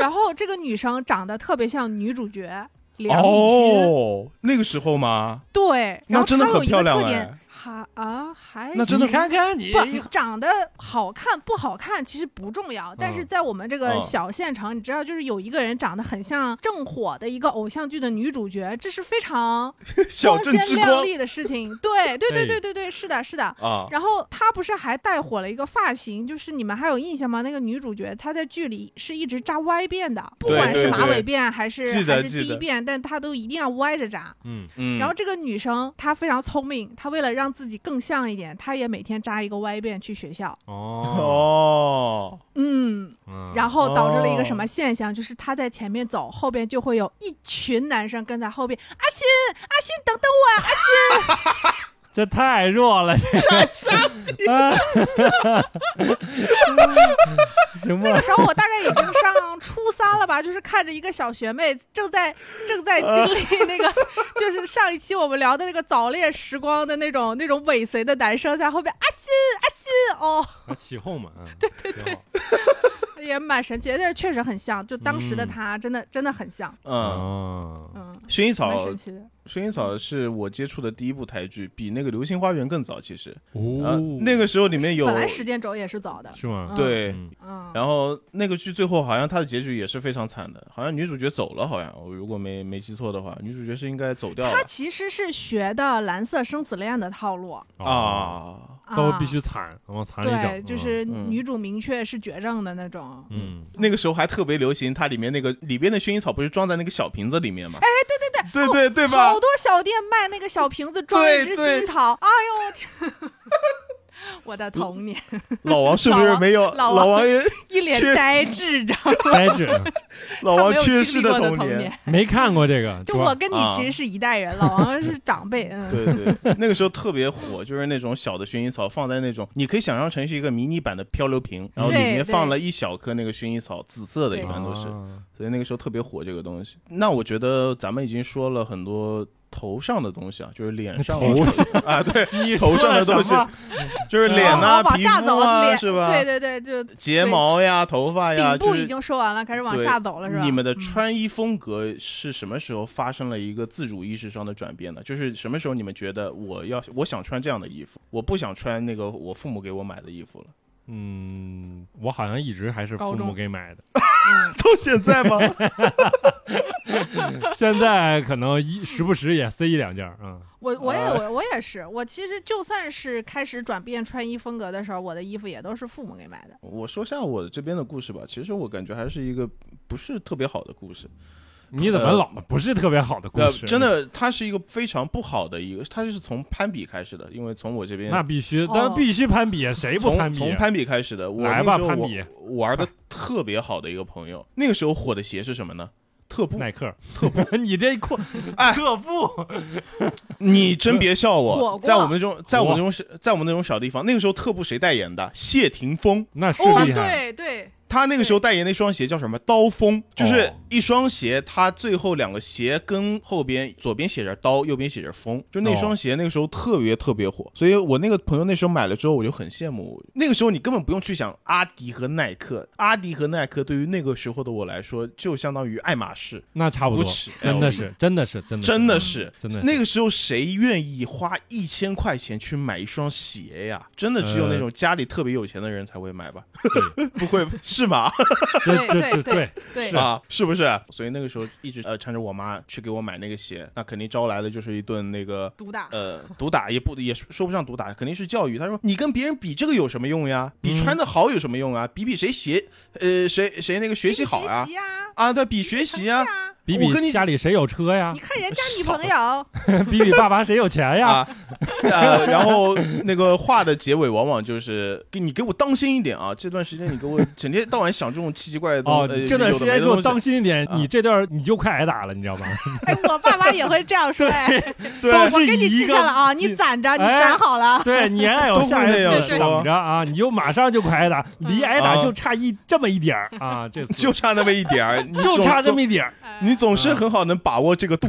C: 然后这个女生长得特别像女主角梁以军，
B: 哦，那个时候吗？
C: 对，
B: 那
C: 然后
B: 真的
C: 她有
B: 很
C: 一个
B: 漂亮
C: 特
B: 哎
C: 点，还啊还
B: 那真的
A: 你看看你，
C: 不长得好看不好看其实不重要，但是
A: 嗯
C: 在我们这
B: 嗯
C: 个小县城，你知道，就是有一个人长得很像正火的一个偶像剧的女主角，这是非常
B: 小
C: 光
B: 镇之
C: 鲜亮
B: 光
C: 丽的事情。对对
A: 哎
C: 对对对对，是的，是的。
B: 啊，
C: 然后她不是还带火了一个发型，就是你们还有印象吗？那个女主角她在剧里是一直扎歪辫的，不
B: 对
C: 管
B: 对
C: 是马
B: 对
C: 尾辫还是
B: 记得
C: 还是
B: 记
C: 第一
B: 得
C: 辫，但她都一定要歪着扎。
A: 嗯，
B: 嗯，
C: 然后这个女生她非常聪明，她为了让自己更像一点，她也每天扎一个歪辫去学校。
A: 哦，
B: 哦，
C: 嗯，
A: 嗯
C: 然后导致了一个
B: 哦
C: 什么现象，就是她在前面走，后边就会有一群男生跟在后边。阿勋，阿勋，等等啊
A: 这太弱了，
B: 这傻逼，
A: 啊行
C: 我！那
A: 吧
C: 个，时候我大概已经上初三了吧，就是看着一个小学妹正在正在经
B: 啊
C: 历那个，就是上一期我们聊的那个早恋时光的那种那种尾随的男生在后边。阿勋，阿勋，哦，
A: 啊起哄嘛，对对对，
C: 也蛮神奇的，但是确实很像，就当时的
A: 嗯
C: 她真的真的很像。
B: 嗯，
A: 哦，
C: 嗯，
B: 薰衣
C: 蛮
B: 草，
C: 神奇的。
B: 薰衣草是我接触的第一部台剧，比那个《流星花园》更早，其实，啊
A: 哦，，
B: 那个时候里面有啊
C: 本来时间轴也是早的，
A: 是吗？
B: 对。
A: 嗯
C: 嗯，
B: 然后那个剧最后好像它的结局也是非常惨的，好像女主角走了，好像我如果没没记错的话，女主角是应该走掉
C: 他
B: 了
C: 其实是学的《蓝色生死恋》的套路，
A: 哦，
B: 啊。
A: 都
C: 啊
A: 必须惨，往惨里
C: 对，
A: 整，
C: 就
A: 嗯
C: 是
B: 嗯
C: 女主明确是绝症的那种。
A: 嗯，
B: 那个时候还特别流行，它里面那个里边的薰衣草不是装在那个小瓶子里面吗？哎，对对对，对对对吧
C: 哦好？多小店卖那个小瓶子装
B: 对
C: 一只
B: 对
C: 薰衣草，哎呦我天！ 我的童年，
B: 老王是不是没有
C: 老王
B: 老王也
C: 一脸
B: 确
C: 呆 滞着，
A: 呆滞，啊
B: 老
C: 他
B: 王
C: 没有
B: 缺
C: 经
B: 失
C: 历过的
B: 童
C: 年。
A: 没看过这 个，
C: 就
A: 主要
C: 我跟你
B: 啊
C: 其实是一代人，老王是长辈， 嗯，
B: 对对，那个时候特别火，就是那种小的薰衣草放在那种，你可以想象成是一个迷你版的漂流瓶，然后里
C: 对
B: 面
C: 对
B: 放了一小颗那个薰衣草，紫色的一
C: 对
B: 般都是，
A: 啊
B: 所以那个时候特别火这个东西。那我觉得咱们已经说了很多头上的东西啊，就是脸上
A: 头
B: 啊，对，
A: 你
B: 头上的东西
A: 说 了什么
B: 就是脸
A: 然
B: 呐、
C: 后 往
B: 皮
C: 下
B: 肤
C: 走
B: 啊，
C: 脸
B: 是吧？
C: 对对对，就
B: 睫毛呀、头发哎呀，
C: 顶
B: 就
C: 部
B: 是
C: 已经说完了，开始往
B: 对
C: 下走了，是吧？
B: 你们的
C: 嗯
B: 穿衣风格是什么时候发生了一个自主意识上的转变呢？就是什么时候你们觉得我要我想穿这样的衣服，我不想穿那个我父母给我买的衣 服了？
A: 嗯，我好像一直还是
C: 高
A: 父母
C: 中
A: 给买的，
B: 到现在吗？
A: 现在可能一时不时也塞一两件儿啊。
D: 我我也
B: 啊
D: 我我也是，我其实就算是开始转变穿衣风格的时候，我的衣服也都是父母给买的。
B: 我说下我这边的故事吧，其实我感觉还是一个不是特别好的故事。
A: 你怎么
B: 呃
A: 老不是特别好的故
B: 呃，
A: 事？
B: 真，的，它是一个非常不好的一个，它是从攀比开始的，因为从我这边
A: 那必须，
D: 哦
A: 那必须攀比，谁不
B: 从
A: 攀比啊
B: 从？攀比开始的。我
A: 来
B: 那
A: 吧
B: 时候
A: 攀
B: 我
A: 比啊
B: 我玩的特别好的一个朋友，那个时候火的鞋是什么呢？特步。
A: 耐克，特步， 你这裤
B: 哎
A: 特步，
B: 你真别笑
D: 火
B: 我，
D: 锅
B: 在我们这种，在我
A: 火
B: 们这种小，在我们那种小地方，那个时候特步谁代言的？谢霆锋，
A: 那是
D: 哦，
A: 厉害。
D: 对对，
B: 他那个时候代言那双鞋叫什么？刀锋，就是
A: 哦
B: 一双鞋，它最后两个鞋跟后边左边写着刀，右边写着锋，就那双鞋那个时候特别特别
A: 哦
B: 火，所以我那个朋友那时候买了之后，我就很羡慕。那个时候你根本不用去想阿迪和耐克，阿迪和耐克对于那个时候的我来说，就相当于爱马仕、
A: 那差不多，
B: GUCCI
A: 真的是，真的是，真的，
B: 真的是。
A: 真的是
B: 那个时候谁愿意花一千块钱去买一双鞋呀？真的只有那种家里特别有钱的人才会买吧？
A: 呃对
B: 不会是吗？
A: 这
D: 对
A: 这这
D: 对
A: 对，
D: 对
A: 是
B: 啊，是不是？所以那个时候一直呃缠着我妈去给我买那个鞋，那肯定招来的就是一顿那个。
D: 毒打。
B: 呃，毒打也不也说说不上毒打，肯定是教育。她说你跟别人比这个有什么用呀？比
A: 嗯
B: 穿的好有什么用啊？比比谁鞋，呃，谁谁那个学习好
D: 啊
B: 啊？啊，对比学习 啊，
A: 比
B: 我跟
A: 比
B: 你
A: 家里谁有车呀
D: 你？看人家女朋友，
A: 比比爸爸谁有钱呀？
B: 啊， 呃，然后那个话的结尾往往就是给你给我当心一点啊！这段时间你给我整天到晚想这种奇奇怪怪的东
A: 哦，
B: 西，呃
A: 这段
B: 有
A: 时
B: 的没
A: 间给
B: 的
A: 我
B: 东西
A: 当心一点，
B: 啊
A: 你这段你就快挨打了，你知道吗？
D: 哎，我爸妈也会这样说，哎，
B: 对
A: 都
D: 我
A: 是
D: 给你
A: 以一
D: 记
A: 个
D: 下了啊，
A: 记
D: 你攒着，你
A: 哎
D: 攒好了。
A: 对你爱我
B: 都会
A: 下
B: 那
A: 一
B: 样
A: 次
B: 说
A: 等着啊，你就马上就快挨打，
D: 嗯
A: 离挨打
B: 啊
A: 就差一这么一点儿 啊，这次
B: 就差那么一点儿，你
A: 就
B: 总
A: 差这
B: 总
A: 么一点儿，
D: 哎
B: 你总是很好能把握这个度，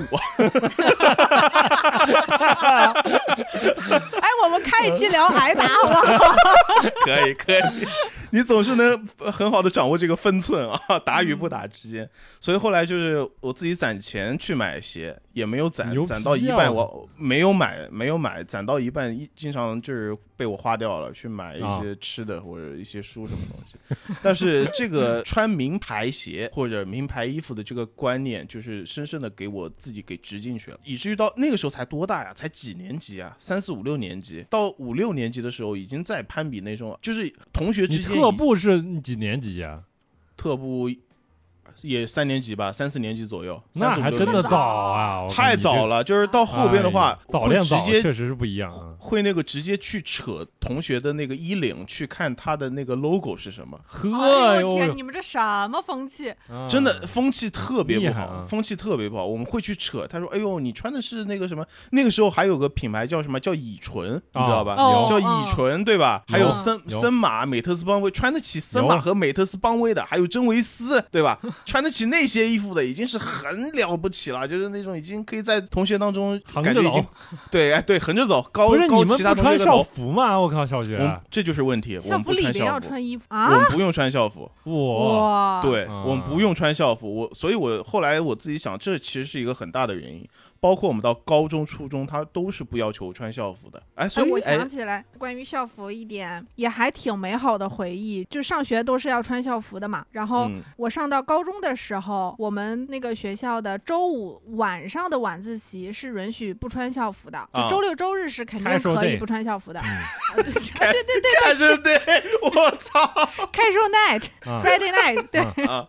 D: 哎，我们开一期聊挨打好不好？
B: 可以可以，你总是能呃很好的掌握这个分寸啊，打与不打之间。所以后来就是我自己攒钱去买鞋，也没有攒
A: 牛，逼啊
B: 攒到一半我没有买，没有买，攒到一半一经常就是被我花掉了，去买一
A: 啊
B: 些吃的或者一些书什么东西。 但是这个穿名牌鞋或者名牌衣服的这个观念，就是深深的给我自己给植进去了，以至于到那个时候才多大呀？才几年级啊？三四五六年级，到五六年级的时候已经在攀比那种，就是同学
A: 你
B: 之间
A: 特
B: 已
A: 步是几年级啊？
B: 特步也三年级吧，三四年级左右，
A: 那还真的
B: 早
A: 早啊，我看
B: 太
A: 你
B: 早
A: 这
B: 了，就是到后边的
A: 哎
B: 话，
A: 早
B: 会
A: 恋
B: 直
A: 早
B: 接
A: 确实是不一样啊。
B: 会那个直接去扯同学的那个衣领，去看他的那个 logo 是什么，
A: 呵，
D: 哎呦我天，
A: 呦
D: 你们这什么风气？
A: 啊
B: 真的风气特别
A: 厉
B: 不
A: 害
B: 好，
A: 啊
B: 风气特别不好。我们会去扯，他说：“哎呦，你穿的是那个什么？那个时候还有个品牌叫什么？叫乙醇，你知道吧？
D: 哦
B: 叫
D: 哦
B: 乙醇，对吧？还有
A: 有
B: 森
A: 有
B: 森马、美特斯邦威，穿得起森马
A: 有
B: 和美特斯邦威的，还有真维斯，对吧？穿得起那些衣服的，已经是很了不起了，就是那种已经可以在同学当中
A: 横
B: 感
A: 着
B: 觉已
A: 走
B: 经对，哎，对，横着走，高
A: 不是你
B: 高
A: 们
B: 其他
A: 不
B: 同学
A: 穿
B: 的
A: 校
B: 头。
A: 服吗？我靠，小
B: 我
A: 学
B: 们这就是问题，我
C: 校
B: 们不
C: 服里
B: 穿
C: 边要
B: 校服，
C: 穿衣服
B: 我
C: 啊，
B: 们不用穿校服。
A: 哇，
D: 哇，
B: 对，
A: 啊
B: 我们不用穿校服，我所以，我后来我自己想，这其实是一个很大的原因。包括我们到高中、初中，他都是不要求穿校服的。哎，
C: 哎
B: 所，以
C: 我
B: 哎
C: 想，起来，关于校服一点也还挺美好的回忆，就上学都是要穿校服的嘛。然后
B: 嗯
C: 我上到高中的时候，我们那个学校的周五晚上的晚自习是允许不穿校服的，
B: 啊
C: 就周六周日是肯定
A: Casual
C: 可以
A: day
C: 不穿校服的。
A: 嗯
C: 啊对对对对
B: 但是对，我 操
C: ，casual night。
A: 啊
C: Friday night，对，
B: 啊！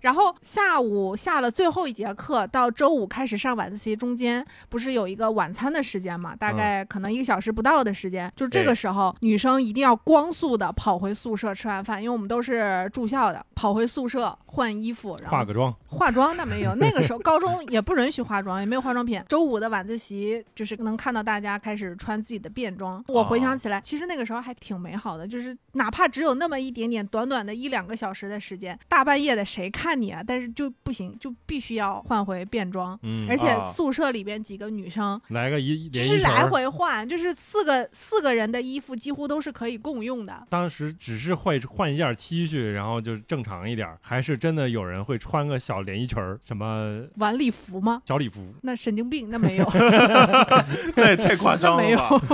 C: 然后下午下了最后一节课，到周五开始上晚自习，中间不是有一个晚餐的时间嘛？大概可能一个小时不到的时间，就这个时候，女生一定要光速的跑回宿舍吃完饭，因为我们都是住校的，跑回宿舍换衣服，然
A: 化
C: 后
A: 个妆，
C: 化妆那没有，那个时候高中也不允许化妆，也没有化妆品。周五的晚自习就是能看到大家开始穿自己的便装。我回想起来，其实那个时候还挺美好的，就是哪怕只有那么一点点短短的一两个小时的时间，大半夜的谁看你啊？但是就不行，就必须要换回便装。
A: 嗯
C: 而，且
B: 啊
C: 宿舍里边几个女生
A: 来个一
C: 就
A: 连
C: 是
A: 衣裙
C: 来
A: 儿。
C: 回换，就是四个四个人的衣服几乎都是可以共用的。
A: 当时只是换换一件 T 恤，然后就正常一点儿，还是真的有人会穿个小连衣裙儿，什么
C: 晚礼服吗？
A: 小礼服，
C: 那神经病，那没有，
B: 那也太夸
C: 那
B: 张
C: 没有
B: 了。吧？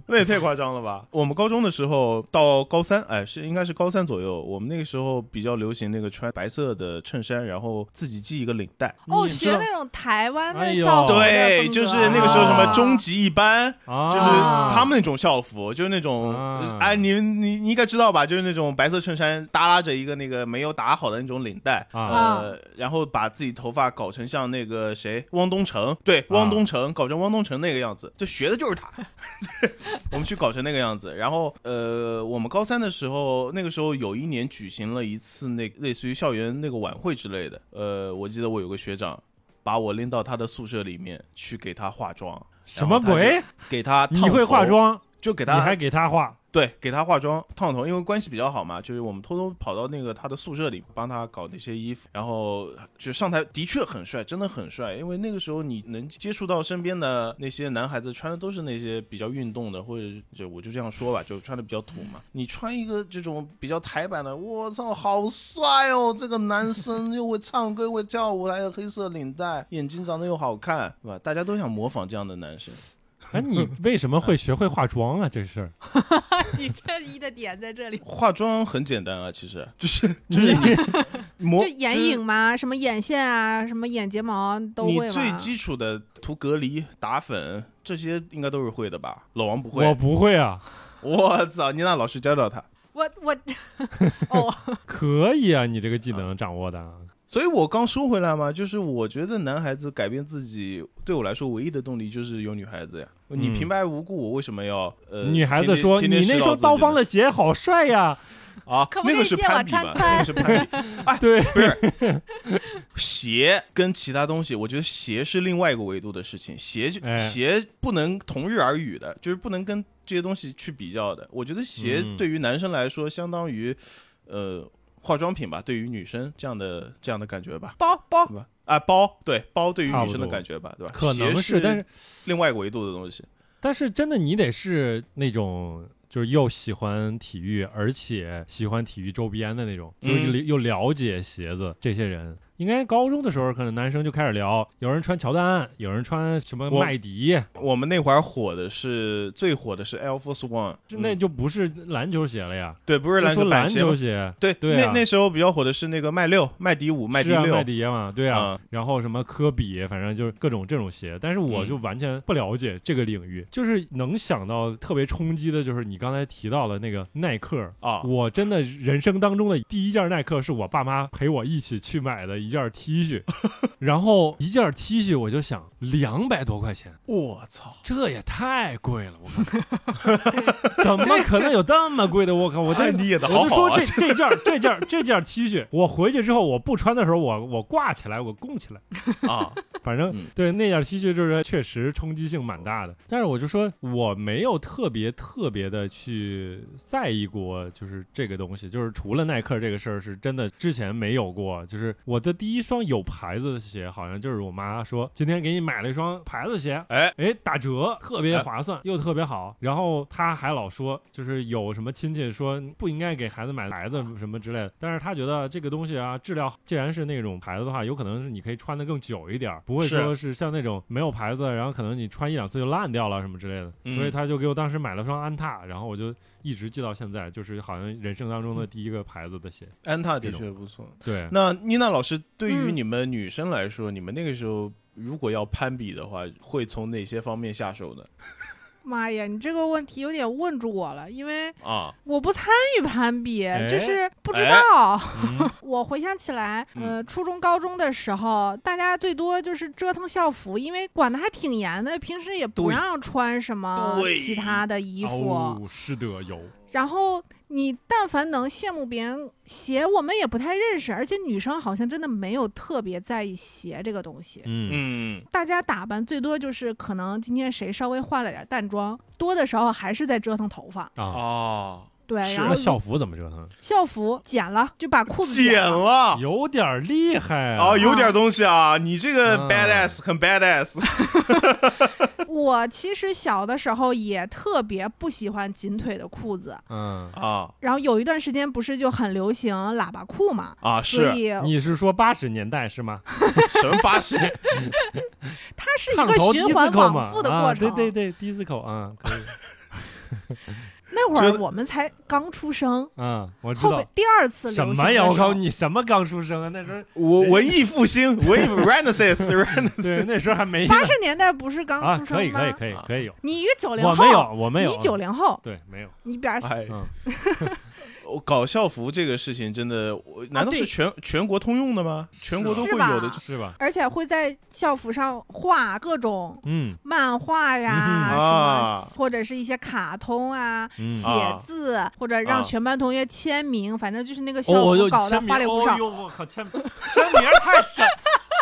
B: 那也太夸张了吧！我们高中的时候到高三，哎，是应该是高三左右，我们那个时候比较流行那个穿白色的衬衫，然后自己系一个领带。
D: 哦，
A: 你知
D: 学
A: 道
D: 那种台湾
A: 哎
D: 的
A: 呦
C: 哦
D: 校服的
B: 对，
D: 风
B: 就
D: 格
B: 是那个时候什么
D: 啊
B: 终极一班，
A: 啊，
B: 就是
D: 啊
B: 他们那种校服，就是那种，
A: 啊
B: 呃哎，你你你应该知道吧？就是那种白色衬衫耷拉着一个那个没有打好的那种领带，
A: 啊
B: 呃，然后把自己头发搞成像那个谁，汪东城，
A: 啊
B: 对，汪东城、搞成汪东城那个样子，就学的就是他。 我们去搞成那个样子，然后呃，我们高三的时候，那个时候有一年举行了一次那类似于校园那个晚会之类的，呃，我记得我有个学长。把我拎到他的宿舍里面去给他化妆，
A: 什么
B: 然后他就
A: 鬼？
B: 给他烫
A: 你会化
B: 头
A: 妆，
B: 就给
A: 你
B: 他
A: 还给他化？
B: 对给他化妆烫头，因为关系比较好嘛，就是我们偷偷跑到那个他的宿舍里帮他搞那些衣服，然后就上台的确很帅，真的很帅，因为那个时候你能接触到身边的那些男孩子穿的都是那些比较运动的，或者就我就这样说吧，就穿的比较土
A: 嗯
B: 嘛，你穿一个这种比较台版的，我操，好帅哦，这个男生又会唱歌又会跳舞，还有黑色领带，眼睛长得又好看，对吧？大家都想模仿这样的男生。
A: 哎， 你为什么会学会化妆啊？这是
D: 你这一的点在这里，
B: 化妆很简单啊，其 实就是就是你模
C: 就眼
B: 是
C: 影嘛，什么眼线啊，什么眼睫毛都
B: 你
C: 会
B: 最
C: 吗？
B: 基础的涂隔离、打粉这些应该都是会的吧？老王不会
A: 我，不会啊，
B: 我操，你让老师教教他。
D: 我我哦，
A: 可以啊，你这个技能掌握的啊，
B: 所以我刚说回来嘛，就是我觉得男孩子改变自己，对我来说唯一的动力就是有女孩子呀。你
A: 嗯
B: 平白无故，我为什么要呃？
A: 女孩子说：“
B: 天天
A: 你那双刀锋的鞋好帅呀
B: 啊
D: 可，不可
B: 那
D: 以
B: 个是
D: 借我
B: 攀比吧？
D: 穿
B: 那
D: 穿
B: 个是攀比。！” 哎
A: 对，
B: 鞋跟其他东西，我觉得鞋是另外一个维度的事情，鞋就
A: 哎
B: 鞋不能同日而语的，就是不能跟这些东西去比较的。我觉得鞋
A: 嗯
B: 对于男生来说，相当于呃化妆品吧，对于女生这样的这样的感觉吧，
D: 包包
B: 对吧？啊，包对包对于
A: 差
B: 女
A: 不
B: 生的
A: 多
B: 感觉吧，对吧？
A: 可能
B: 鞋
A: 是，
B: 是，
A: 但是
B: 另外一个维度的东西。
A: 但是真的，你得是那种就是又喜欢体育，而且喜欢体育周边的那种，就是
B: 嗯
A: 又又了解鞋子这些人。应该高中的时候，可能男生就开始聊，有人穿乔丹，有人穿什么
B: 我
A: 麦迪，
B: 我们那会儿火的是最火的是 Air Force One，
A: 就那
B: 嗯
A: 就不是篮球鞋了呀，
B: 对，不是
A: 就
B: 篮
A: 说
B: 球
A: 篮
B: 板鞋吗
A: 球，鞋。
B: 对
A: 对啊
B: 那那时候比较火的是那个麦六、麦迪五、麦迪
A: 是啊
B: 六、
A: 麦迪嘛，对啊
B: 嗯，
A: 然后什么科比，反正就是各种这种鞋，但是我
B: 嗯
A: 就完全不了解这个领域，就是能想到特别冲击的，就是你刚才提到的那个耐克。
B: 啊，
A: 我真的人生当中的第一件耐克是我爸妈陪我一起去买的一件 T 恤，然后一件 T 恤我就想两百多块钱，
B: 我操！
A: 这也太贵了，我靠，怎么可能有这么贵的？我靠，我在
B: 你演的
A: 我就说这这件儿这件儿这件儿 T 恤，我回去之后我不穿的时候，我我挂起来，我供起来，
B: 啊，
A: 反正、
B: 嗯
A: 对那件 T 恤就是确实冲击性蛮大的。但是我就说我没有特别特别的去在意过，就是这个东西，就是除了耐克这个事儿是真的之前没有过。就是我的第一双有牌子的鞋，好像就是我妈说今天给你买了一双牌子鞋，
B: 哎
A: 哎，打折特别划算，又特别好。然后他还老说，就是有什么亲戚说不应该给孩子买牌子什么之类的，但是他觉得这个东西啊，质量既然是那种牌子的话，有可能是你可以穿的更久一点儿，不会
B: 是
A: 说是像那种没有牌子，然后可能你穿一两次就烂掉了什么之类的。
B: 嗯
A: 所以他就给我当时买了双安踏，然后我就一直记到现在，就是好像人生当中
C: 嗯
A: 的第一个牌子的鞋。
B: 安踏
A: 这
B: 的
A: 种嗯
B: 确不错。
A: 对，
B: 那妮娜老师，对于
C: 嗯
B: 你们女生来说，你们那个时候如果要攀比的话，会从哪些方面下手呢？
C: 妈呀，你这个问题有点问住我了，因为
B: 啊，
C: 我不参与攀比，
A: 哎
C: 就是不知
B: 哎
C: 道。
A: 嗯
C: 我回想起来，呃，初中、高中的时候，大家最多就是折腾校服，因为管得还挺严的，平时也不
B: 对
C: 让穿什么
B: 对
C: 其他的衣服。啊
A: 哦，是的，有
C: 然后你但凡能羡慕别人鞋，我们也不太认识，而且女生好像真的没有特别在意鞋这个东西。
A: 嗯
B: 嗯，
C: 大家打扮最多就是可能今天谁稍微换了点淡妆，多的时候还是在折腾头发。
A: 啊，
B: 啊，
C: 对，
B: 是
C: 然
A: 那
C: 后
A: 校服怎么折腾？
C: 校服剪了就把裤子
B: 剪
C: 了，
B: 了。
A: 啊有点儿厉害啊
C: 哦
B: 啊，！有点东西啊！你这个
A: 啊
B: badass 很 badass
C: 我其实小的时候也特别不喜欢紧腿的裤子，
A: 嗯，
C: 哦
B: 啊
C: 然后有一段时间不是就很流行喇叭裤嘛，
B: 啊！
C: 所
B: 是
C: 以
A: 你是说八十年代是吗？
B: 什么八 十？
C: 它是一
A: 烫
C: 个
A: 头
C: 循环
A: disco 嘛
C: 往复的
A: 啊
C: 过程。
A: 对对对，disco 啊，可以。
C: 那会
B: 觉
C: 儿
B: 得
C: 我们才刚出生，
A: 嗯，我知
C: 后
A: 道
C: 边。第二次
A: 什
C: 流行
A: 么
C: 的时
A: 呀！
C: 候
A: 我靠，你什么刚出生啊？那时候
B: 我文艺复兴，文 艺 Renaissance，
A: 对，那时候还没呢
C: 八十年代不是刚
A: 啊，
C: 出
A: 可以
C: 生吗？啊
A: 可以可以可以有，
D: 你一个九零
A: 我
D: 后，
A: 没有我没有，啊
C: 你九零后，
A: 对没有，
C: 你边儿
B: 哎，
A: 嗯，
B: 我哦搞校服这个事情真的，我难道
D: 对
B: 是全全国通用的吗？全国都会
C: 啊是
B: 有的
C: 吧。
A: 是吧？
C: 而且会在校服上画各种
A: 嗯
C: 漫画呀，
A: 嗯
C: 什
B: 哼
C: 么、
B: 啊
C: 或者是一些卡通啊，
A: 嗯，
C: 写
B: 啊
C: 字、或者让
B: 啊
C: 全班同学签名，反正就是那个校
A: 哦，我就
C: 服搞得
A: 签名，
C: 花里胡哨。
A: 哦呦，我靠，签签名太神，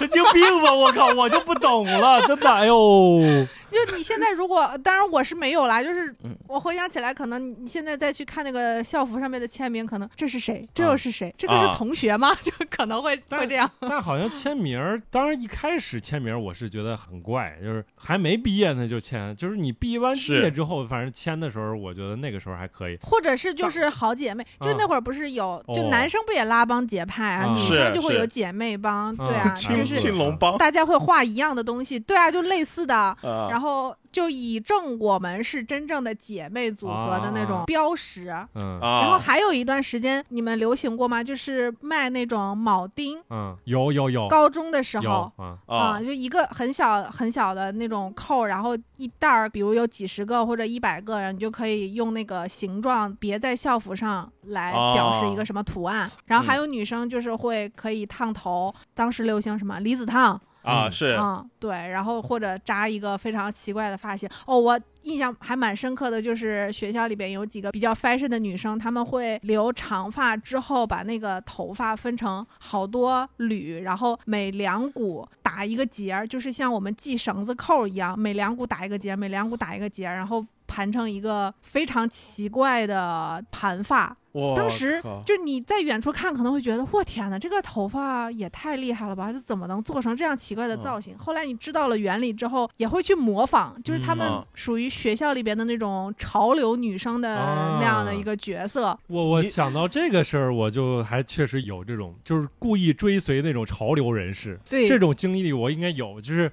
A: 神经病吧！我靠，我就不懂了，真的，哎呦，
D: 就你现在如果，当然我是没有啦，就是
B: 嗯
D: 我回想起来，可能你现在再去看那个校服上面的签名，可能这是谁，这又是谁，这个
B: 啊
D: 是同学吗？ 就可能会
A: 但
D: 会这样。
A: 但好像签名儿，当然一开始签名儿我是觉得很怪，就是还没毕业呢就签，就是你毕业完
B: 是
A: 业之后，反正签的时候，我觉得那个时候还可以。
C: 或者是就是好姐妹，
A: 啊
C: 就那会儿不是有，
A: 哦
C: 就男生不也拉帮结派
A: 啊
C: 啊，女
B: 是
C: 生就会
B: 是
C: 有姐妹帮，对
A: 啊
C: 啊，
A: 亲
C: 就
B: 青
A: 亲
C: 是
B: 青龙帮
C: 大家会画一样的东西，对啊，就类似的，
B: 啊，
C: 然后就以证我们是真正的姐妹组合的那
A: 啊
C: 种标识。
A: 嗯
C: 然后
B: 啊，
C: 还有一段时间，你们流行过吗？就是卖那种铆钉，
A: 嗯，有有有
C: 高中的时
A: 有
C: 候。
A: 啊，
C: 啊、
B: 啊
C: 就一个很小很小的那种扣，然后一袋儿，比如有几十个或者一百个，然后你就可以用那个形状别在校服上来表示一个什么图案。然后还有女生就是会可以烫头，当时流行什么离子烫，
B: 啊
A: 嗯
B: 是
C: 嗯，对，然后或者扎一个非常奇怪的发型。哦，我印象还蛮深刻的，就是学校里边有几个比较 fashion 的女生，她们会留长发之后把那个头发分成好多缕，然后每两股打一个结儿，就是像我们系绳子扣一样，每两股打一个结儿，每两股打一个结儿，然后。盘成一个非常奇怪的盘发，
B: 哇，
C: 当时
B: 靠
C: 就你在远处看，可能会觉得，我天哪，这个头发也太厉害了吧！这怎么能做成这样奇怪的
A: 嗯
C: 造型？后来你知道了原理之后，也会去模仿，就是他
B: 嗯
C: 们
B: 啊
C: 属于学校里边的那种潮流女生的
A: 啊
C: 那样的一个角色。
A: 我我
B: 你
A: 想到这个事儿，我就还确实有这种，就是故意追随那种潮流人士，
D: 对，
A: 这种经历我应该有，就是，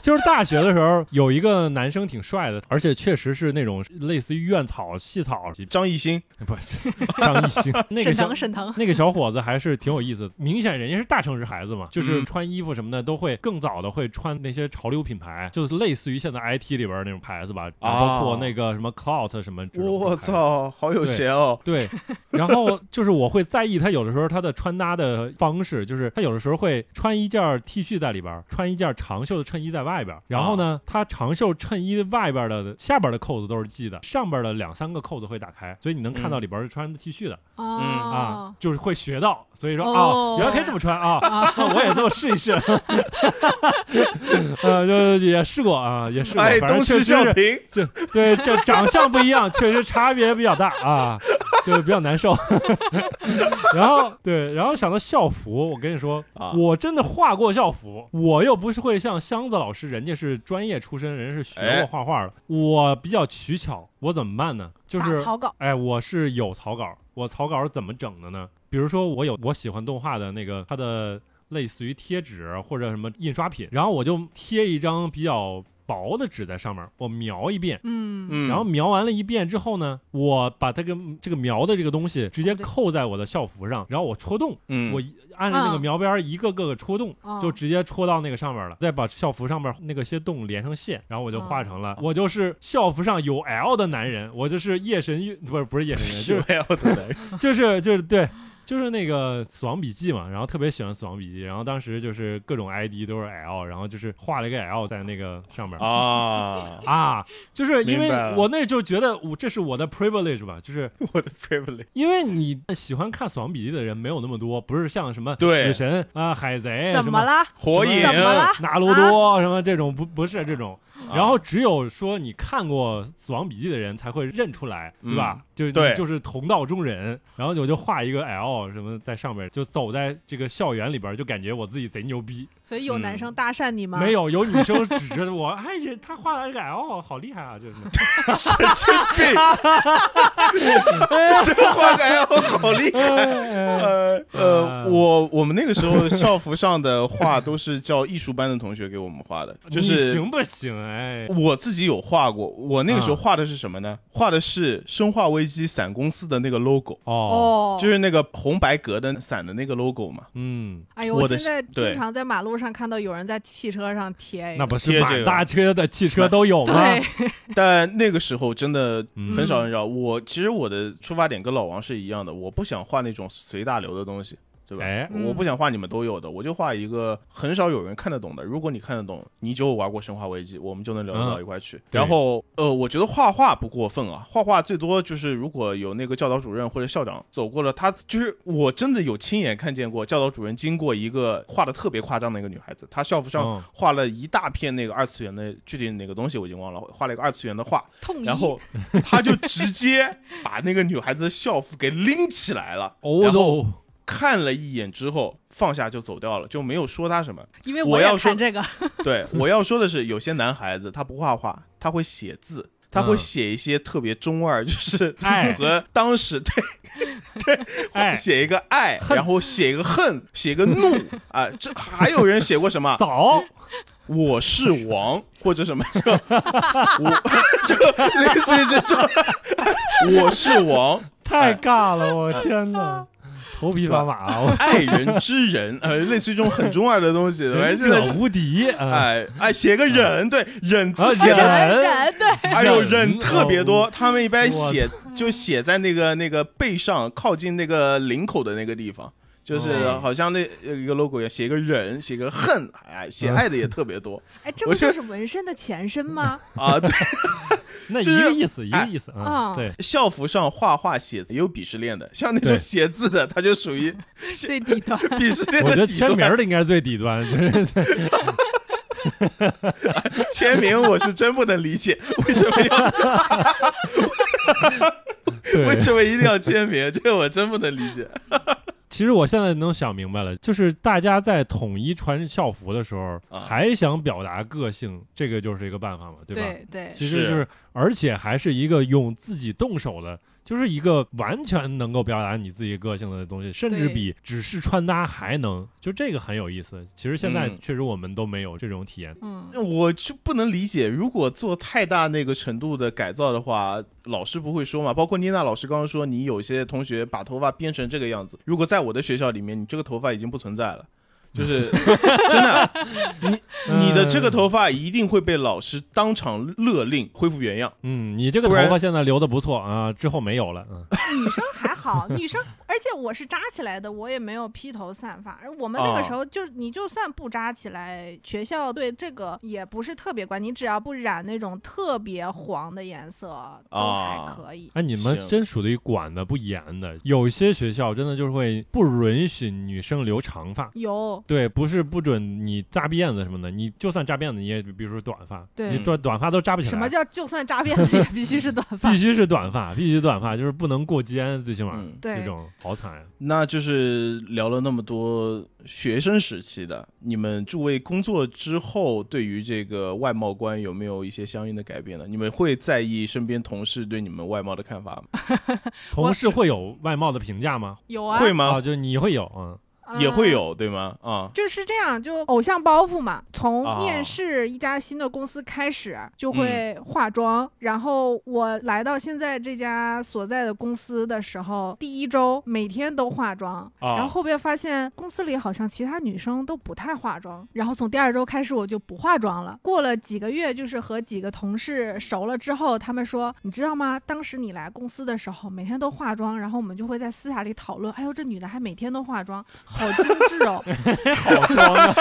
A: 就是大学的时候有一个男生挺帅的，而且确实是那种类似于院草、系草，
B: 张艺兴
A: 不是 张艺兴那个
D: 沈
A: 小
D: 腾，。沈腾，
A: 那个小伙子还是挺有意思的，明显人家是大城市孩子嘛，就是
B: 嗯
A: 穿衣服什么的都会更早的会穿那些潮流品牌，就是类似于现在 IT 里边那种牌子吧，然后包括
B: 哦
A: 那个什么 Clout 什么这种牌子。
B: 我操，好有
A: 对
B: 钱哦！
A: 对，然后就是我会在意他有的时候他的穿搭的方式，就是他有的时候会穿一件儿 T 恤在里边儿，穿一件儿长袖的衬衣在外边儿，然后呢，他长袖衬衣外边儿的下边儿的扣子都是系的，上边儿的两三个扣子会打开，所以你能看到里边儿是穿的 T 恤的、
C: 哦
A: 啊，，就是会学到，所以说啊、
D: 哦
A: 原来可以这么穿啊， 我也这么试一试， 呃，就也试过啊，也试过，
B: 哎，
A: 反正
B: 东
A: 确
B: 施
A: 实
B: 效
A: 是
B: 颦，
A: 这 对这长相不一样，确实差别比较大啊，就比较难受。 然后对，然后想到校服，我跟你说，
B: 啊
A: 我真的画过校服，我又不是会像箱子老师，人家是专业出身，人家是学过
B: 哎
A: 画画的，我比较取巧，我怎么办呢？就是
C: 打草稿，
A: 哎，我是有草稿，我草稿怎么整的呢？比如说我有我喜欢动画的那个它的类似于贴纸啊或者什么印刷品，然后我就贴一张比较薄的纸在上面，我描一遍。
D: 嗯，
B: 嗯，
A: 然后描完了一遍之后呢，我把这个这个描的这个东西直接扣在我的校服上，然后我戳洞，
B: 嗯
A: 我 一按着那个
D: 嗯
A: 描边儿一个个个戳洞，
D: 哦
C: 嗯
A: 就直接戳到那个上面了，再把校服上面那个些洞连上线，然后我就画成了，我就是校服上有 L 的男人，我就是夜神月，不是不是夜神月，就是
B: 是 L 的人，
A: 就是就是对，就是那个《死亡笔记》嘛，然后特别喜欢《死亡笔记》，然后当时就是各种 ID 都是 L，然后就是画了一个 L 在那个上面。
B: 啊，
A: 啊，就是因为
B: 明白了
A: 我那就觉得我这是我的 privilege 吧，就是
B: 我的 privilege，
A: 因为你喜欢看《死亡笔记》的人没有那么多，不是像什么
B: 对
A: 死神啊、海贼
D: 怎
A: 什
D: 么
A: 么
D: 了？啊
B: 火影
D: 怎么了
A: 拿鲁多什么这种，不不是这种。
B: 啊
A: 然后只有说你看过《死亡笔记》的人才会认出来，对吧？就
B: 嗯对
A: 就是同道中人。然后我就画一个 L 什么在上面，就走在这个校园里边，就感觉我自己贼牛逼。
D: 所以有男生搭讪你吗？
A: 嗯没，有，有女生指着我， 哎，他画了这个 L，好厉害啊！ 就是
B: 神经病， 这画的 L 好厉害。呃
A: 啊
B: 呃，我我们那个时 候校服上的画都是叫艺术班的同学给我们画的，就
A: 你
B: 是
A: 行不行？哎哎，
B: 我自己有画过，我那个时候
A: 啊
B: 画的是什么呢？画的是《生化危机》伞公司的那个 logo，
A: 哦，
C: 哦，
B: 就是那个红白格的伞的那个 logo 嘛。
A: 嗯，
C: 哎呦，
B: 我
C: 我
B: 的
C: 现在
B: 对
C: 经常在马路上看到有人在汽车上贴哎
A: 那不啊是
B: 贴这
A: 满
B: 个
A: 大车的汽车都有吗？
C: 对，
B: 但那个时候真的
A: 嗯
B: 很少很少。我其实我的出发点跟老王是一样的，我不想画那种随大流的东西，对吧？
A: 哎，
C: 嗯
B: 我不想画你们都有的，我就画一个很少有人看得懂的。如果你看得懂，你就玩过《生化危机》，我们就能聊得到一块去。
A: 嗯对
B: 然后，呃，我觉得画画不过分啊，画画最多就是如果有那个教导主任或者校长走过了，他就是我真的有亲眼看见过教导主任经过一个画的特别夸张的一个女孩子，她校服上
A: 嗯
B: 画了一大片那个二次元的具体哪个东西我已经忘了，画了一个二次元的画，
C: 痛一
B: 然后他就直接把那个女孩子的校服给拎起来了。
A: 哦
B: 然后
A: 都
B: 看了一眼之后放下就走掉了，就没有说他什么。
C: 因为
B: 我
C: 也
B: 要说
C: 看这个，
B: 对我要说的是，有些男孩子他不画画，他会写字，他会
A: 嗯
B: 写一些特别中二，就是
A: 哎
B: 符合当时对
A: 哎，
B: 写一个爱，然后写一个恨，写一个怒啊。这还有人写过什么？
A: 早
B: 我是王或者什么，就我就类似于这种，我是王，
A: 太尬了，我天 哪，头皮发麻，我
B: 爱人之人，呃，类似于这种很中二的东西，反
A: 忍
B: 正真的是
A: 者无敌啊！
B: 哎哎，写个忍，对，忍字
A: 啊
B: 写
A: 忍
B: 的，
C: 人人对，
B: 哎呦，
A: 忍
B: 忍特别
A: 哦
B: 多。他们一般
A: 我
B: 写就写在那个那个背上，靠近那个领口的那个地方，就是
A: 哦
B: 好像那有一个 logo 一样，写个忍，写个恨，哎，写
A: 啊
B: 爱的也特别多
C: 哎，这
B: 我
C: 不
B: 觉得
C: 就是纹身的前身吗？
B: 啊。对，
A: 那一
B: 就是
A: 个意思，一个
B: 哎
A: 意思啊，
C: 啊
A: 对，
B: 校服上画画写字也有鄙视链的，像那
A: 对
B: 种写字的，他就属于
C: 最低端，
B: 鄙视链
A: 我觉
B: 的
A: 得
B: 底
A: 签名
B: 端。
A: 儿的应该是最底端， 就是
B: 签名我是真不能理解，为什么要为
A: 对。
B: 什么一定要签名？这个我真不能理解。
A: 其实我现在能想明白了，就是大家在统一穿校服的时候，
B: 啊
A: 还想表达个性，这个就是一个办法嘛，对吧？
C: 对对，
A: 其实
B: 是
A: 就是，而且还是一个用自己动手的，就是一个完全能够表达你自己个性的东西，甚至
C: 对
A: 比只是穿搭还能，就这个很有意思。其实现在
B: 嗯
A: 确实我们都没有这种体验，
C: 嗯，
B: 我就不能理解，如果做太大那个程度的改造的话，老师不会说嘛？包括妮娜老师刚刚说，你有些同学把头发编成这个样子，如果在我的学校里面，你这个头发已经不存在了。就是 真的，你你的这个头发一定会被老师当场勒令恢复原样。
A: 嗯，你这个
B: 不然
A: 头发现在留的不错啊，之后没有 了，嗯，
C: 女生还好，女生，而且我是扎起来的，我也没有披头散发。而我们那个时候就是，你就算不扎起来，学校对这个也不是特别管，你只要不染那种特别黄的颜色，都还可以。
A: 哎，你们
B: 行
A: 真属于管的不严的，有些学校真的就是会不允许女生留长发。
C: 有，
A: 对，不是不准你扎辫子什么的，你就算扎辫子，你也比如说短发，
C: 对
A: 你短短发都扎不起来。
C: 什么叫就算扎辫子也必须是短发
A: 必？须是短发，必须短发，就是不能过肩，最起码、
B: 嗯，
A: 这
C: 对，
A: 种好惨呀、
B: 那就是聊了那么多学生时期的，你们诸位工作之后，对于这个外貌观有没有一些相应的改变呢？你们会在意身边同事对你们外貌的看法吗？
A: 同事会有外貌的评价吗？
C: 有啊，
B: 会
A: 啊，
B: 吗？
A: 就你会有，嗯，
B: 也会
C: 有。
B: 有对吗？啊，
C: 就是这样，就偶像包袱嘛。从
B: 哦嗯
C: 面试一家新的公司开始，就会化妆。然后我来到现在这家所在的公司的时候，第一周每天都化妆，
B: 哦
C: 然后后边发现公司里好像其他女生都不太化妆。然后从第二周开始我就不化妆了。过了几个月，就是和几个同事熟了之后，他们说，你知道吗？当时你来公司的时候，每天都化妆，然后我们就会在私下里讨论，哎呦，这女的还每天都化妆，好精致哦。
B: 好装啊，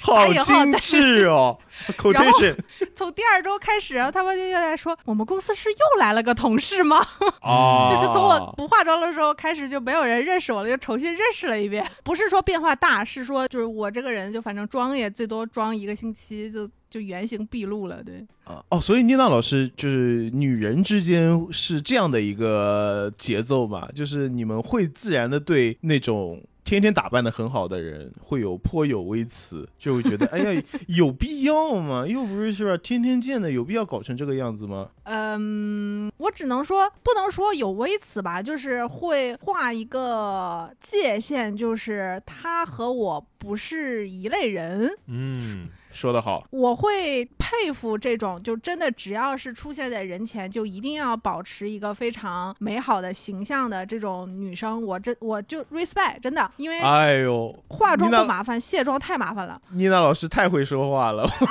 B: 好精致 哦，quotation
C: 哎从第二周开始，他们就又在说，我们公司是又来了个同事吗？
B: 啊，
C: 就是从我不化妆的时候开始，就没有人认识我了，就重新认识了一遍。不是说变化大，是说就是我这个人就反正妆也最多妆一个星期就。就原形毕露了，对，
B: 啊哦，所以妮娜老师就是女人之间是这样的一个节奏嘛，就是你们会自然的对那种。天天打扮的很好的人会有颇有微词，就会觉得哎呀，有必要吗？又不是是吧？天天见的，有必要搞成这个样子吗？
C: 嗯，我只能说不能说有微词吧，就是会画一个界限，就是他和我不是一类人，
A: 嗯，
B: 说得好，
C: 我会佩服这种，就真的只要是出现在人前，就一定要保持一个非常美好的形象的这种女生，我真我就 respect，真的，因为
B: 哎呦，
C: 化妆
B: 你那
C: 不麻烦，卸妆太麻烦了。
B: 妮娜老师太会说话了，我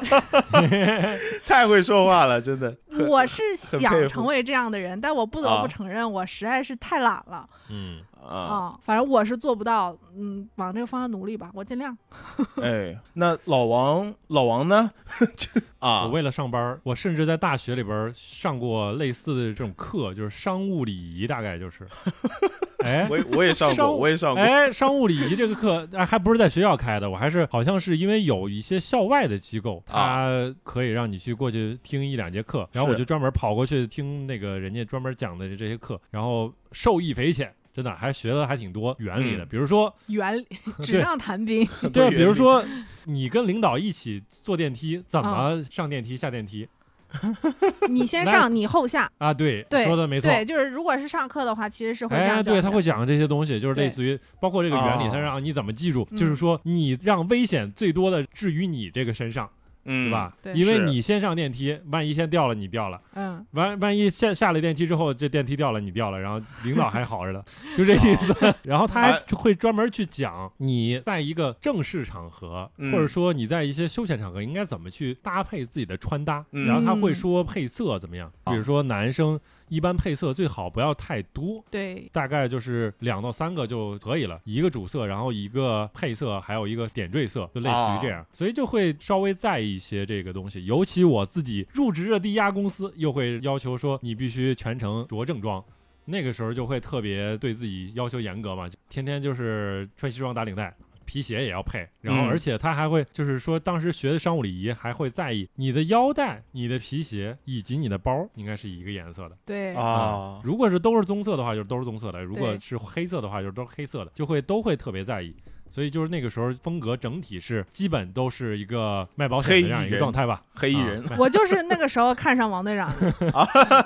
B: 靠，太会说话了，真的。
C: 我是
B: 很佩
C: 想
B: 服
C: 成为这样的人，但我不得
B: 啊
C: 不承认，我实在是太懒了
A: 嗯，
B: 啊，
C: 啊、反正我是做不到，嗯，往这个方向努力吧，我尽量。
B: 哎，那老王，老王呢？ 这啊，
A: 我为了上班儿，我甚至在大学里边儿上过类似的这种课，就是商务礼仪，大概 就是，哎。
B: 我也我也上
A: 商
B: 过，我也上过。
A: 哎，商务礼仪这个课，哎，还不是在学校开的，我还是好像是因为有一些校外的机构，它可以让你去过去听一两节课，然后我
B: 啊是
A: 就专门跑过去听那个人家专门讲的这些课，然后受益匪浅，真的还学的还挺多原理的，
B: 嗯
A: 比如说
D: 原理
A: 对
D: 纸上谈兵，
B: 很多
A: 对，比如
B: 原理
A: 说你跟领导一起坐电梯，怎
C: 啊
A: 么上电梯、下电梯
C: 你先
A: 那
C: 上，你后下，
A: 啊？对，
C: 对
A: 说的没错。
C: 对，就是如果是上课的话，其实是会这
A: 哎，
C: 样
A: 对，
C: 讲
A: 他
C: 的
A: 会讲这些东西，就是类
C: 对
A: 似于包括这个原理，
B: 啊
A: 他让你怎么记住，
D: 嗯
A: 就是说你让危险最多的置于你这个身上，
B: 嗯
A: 对吧？
D: 对
A: 因为
B: 是
A: 你先上电梯，万一先掉了，你掉了。
D: 嗯，
A: 万万一下下了电梯之后，这电梯掉了，你掉了，然后领导还好着呢，就这意思。 然后他还
B: 哎
A: 会专门去讲你在一个正式场合，
B: 嗯
A: 或者说你在一些休闲场合应该怎么去搭配自己的穿搭。
B: 嗯
A: 然后他会说配色怎么样，
B: 啊
A: 比如说男生一般配色最好不要太多。
D: 对，
A: 大概就是两到三个就可以了，一个主色，然后一个配色，还有一个点缀色，就类似于这样，所以就会稍微在意一些这个东西。尤其我自己入职的第一家公司，又会要求说你必须全程着正装。那个时候就会特别对自己要求严格嘛，天天就是穿西装打领带，皮鞋也要配，然后
B: 嗯
A: 而且他还会就是说，当时学的商务礼仪还会在意你的腰带、你的皮鞋以及你的包应该是一个颜色的。
D: 对，
B: 啊，
A: 如果是都是棕色的话，就是都是棕色的；如果
D: 对
A: 是黑色的话，就是都是黑色的，就会都会特别在意。所以就是那个时候风格整体是基本都是一个卖保险的这样一
B: 黑衣
A: 个
B: 人
A: 状态吧，
B: 黑衣
A: 啊
B: 人
D: 我就是那个时候看上王队长的，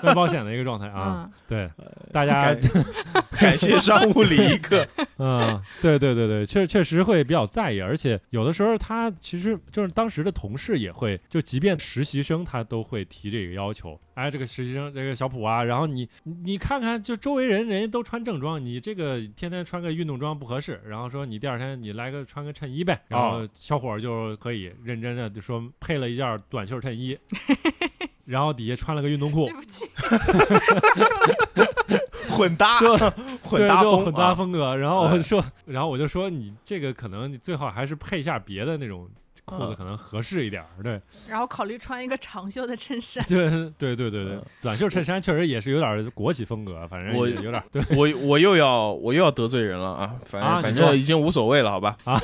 A: 卖保险的一个状态啊。
D: 嗯，
A: 对，大家
B: 感谢商务礼仪课。
A: 嗯，对对对对，确确实会比较在意，而且有的时候他其实就是当时的同事也会，就即便实习生他都会提这个要求。哎，这个实习生这个小普啊，然后你你你看看，就周围人人家都穿正装，你这个天天穿个运动装不合适。然后说你第二天你来个穿个衬衣呗，然后小伙儿就可以认真的就说配了一件短袖衬衣， 然后底下穿了个运动裤
D: 对，不起，
B: 混搭
A: 就，
B: 混
A: 对，
B: 搭
A: 就
B: 风，
A: 混搭
B: 啊，
A: 风格。然后我
B: 哎
A: 说，然后我就说你这个可能你最好还是配一下别的那种裤子，
B: 嗯
A: 可能合适一点儿。对，
D: 然后考虑穿一个长袖的衬衫，
A: 对，对，对，对，对
B: 嗯，
A: 短袖衬衫确实也是有点儿国企风格，反正
B: 我
A: 也有点儿对
B: 我我又要我又要得罪人了啊！反正、
A: 啊
B: 反
A: 你说
B: 正已经无所谓了，好吧？
A: 啊，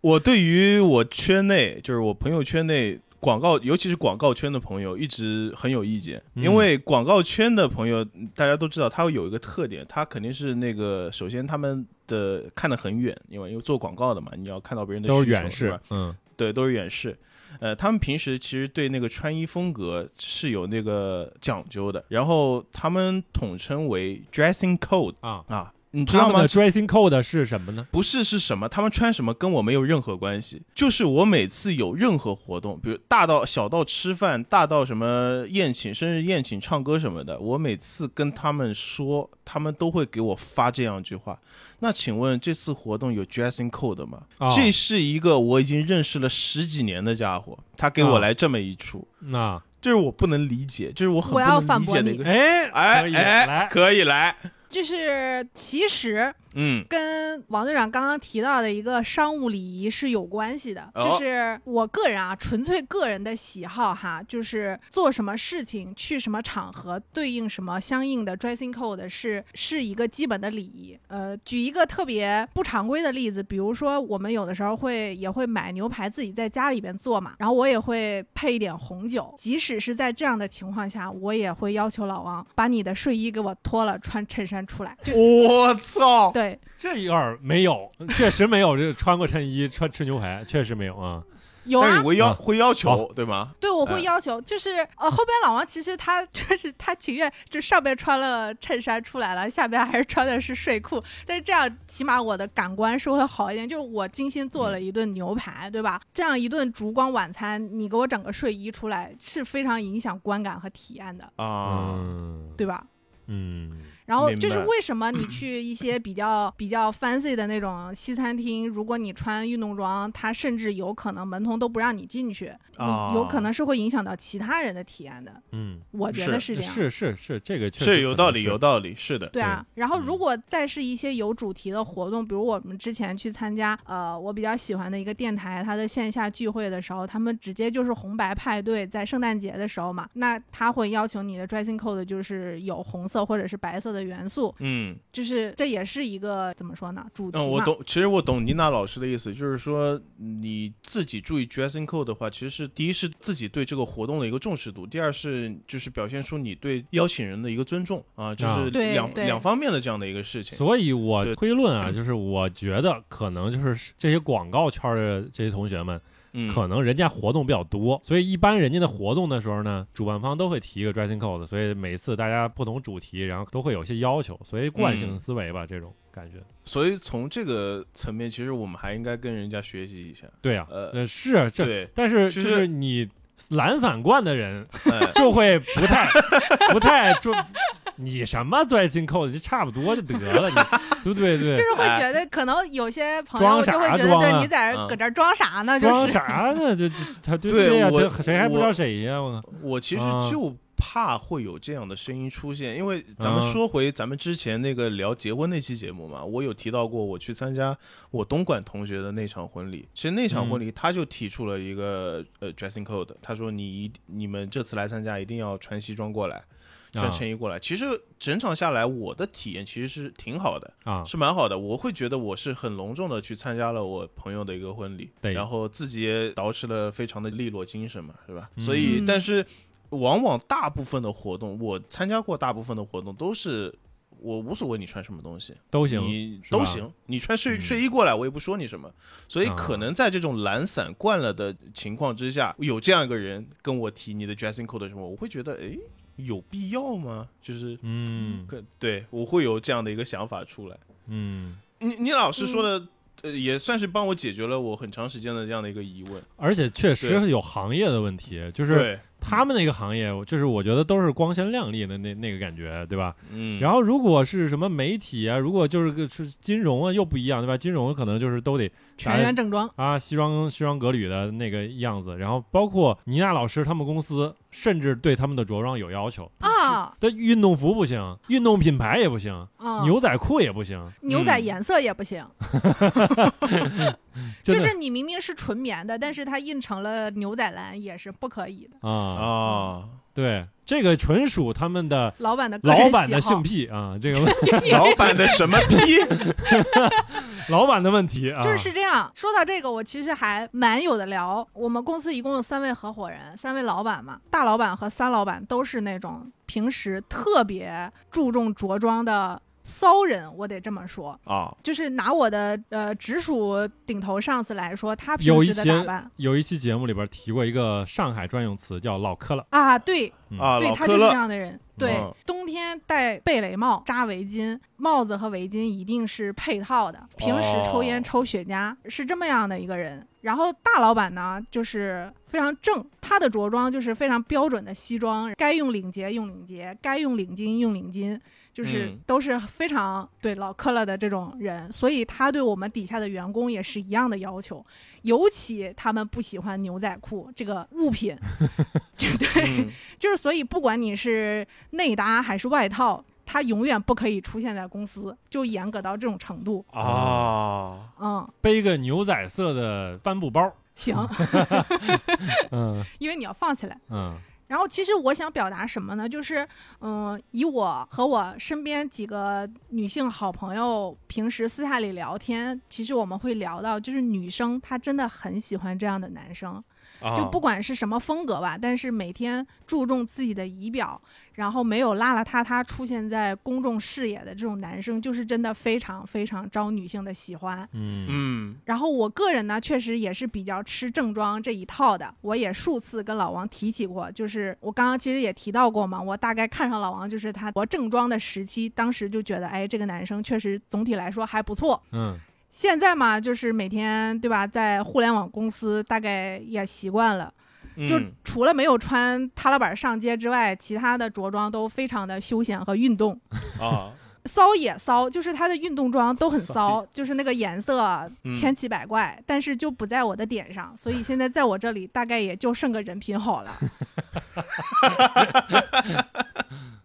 B: 我对于我圈内，就是我朋友圈内广告，尤其是广告圈的朋友，一直很有意见，
A: 嗯
B: 因为广告圈的朋友，大家都知道，他会有一个特点，他肯定是那个，首先他们的看得很远，因为因为做广告的嘛，你要看到别人的
A: 都是
B: 需求
A: 远
B: 是吧
A: 视，嗯
B: 对，都是远视。呃，他们平时其实对那个穿衣风格是有那个讲究的，然后他们统称为 dressing code
A: 啊。
B: 啊，你知
A: 他
B: 道
A: 们
B: 吗
A: 的？dressing code 是什么呢？
B: 不是是什么，他们穿什么跟我没有任何关系。就是我每次有任何活动，比如大到小到吃饭，大到什么宴请、生日宴请、唱歌什么的，我每次跟他们说，他们都会给我发这样一句话。那请问这次活动有 dressing code 吗？
A: 啊
B: 这是一个我已经认识了十几年的家伙，他给我
A: 啊
B: 来这么一出，
A: 那
B: 这是我不能理解，这是我很
D: 我要
B: 不能
D: 反
B: 理
D: 驳
B: 解的一
D: 你
B: 个。
A: 哎
B: 哎
A: 可以
B: 哎，
A: 来，
B: 可以来，
D: 就是其实
B: 嗯，
D: 跟王队长刚刚提到的一个商务礼仪是有关系的，
B: 哦
D: 就是我个人啊，纯粹个人的喜好哈，就是做什么事情、去什么场合、对应什么相应的 dressing code 是是一个基本的礼仪。呃，举一个特别不常规的例子，比如说我们有的时候会也会买牛排自己在家里边做嘛，然后我也会配一点红酒。即使是在这样的情况下，我也会要求老王把你的睡衣给我脱了，穿衬衫出来。就
B: 我操，
D: 对，
A: 这一段儿没有，确实没有这穿过衬衣穿吃牛排，确实没有啊。
C: 有
B: 但是
C: 啊
B: 你，会要
A: 啊
B: 会要求对吗？
C: 对，我
B: 哎
C: 会要求，就是呃，后边老王其实他 就是他情愿就上边穿了衬衫出来了，下边还是穿的是睡裤，但是这样起码我的感官是会好一点。就是我精心做了
B: 嗯
C: 一顿牛排，对吧？这样一顿烛光晚餐，你给我整个睡衣出来，是非常影响观感和体验的，
B: 啊，
A: 嗯
C: 对吧？
A: 嗯，
C: 然后
B: 明
C: 就是
B: 白
C: 为什么你去一些比较比较 fancy 的那种西餐厅，如果你穿运动装，它甚至有可能门童都不让你进去，
B: 啊
C: 你有可能是会影响到其他人的体验的。
A: 嗯，
C: 我觉得
A: 是
C: 这样。
A: 是是是，这个确实
B: 是有
A: 可
B: 道
A: 能
B: 理，
A: 是
B: 有道理，是的，
C: 对啊，然后如
A: 嗯
C: 果再是一些有主题的活动，比如我们之前去参加，呃，我比较喜欢的一个电台，它的线下聚会的时候，他们直接就是红白派对，在圣诞节的时候嘛，那他会要求你的 dressing code 就是有红色或者是白色的元素，
B: 嗯，
C: 就是这也是一个怎么说呢，主题嘛。
B: 嗯，我懂，其实我懂妮娜老师的意思，就是说你自己注意 dressing code 的话，其实是第一是自己对这个活动的一个重视度，第二是就是表现出你对邀请人的一个尊重啊，这
A: 啊
B: 是
C: 对
B: 两
C: 对
B: 两方面的这样的一个事情。
A: 所以我
B: 对嗯
A: 推论啊，就是我觉得可能就是这些广告圈儿的这些同学们，
B: 嗯，
A: 可能人家活动比较多，所以一般人家的活动的时候呢，主办方都会提一个 dressing code，所以每次大家不同主题，然后都会有一些要求，所以惯性思维吧，这种感觉。
B: 所以从这个层面，其实我们还应该跟人家学习一下。
A: 对啊，
B: 呃
A: 呃是这，
B: 对，
A: 但是
B: 就
A: 就是是你懒散惯的 人
B: 哎
A: 就会不太不太注，你什么 dressing code，你差不多就得了，你对不对？对哎
C: 就。是会觉得，可能有些朋友
A: 装
C: 就
A: 啥
C: 会觉得，
A: 装
C: 对
A: 啊
C: 你在这儿
B: 嗯
C: 搁这儿装啥呢？就
A: 装
C: 是
A: 啥呢？这这他对不
B: 对
A: 呀？
B: 我
A: 这谁还不知
B: 我
A: 道谁呀？我
B: 我其实
A: 啊
B: 就怕会有这样的声音出现，因为咱们
A: 啊
B: 说回咱们之前那个聊结婚那期节目嘛，我有提到过我去参加我东莞同学的那场婚礼，其实那场
A: 嗯
B: 婚礼他就提出了一个、呃 dressing code，他说你一你们这次来参加一定要穿西装过来，穿
A: 啊
B: 衬衣过来。其实整场下来我的体验其实是挺好的，
A: 啊，
B: 是蛮好的，我会觉得我是很隆重的去参加了我朋友的一个婚礼，
A: 对
B: 然后自己也捯饬的非常的利落精神嘛，是吧？
A: 嗯
B: 所以
C: 嗯，
B: 但是往往大部分的活动，我参加过大部分的活动都是。我无所谓你穿什么东西，
A: 都行。
B: 你
A: 是吧
B: 都行。你穿睡
A: 嗯
B: 睡衣过来，我也不说你什么。所以
A: 啊
B: 可能在这种懒散惯了的情况之下，有这样一个人跟我提你的 dressing code 什么，我会觉得，诶，有必要吗？就是，
A: 嗯
B: 可对我会有这样的一个想法出来。
A: 嗯，
B: 你你老师说
C: 嗯
B: 的、呃，也算是帮我解决了我很长时间的这样的一个疑问。
A: 而且确实有行业的问题，就是
B: 对，
A: 他们那个行业，就是我觉得都是光鲜亮丽的那那个感觉，对吧？
B: 嗯，
A: 然后如果是什么媒体啊，如果就是个是金融啊，又不一样，对吧？金融可能就是都得
C: 全员正装。
A: 啊西装西装革履的那个样子，然后包括倪娜老师他们公司，甚至对他们的着装有要求。
C: 啊，
A: 但运动服不行，运动品牌也不行，
C: 啊
A: 牛仔裤也不行，
C: 牛仔
B: 嗯
C: 颜色也不行，
A: 真
C: 就
A: 的
C: 是你明明是纯棉的，但是它印成了牛仔蓝也是不可以的。
A: 啊
B: 啊，
A: 对，这个纯属他们的
C: 老板的个人
A: 老板的
C: 喜好
A: 性 癖啊，这个
C: 嗯
B: 老板的 什么批？
A: 老板的问题啊，
C: 就是这样。说到这个，我其实还蛮有的聊。我们公司一共有三位合伙人，三位老板嘛，大老板和三老板都是那种平时特别注重着装的骚人，我得这么说。
B: 啊，
C: 就是拿我的呃直属顶头上司来说，他
A: 有
C: 平
A: 一
C: 时的
A: 些
C: 打扮
A: 有一期节目里边提过一个上海专用词叫“老科了
C: 啊，对，
A: 嗯
B: 啊，
C: 对
B: 老
C: 他
B: 科
C: 就是这
B: 勒，
C: 样的人。对
B: 嗯，
C: 冬天戴贝雷帽、扎围巾，帽子和围巾一定是配套的。平时抽烟、
B: 哦
C: 抽雪茄是这么样的一个人。然后大老板呢，就是非常正，他的着装就是非常标准的西装，该用领结用领结，该用领巾用领巾，就是
B: 嗯
C: 都是非常对老克勒的这种人，所以他对我们底下的员工也是一样的要求，尤其他们不喜欢牛仔裤这个 物品， 这对，
B: 嗯
C: 就是所以不管你是内搭还是外套，它永远不可以出现在公司，就严格到这种程度。
B: 嗯啊，
C: 嗯，”，
A: 背个牛仔色的帆布包，
C: 行，
A: 嗯
C: 因为你要放起来。
A: 嗯
C: 然后，其实我想表达什么呢？就是，嗯，以我和我身边几个女性好朋友平时私下里聊天，其实我们会聊到，就是女生她真的很喜欢这样的男生，
B: 啊
C: 就不管是什么风格吧，但是每天注重自己的仪表，然后没有邋邋遢遢出现在公众视野的这种男生，就是真的非常非常招女性的喜欢。
A: 嗯
B: 嗯
C: 然后我个人呢，确实也是比较吃正装这一套的。我也数次跟老王提起过，就是我刚刚其实也提到过嘛，我大概看上老王就是他我正装的时期，当时就觉得，哎，这个男生确实总体来说还不错。
A: 嗯
C: 现在嘛，就是每天对吧，在互联网公司大概也习惯了，
B: 嗯，
C: 就除了没有穿踏拉板上街之外，其他的着装都非常的休闲和运动。
B: 啊，
C: 骚也骚，就是他的运动装都很
B: 骚
C: 骚， 就是那个颜色
B: 嗯
C: 千奇百怪，但是就不在我的点上，所以现在在我这里大概也就剩个人品好了。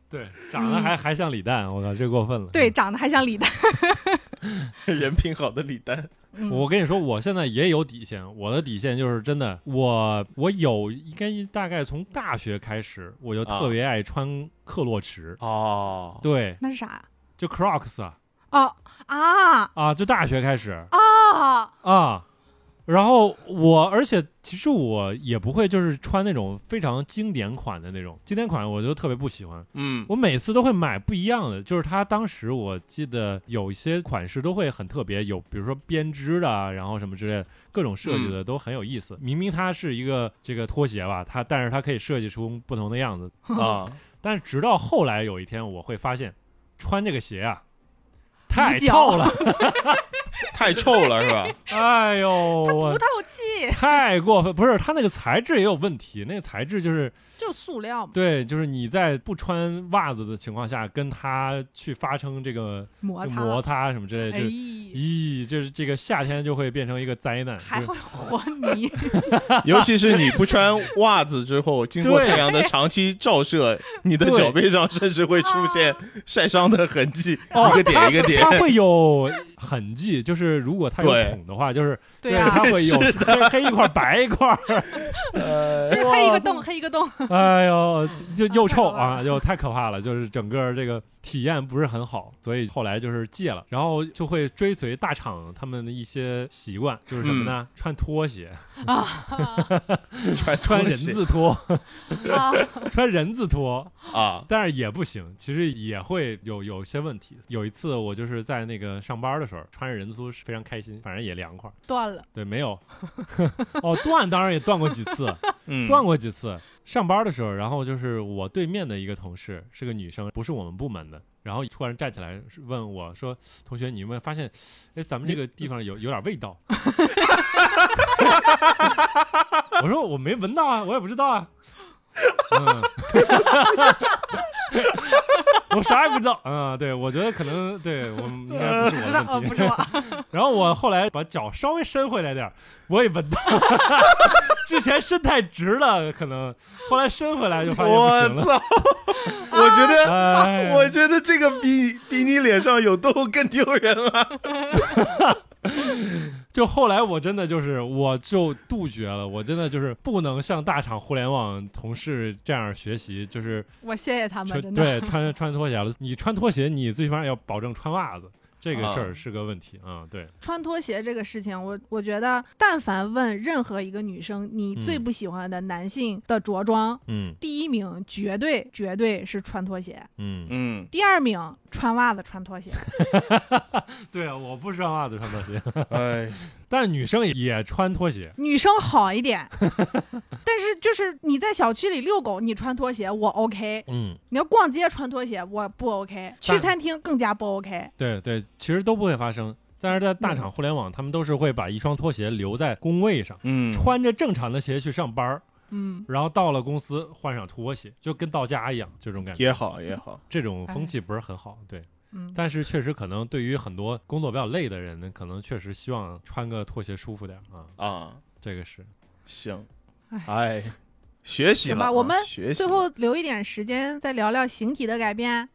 A: 对，长得还还像李诞，嗯我靠，这过分了。
C: 对，长得还像李诞，
B: 人品好的李诞，
C: 嗯、
A: 我跟你说，我现在也有底线。我的底线就是真的，我我有应该大概从大学开始，我就特别爱穿克洛驰，
B: 哦，
A: 对，
C: 那是啥？
A: 就 Crocs 啊
C: 哦啊
A: 啊，就大学开始
C: 啊！
A: 啊。然后我，而且其实我也不会就是穿那种非常经典款的那种，经典款我就特别不喜欢。
B: 嗯
A: 我每次都会买不一样的，就是它当时我记得有一些款式都会很特别，有比如说编织的啊，然后什么之类的，各种设计的都很有意思。明明它是一个这个拖鞋吧，它但是它可以设计出不同的样子。
B: 啊，
A: 但是直到后来有一天，我会发现，穿这个鞋啊，太
C: 太
A: 臭
C: 脚
A: 了，
B: 太臭了是吧？
A: 哎呦，我
D: 不透 气，
A: 太过分，不是它那个材质也有问题，那个材质就是
C: 就塑料嘛，
A: 对，就是你在不穿袜子的情况下跟它去发生这个。
C: 摩
A: 就
C: 擦，
A: 摩擦什么之类的，
D: 哎
A: 就，咦，就是这个夏天就会变成一个灾 难，
C: 还
A: 就
C: 会和泥，
B: 尤其是你不穿袜子之后，经过
A: 对
B: 太阳的长期照射，你的
A: 对
B: 脚背上甚至会出 现
C: 啊
B: 晒伤的痕迹，
A: 哦
B: 一个点一 个点。
A: 它会有痕迹，就是如果它有
B: 对
A: 孔的话，就是
C: 对
A: 就是它
C: 啊，
A: 会有
B: 是
A: 黑黑一块儿白一块儿，
B: 呃
D: 这黑一 个洞，黑一个洞，
A: 哎呦，就又臭
D: 太可怕
A: 啊，又太可怕了，就是整个这个体验不是很好，所以后来就是戒了，然后就会追随大厂他们的一些习惯，就是什么呢？穿拖鞋，
B: 穿
A: 穿
B: 拖
A: 人
B: 鞋
A: 字拖，
D: 啊，
A: 穿人字拖，
B: 啊，
A: 但是也不行，其实也会有有些问题。有一次我就是在那个上班的时候，穿着人字拖是非常开心，反正也凉快。
D: 断了，
A: 对， 没有，哦，断当然也断过几次，
B: 嗯，
A: 断过几次。上班的时候，然后就是我对面的一个同事是个女生，不是我们部门的，然后突然站起来问我说：“同学，你有没有发现，哎，咱们这个地方有有点味道？”我说我没闻到啊，我也不知道啊。嗯 我啥也不知道啊、对，我觉得可能对我应该不是
D: 不
A: 我
D: 知
A: 的
D: 道，
A: 问
C: 呃
D: 哦，
A: 题。
D: 不是我，
A: 然后我后来把脚稍微伸回来点儿，我也闻到了。之前伸太直了，可能后来伸回来就发现
B: 我
A: 不行 了。
B: 操！我觉得，
A: 哎，
B: 我觉得这个比比你脸上有痘更丢人啊了。
A: 就后来我真的就是，我就杜绝了，我真的就是不能像大厂互联网同事这样学习，就是
D: 我谢谢他们，
A: 穿
D: 真的，
A: 对穿 穿拖鞋了。你穿拖鞋，你最起码要保证穿袜子，这个事儿是个问题啊、嗯对，
C: 穿拖鞋这个事情，我我觉得，但凡问任何一个女生，你最
A: 嗯
C: 不喜欢的男性的着装，
A: 嗯
C: 第一名绝对绝对是穿拖鞋，
A: 嗯，
B: 嗯，
C: 第二名穿袜子穿拖鞋，
A: 对啊，我不穿袜子穿拖鞋，
B: 哎，
A: 但是女生也也穿拖鞋。
C: 女生好一点， 但是就是你在小区里遛狗，你穿拖鞋我 OK，
A: 嗯，
C: 你要逛街穿拖鞋我不 OK，去餐厅更加不 OK。
A: 对对，其实都不会发生。但是在
C: 嗯
A: 大厂互联网，他们都是会把一双拖鞋留在工位上，
B: 嗯，
A: 穿着正常的鞋去上班儿，
D: 嗯，
A: 然后到了公司换上拖鞋，就跟到家一样，这种感觉。
B: 也好也好，
A: 这种
C: 哎
A: 风气不是很好，对。
C: 嗯，
A: 但是确实可能对于很多工作比较累的人呢，可能确实希望穿个拖鞋舒服点儿啊，
B: 啊，
A: 这个是。
B: 行
C: 哎，
B: 哎，学习
C: 行
B: 了
C: 吧
B: 啊，
C: 我们
B: 学习
C: 最后留一点时间再聊聊形体的改变。啊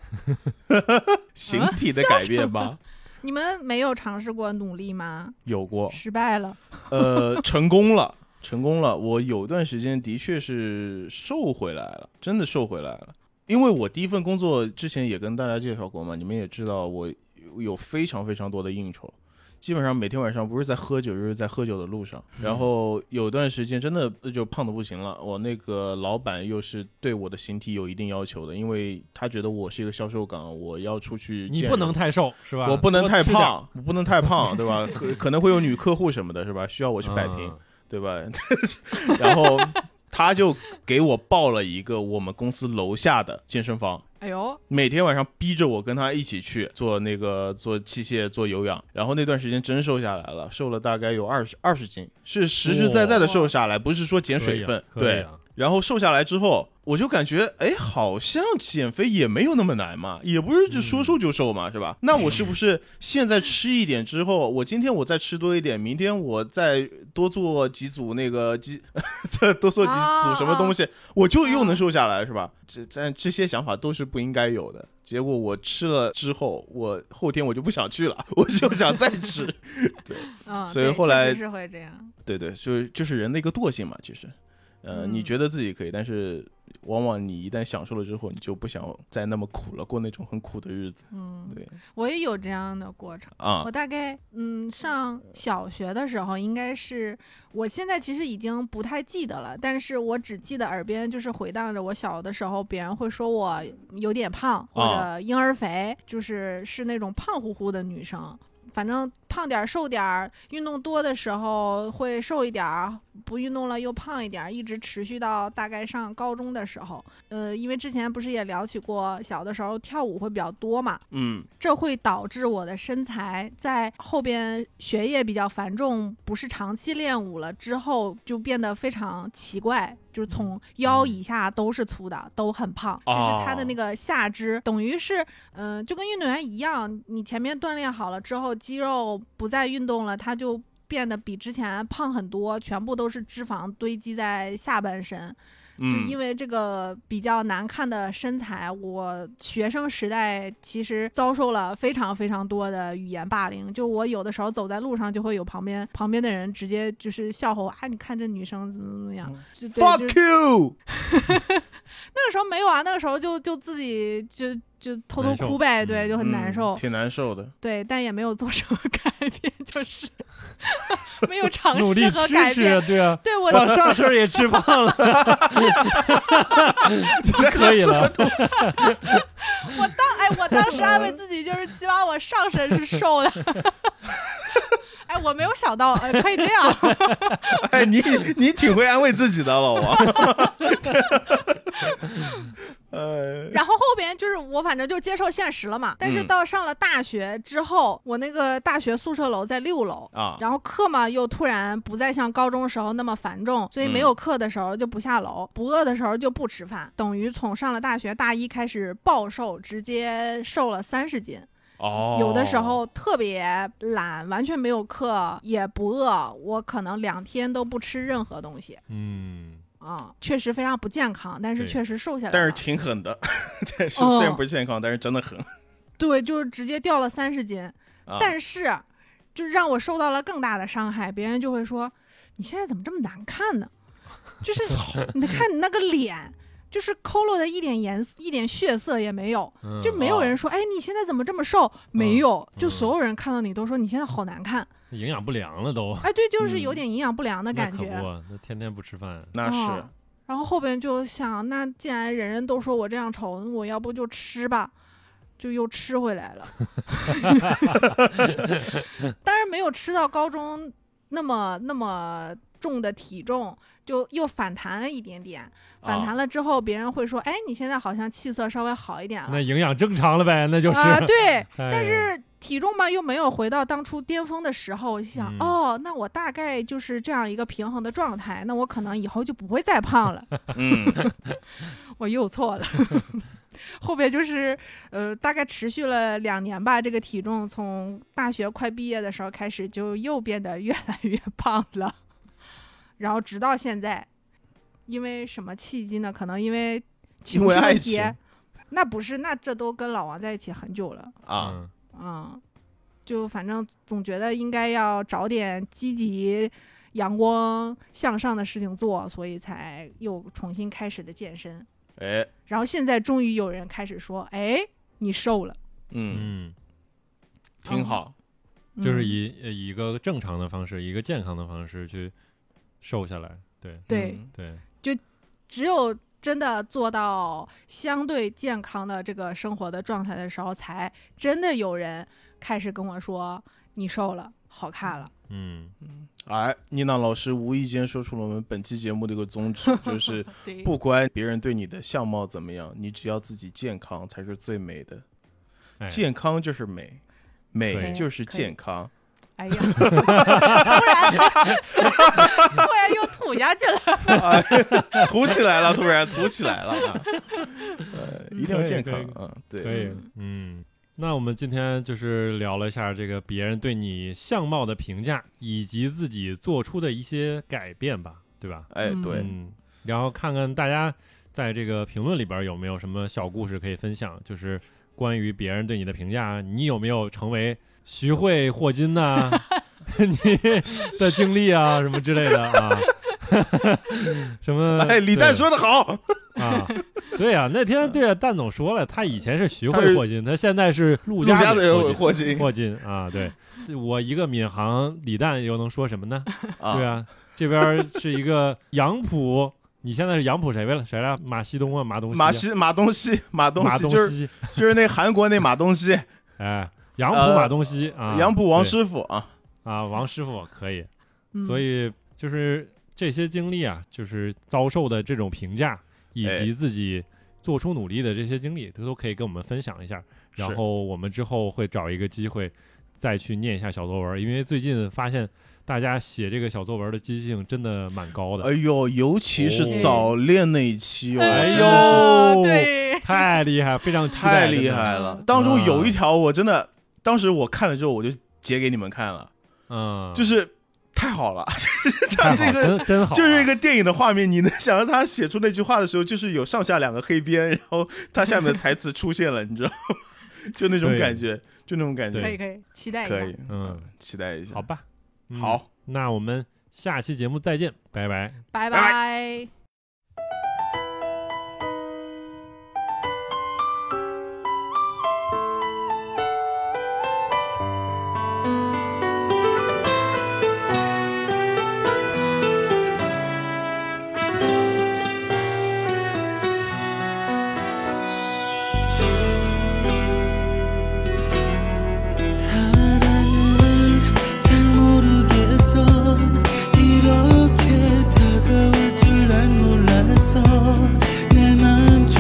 B: 形
C: 嗯
B: 体的改变 吧，
C: 你们没有尝试过努力吗？
B: 有过，
C: 失败了。
B: 呃，成功了，成功了。我有段时间的确是瘦回来了，真的瘦回来了。因为我第一份工作之前也跟大家介绍过嘛，你们也知道我有非常非常多的应酬，基本上每天晚上不是在喝酒，就是在喝酒的路上。
A: 嗯
B: 然后有段时间真的呃就胖的不行了，我那个老板又是对我的形体有一定要求的，因为他觉得我是一个销售岗，我要出去
A: 你
B: 见
A: 不能
B: 人。
A: 太瘦是吧？
B: 我不能
A: 多
B: 太
A: 吃点儿，
B: 胖，我不能太 胖，对吧？可可能会有女客户什么的，是吧？需要我
A: 我
B: 去摆平。对吧？ 然后他就给我报了一个我们公司楼下的健身房，
C: 哎呦，
B: 每天晚上逼着我跟他一起去做那个做器械、做有氧。然后那段时间真瘦下来了，瘦了大概有二十二十斤，是实实在在的瘦下来，不是说减
A: 啊
B: 水分。对，，然后瘦下来之后，我就感觉，哎，好像减肥也没有那么难嘛，也不是就说瘦就瘦嘛，是吧？那我是不是现在吃一点之后，我今天我再吃多一点，明天我再多做几组那个几， 再多做几组什么东西，我就又能瘦下来，是吧？这但这些想法都是不应该有的。结果我吃了之后，我后天我就不想去了，我就想再吃。
C: 嗯，
B: 所以
C: 对
B: 后
C: 确
B: 来
C: 实是会这样，
B: 对对，就是就是人的一个惰性嘛，其实，呃，
C: 嗯
B: 你觉得自己可以，但是往往你一旦享受了之后，你就不想再那么苦了，过那种很苦的日子。
C: 嗯，
B: 对
C: 我也有这样的过程。
B: 啊
E: 我，大概嗯上小学的时候，应该是我现在其实已经不太记得了，但是我只记得耳边就是回荡着我小的时候，别人会说我有点胖或
B: 啊
E: 者婴儿肥，就是是那种胖乎乎的女生。反正胖点儿瘦点儿，运动多的时候会瘦一点儿，不运动了又胖一点儿，一直持续到大概上高中的时候。呃，因为之前不是也聊起过，小的时候跳舞会比较多嘛，
B: 嗯
E: 这会导致我的身材在后边学业比较繁重，不是长期练舞了之后就变得非常奇怪，就是从腰以下都是粗的，都很胖，就
B: 哦
E: 是他的那个下肢，等于是嗯、呃就跟运动员一样，你前面锻炼好了之后，肌肉不再运动了，它就变得比之前胖很多，全部都是脂肪堆积在下半身。就
B: 嗯，
E: 因为这个比较难看的身材，我学生时代其实遭受了非常非常多的语言霸凌。就我有的时候走在路上，就会有旁边旁边的人直接就是笑话我啊，你看这女生怎么怎么样。
A: 嗯
E: 就对就是
B: fuck you，
C: 那个时候没有啊，那个时候就就自己就就偷偷
A: 难受
C: 哭呗，对，
A: 嗯
C: 就很难
B: 嗯
C: 受，
B: 挺难受 的。
E: 对，但也没有做什么改变，就是
C: 没有尝
A: 努
C: 试
A: 力
C: 任何改
A: 吃吃
C: 变。
A: 啊，对啊，
C: 对 我
A: 往上身儿也吃胖 了，
B: 这
A: 可以了。
C: 我当哎，我当时安慰自己就是，起码我上身是瘦的。 哎，我没有想到，哎，可以这样。
B: 哎，你你挺会安慰自己的，老王。呃，
C: 然后后边就是我反正就接受现实了嘛。但是
B: 嗯
C: 到上了大学之后，我那个大学宿舍楼在六楼。
B: 啊，
C: 然后课嘛，又突然不再像高中时候那么繁重，所以没有课的时候就不下楼，不饿的时候就不吃饭，等于从上了大学大一开始暴瘦，直接瘦了三十斤。
B: 哦，
C: 有的时候特别懒，完全没有课，也不饿，我可能两天都不吃任何东西
A: 嗯，
C: 啊、确实非常不健康，但是
A: 对
C: 确实瘦下来了。
B: 但是挺狠的，但是
C: 哦
B: 虽然不健康，但是真的狠。
C: 对，就是直接掉了三十斤，
B: 啊
C: 但是就是让我受到了更大的伤害，别人就会说你现在怎么这么难看呢？就是你看你那个脸，就是抠落的一点颜一点血色也没有，
A: 嗯
C: 就没有人说、哎你现在怎么这么瘦？没有，就
A: 嗯
C: 所有人看到你都说你现在好难看。
A: 营养不良了都，
C: 哎，对，就是有
B: 嗯
C: 点营养不良的
A: 那
C: 感
A: 可
C: 觉。
A: 不啊，那天天不吃饭，
B: 那是
C: 哦然后后边就想，那既然人人都说我这样丑，我要不就吃吧，就又吃回来了。 当然没有吃到高中那么那么重的体重，就又反弹了一点点。反
B: 啊
C: 弹了之后，别人会说，哎，你现在好像气色稍微好一点了。
A: 那营养正常了呗，那就是。
C: 啊、对，
A: 哎呀
C: 但是体重吧又没有回到当初巅峰的时候，我就想、
A: 嗯
C: 哦，那我大概就是这样一个平衡的状态，那我可能以后就不会再胖了。
B: 嗯，
C: 我又错了， 后边就是呃，大概持续了两年吧，这个体重从大学快毕业的时候开始就又变得越来越胖了，然后直到现在，因为什么契机呢？可能因为情
B: 因为
C: 绪
B: 爱
C: 问题
B: 情
C: 那不是，那这都跟老王在一起很久了。
B: 啊，
A: 嗯
C: 嗯，就反正总觉得应该要找点积极、阳光、向上的事情做，所以才又重新开始的健身。
B: 哎，
C: 然后现在终于有人开始说：“哎，你瘦了。
B: 嗯，
A: 嗯，
B: 挺好。
A: 就是
C: 嗯
A: 以呃以一个正常的方式，以一个健康的方式去瘦下来。对
D: 对，
B: 嗯
A: 对，
D: 只有真的做到相对健康的这个生活的状态的时候，才真的有人开始跟我说你瘦了，好看了。
A: 嗯，
B: 哎，妮娜老师无意间说出了我们本期节目的一个宗旨， 就是
A: 嗯
D: 对，
B: 不管别人对你的相貌怎么样，你只要自己健康才是最美的。
A: 哎，
B: 健康就是美，
A: 对
B: 美就是
D: 可以
B: 健康。
D: 哎呀， 突然 突然又吐下去了。
B: 涂哎起来了，突然涂起来了啊！呃，一定要
A: 可以
B: 健
A: 可
B: 康
A: 以
B: 啊！
A: 可
B: 对，
A: 以，嗯。那我们今天就是聊了一下这个别人对你相貌的评价，以及自己做出的一些改变吧，对吧？
B: 哎，
D: 嗯
B: 对，
A: 嗯，然后看看大家在这个评论里边有没有什么小故事可以分享，就是关于别人对你的评价，你有没有成为徐汇霍金呐、你的经历啊，什么之类的啊，什么？
B: 哎，李诞
A: 对
B: 说的好，
A: 啊，对呀、那天对呀、啊蛋总说了，他以前是徐
B: 他是
A: 汇霍金，他现在是陆
B: 陆
A: 家
B: 家
A: 嘴
B: 嘴
A: 霍
B: 霍金
A: 金霍金啊，对，这我一个闵行李诞又能说什么呢？对
B: 啊，
A: 啊，这边儿是一个杨浦，你现在是杨浦谁了？谁了？马西东啊，马东西啊、
B: 马西马东锡，马东
A: 马
B: 锡
A: 东
B: 就是
A: 西，
B: 就是那韩国那马东锡，
A: 哎，杨浦
B: 呃
A: 马东西啊，
B: 杨浦王
A: 对
B: 师傅啊，
A: 啊，王师傅可以，
D: 嗯
A: 所以就是这些经历啊，就是遭受的这种评价，以
B: 哎
A: 及自己做出努力的这些经历，都都可以跟我们分享一下。然
B: 是
A: 后我们之后会找一个机会再去念一下小作文，因为最近发现大家写这个小作文的积极性真的蛮高的。
B: 哎呦，尤其
A: 哦
B: 是早恋那一期，哇
A: 哎
B: 啊真
A: 呦
B: 的是
D: 对，
A: 太厉害，非常期待，
B: 太厉
A: 真的
B: 害了
D: 嗯！
B: 当中有一条我真的，当时我看了之后我就截给你们看了，
A: 嗯，
B: 就是太好了，
A: 太
B: 像
A: 好
B: 这个。
A: 真真好啊，
B: 就是一个电影的画面，你能想象他写出那句话的时候，就是有上下两个黑边，然后他下面的台词出现了，你知道吗？ 就那种
A: 对
B: 感觉，就那种感
D: 可以
B: 觉，
D: 可以，期待一下
B: 可以，
A: 嗯，
B: 期待一下
A: 好。吧，嗯
B: 好，
A: 那我们下期节目再见，拜拜。
D: 拜
B: 拜
D: 拜。
F: 사랑은 잘 모르겠어 이렇게 다가올 줄 난 몰랐어 내 마음조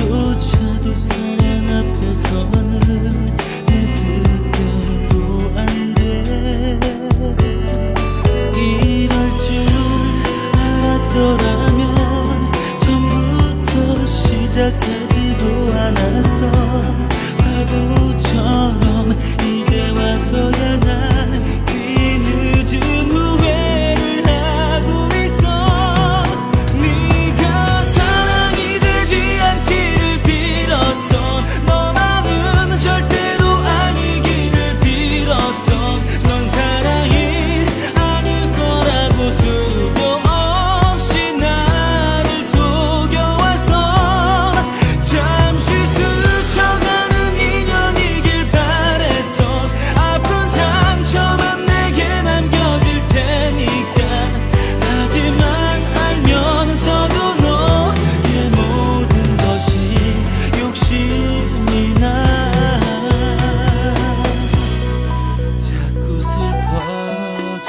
F: 차도 사랑 앞에서는 내 뜻대로 안돼 이럴 줄 알았더라면 처음부터 시작하지도 않았어 바보처럼 이제 와서야 난 뒤늦은 후회를 하고 있어 네가 사랑이 되지 않기를 빌었어 너만은 절대로 아니기를 빌었어 넌 사랑이 아닐 거라고 수도 없이 나를 속여와서 잠시 스쳐가는 인연이길 바랬어 아픈 상처만 내게 남겨질 테니까 하지만 알면서도 너의 모든 것이 욕심이 나 자꾸 슬퍼져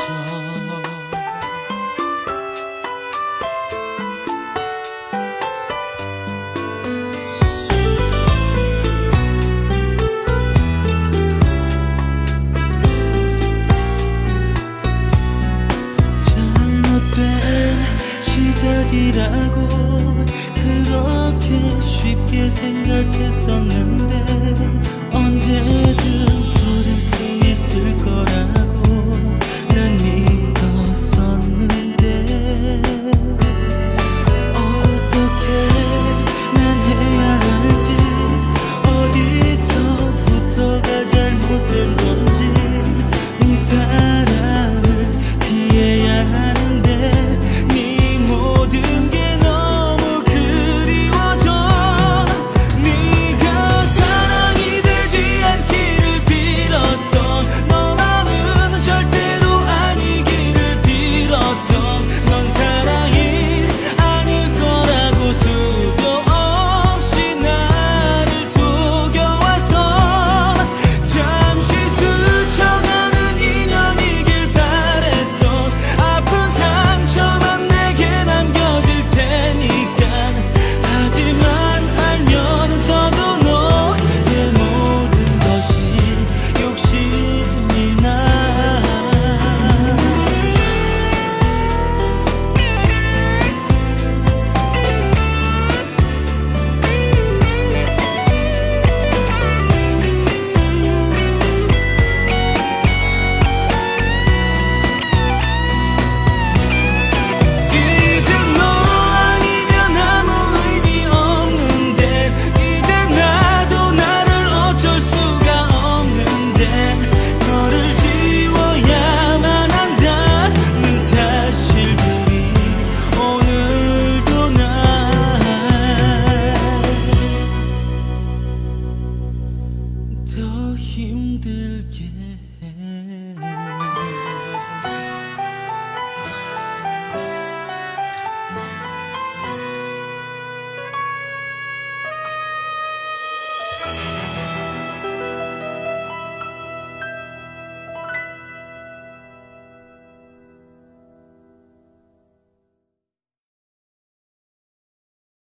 F: 잘못된 시작이라고 그렇게 쉽게 생각했었는데 언제든 버릴 수 있을 거라고 난 믿었었는데 어떻게 난 해야 할지 어디서부터가 잘못된 건지 네 사랑을 피해야 하는데 네 모든 게 너무 그리워져 네가 힘들게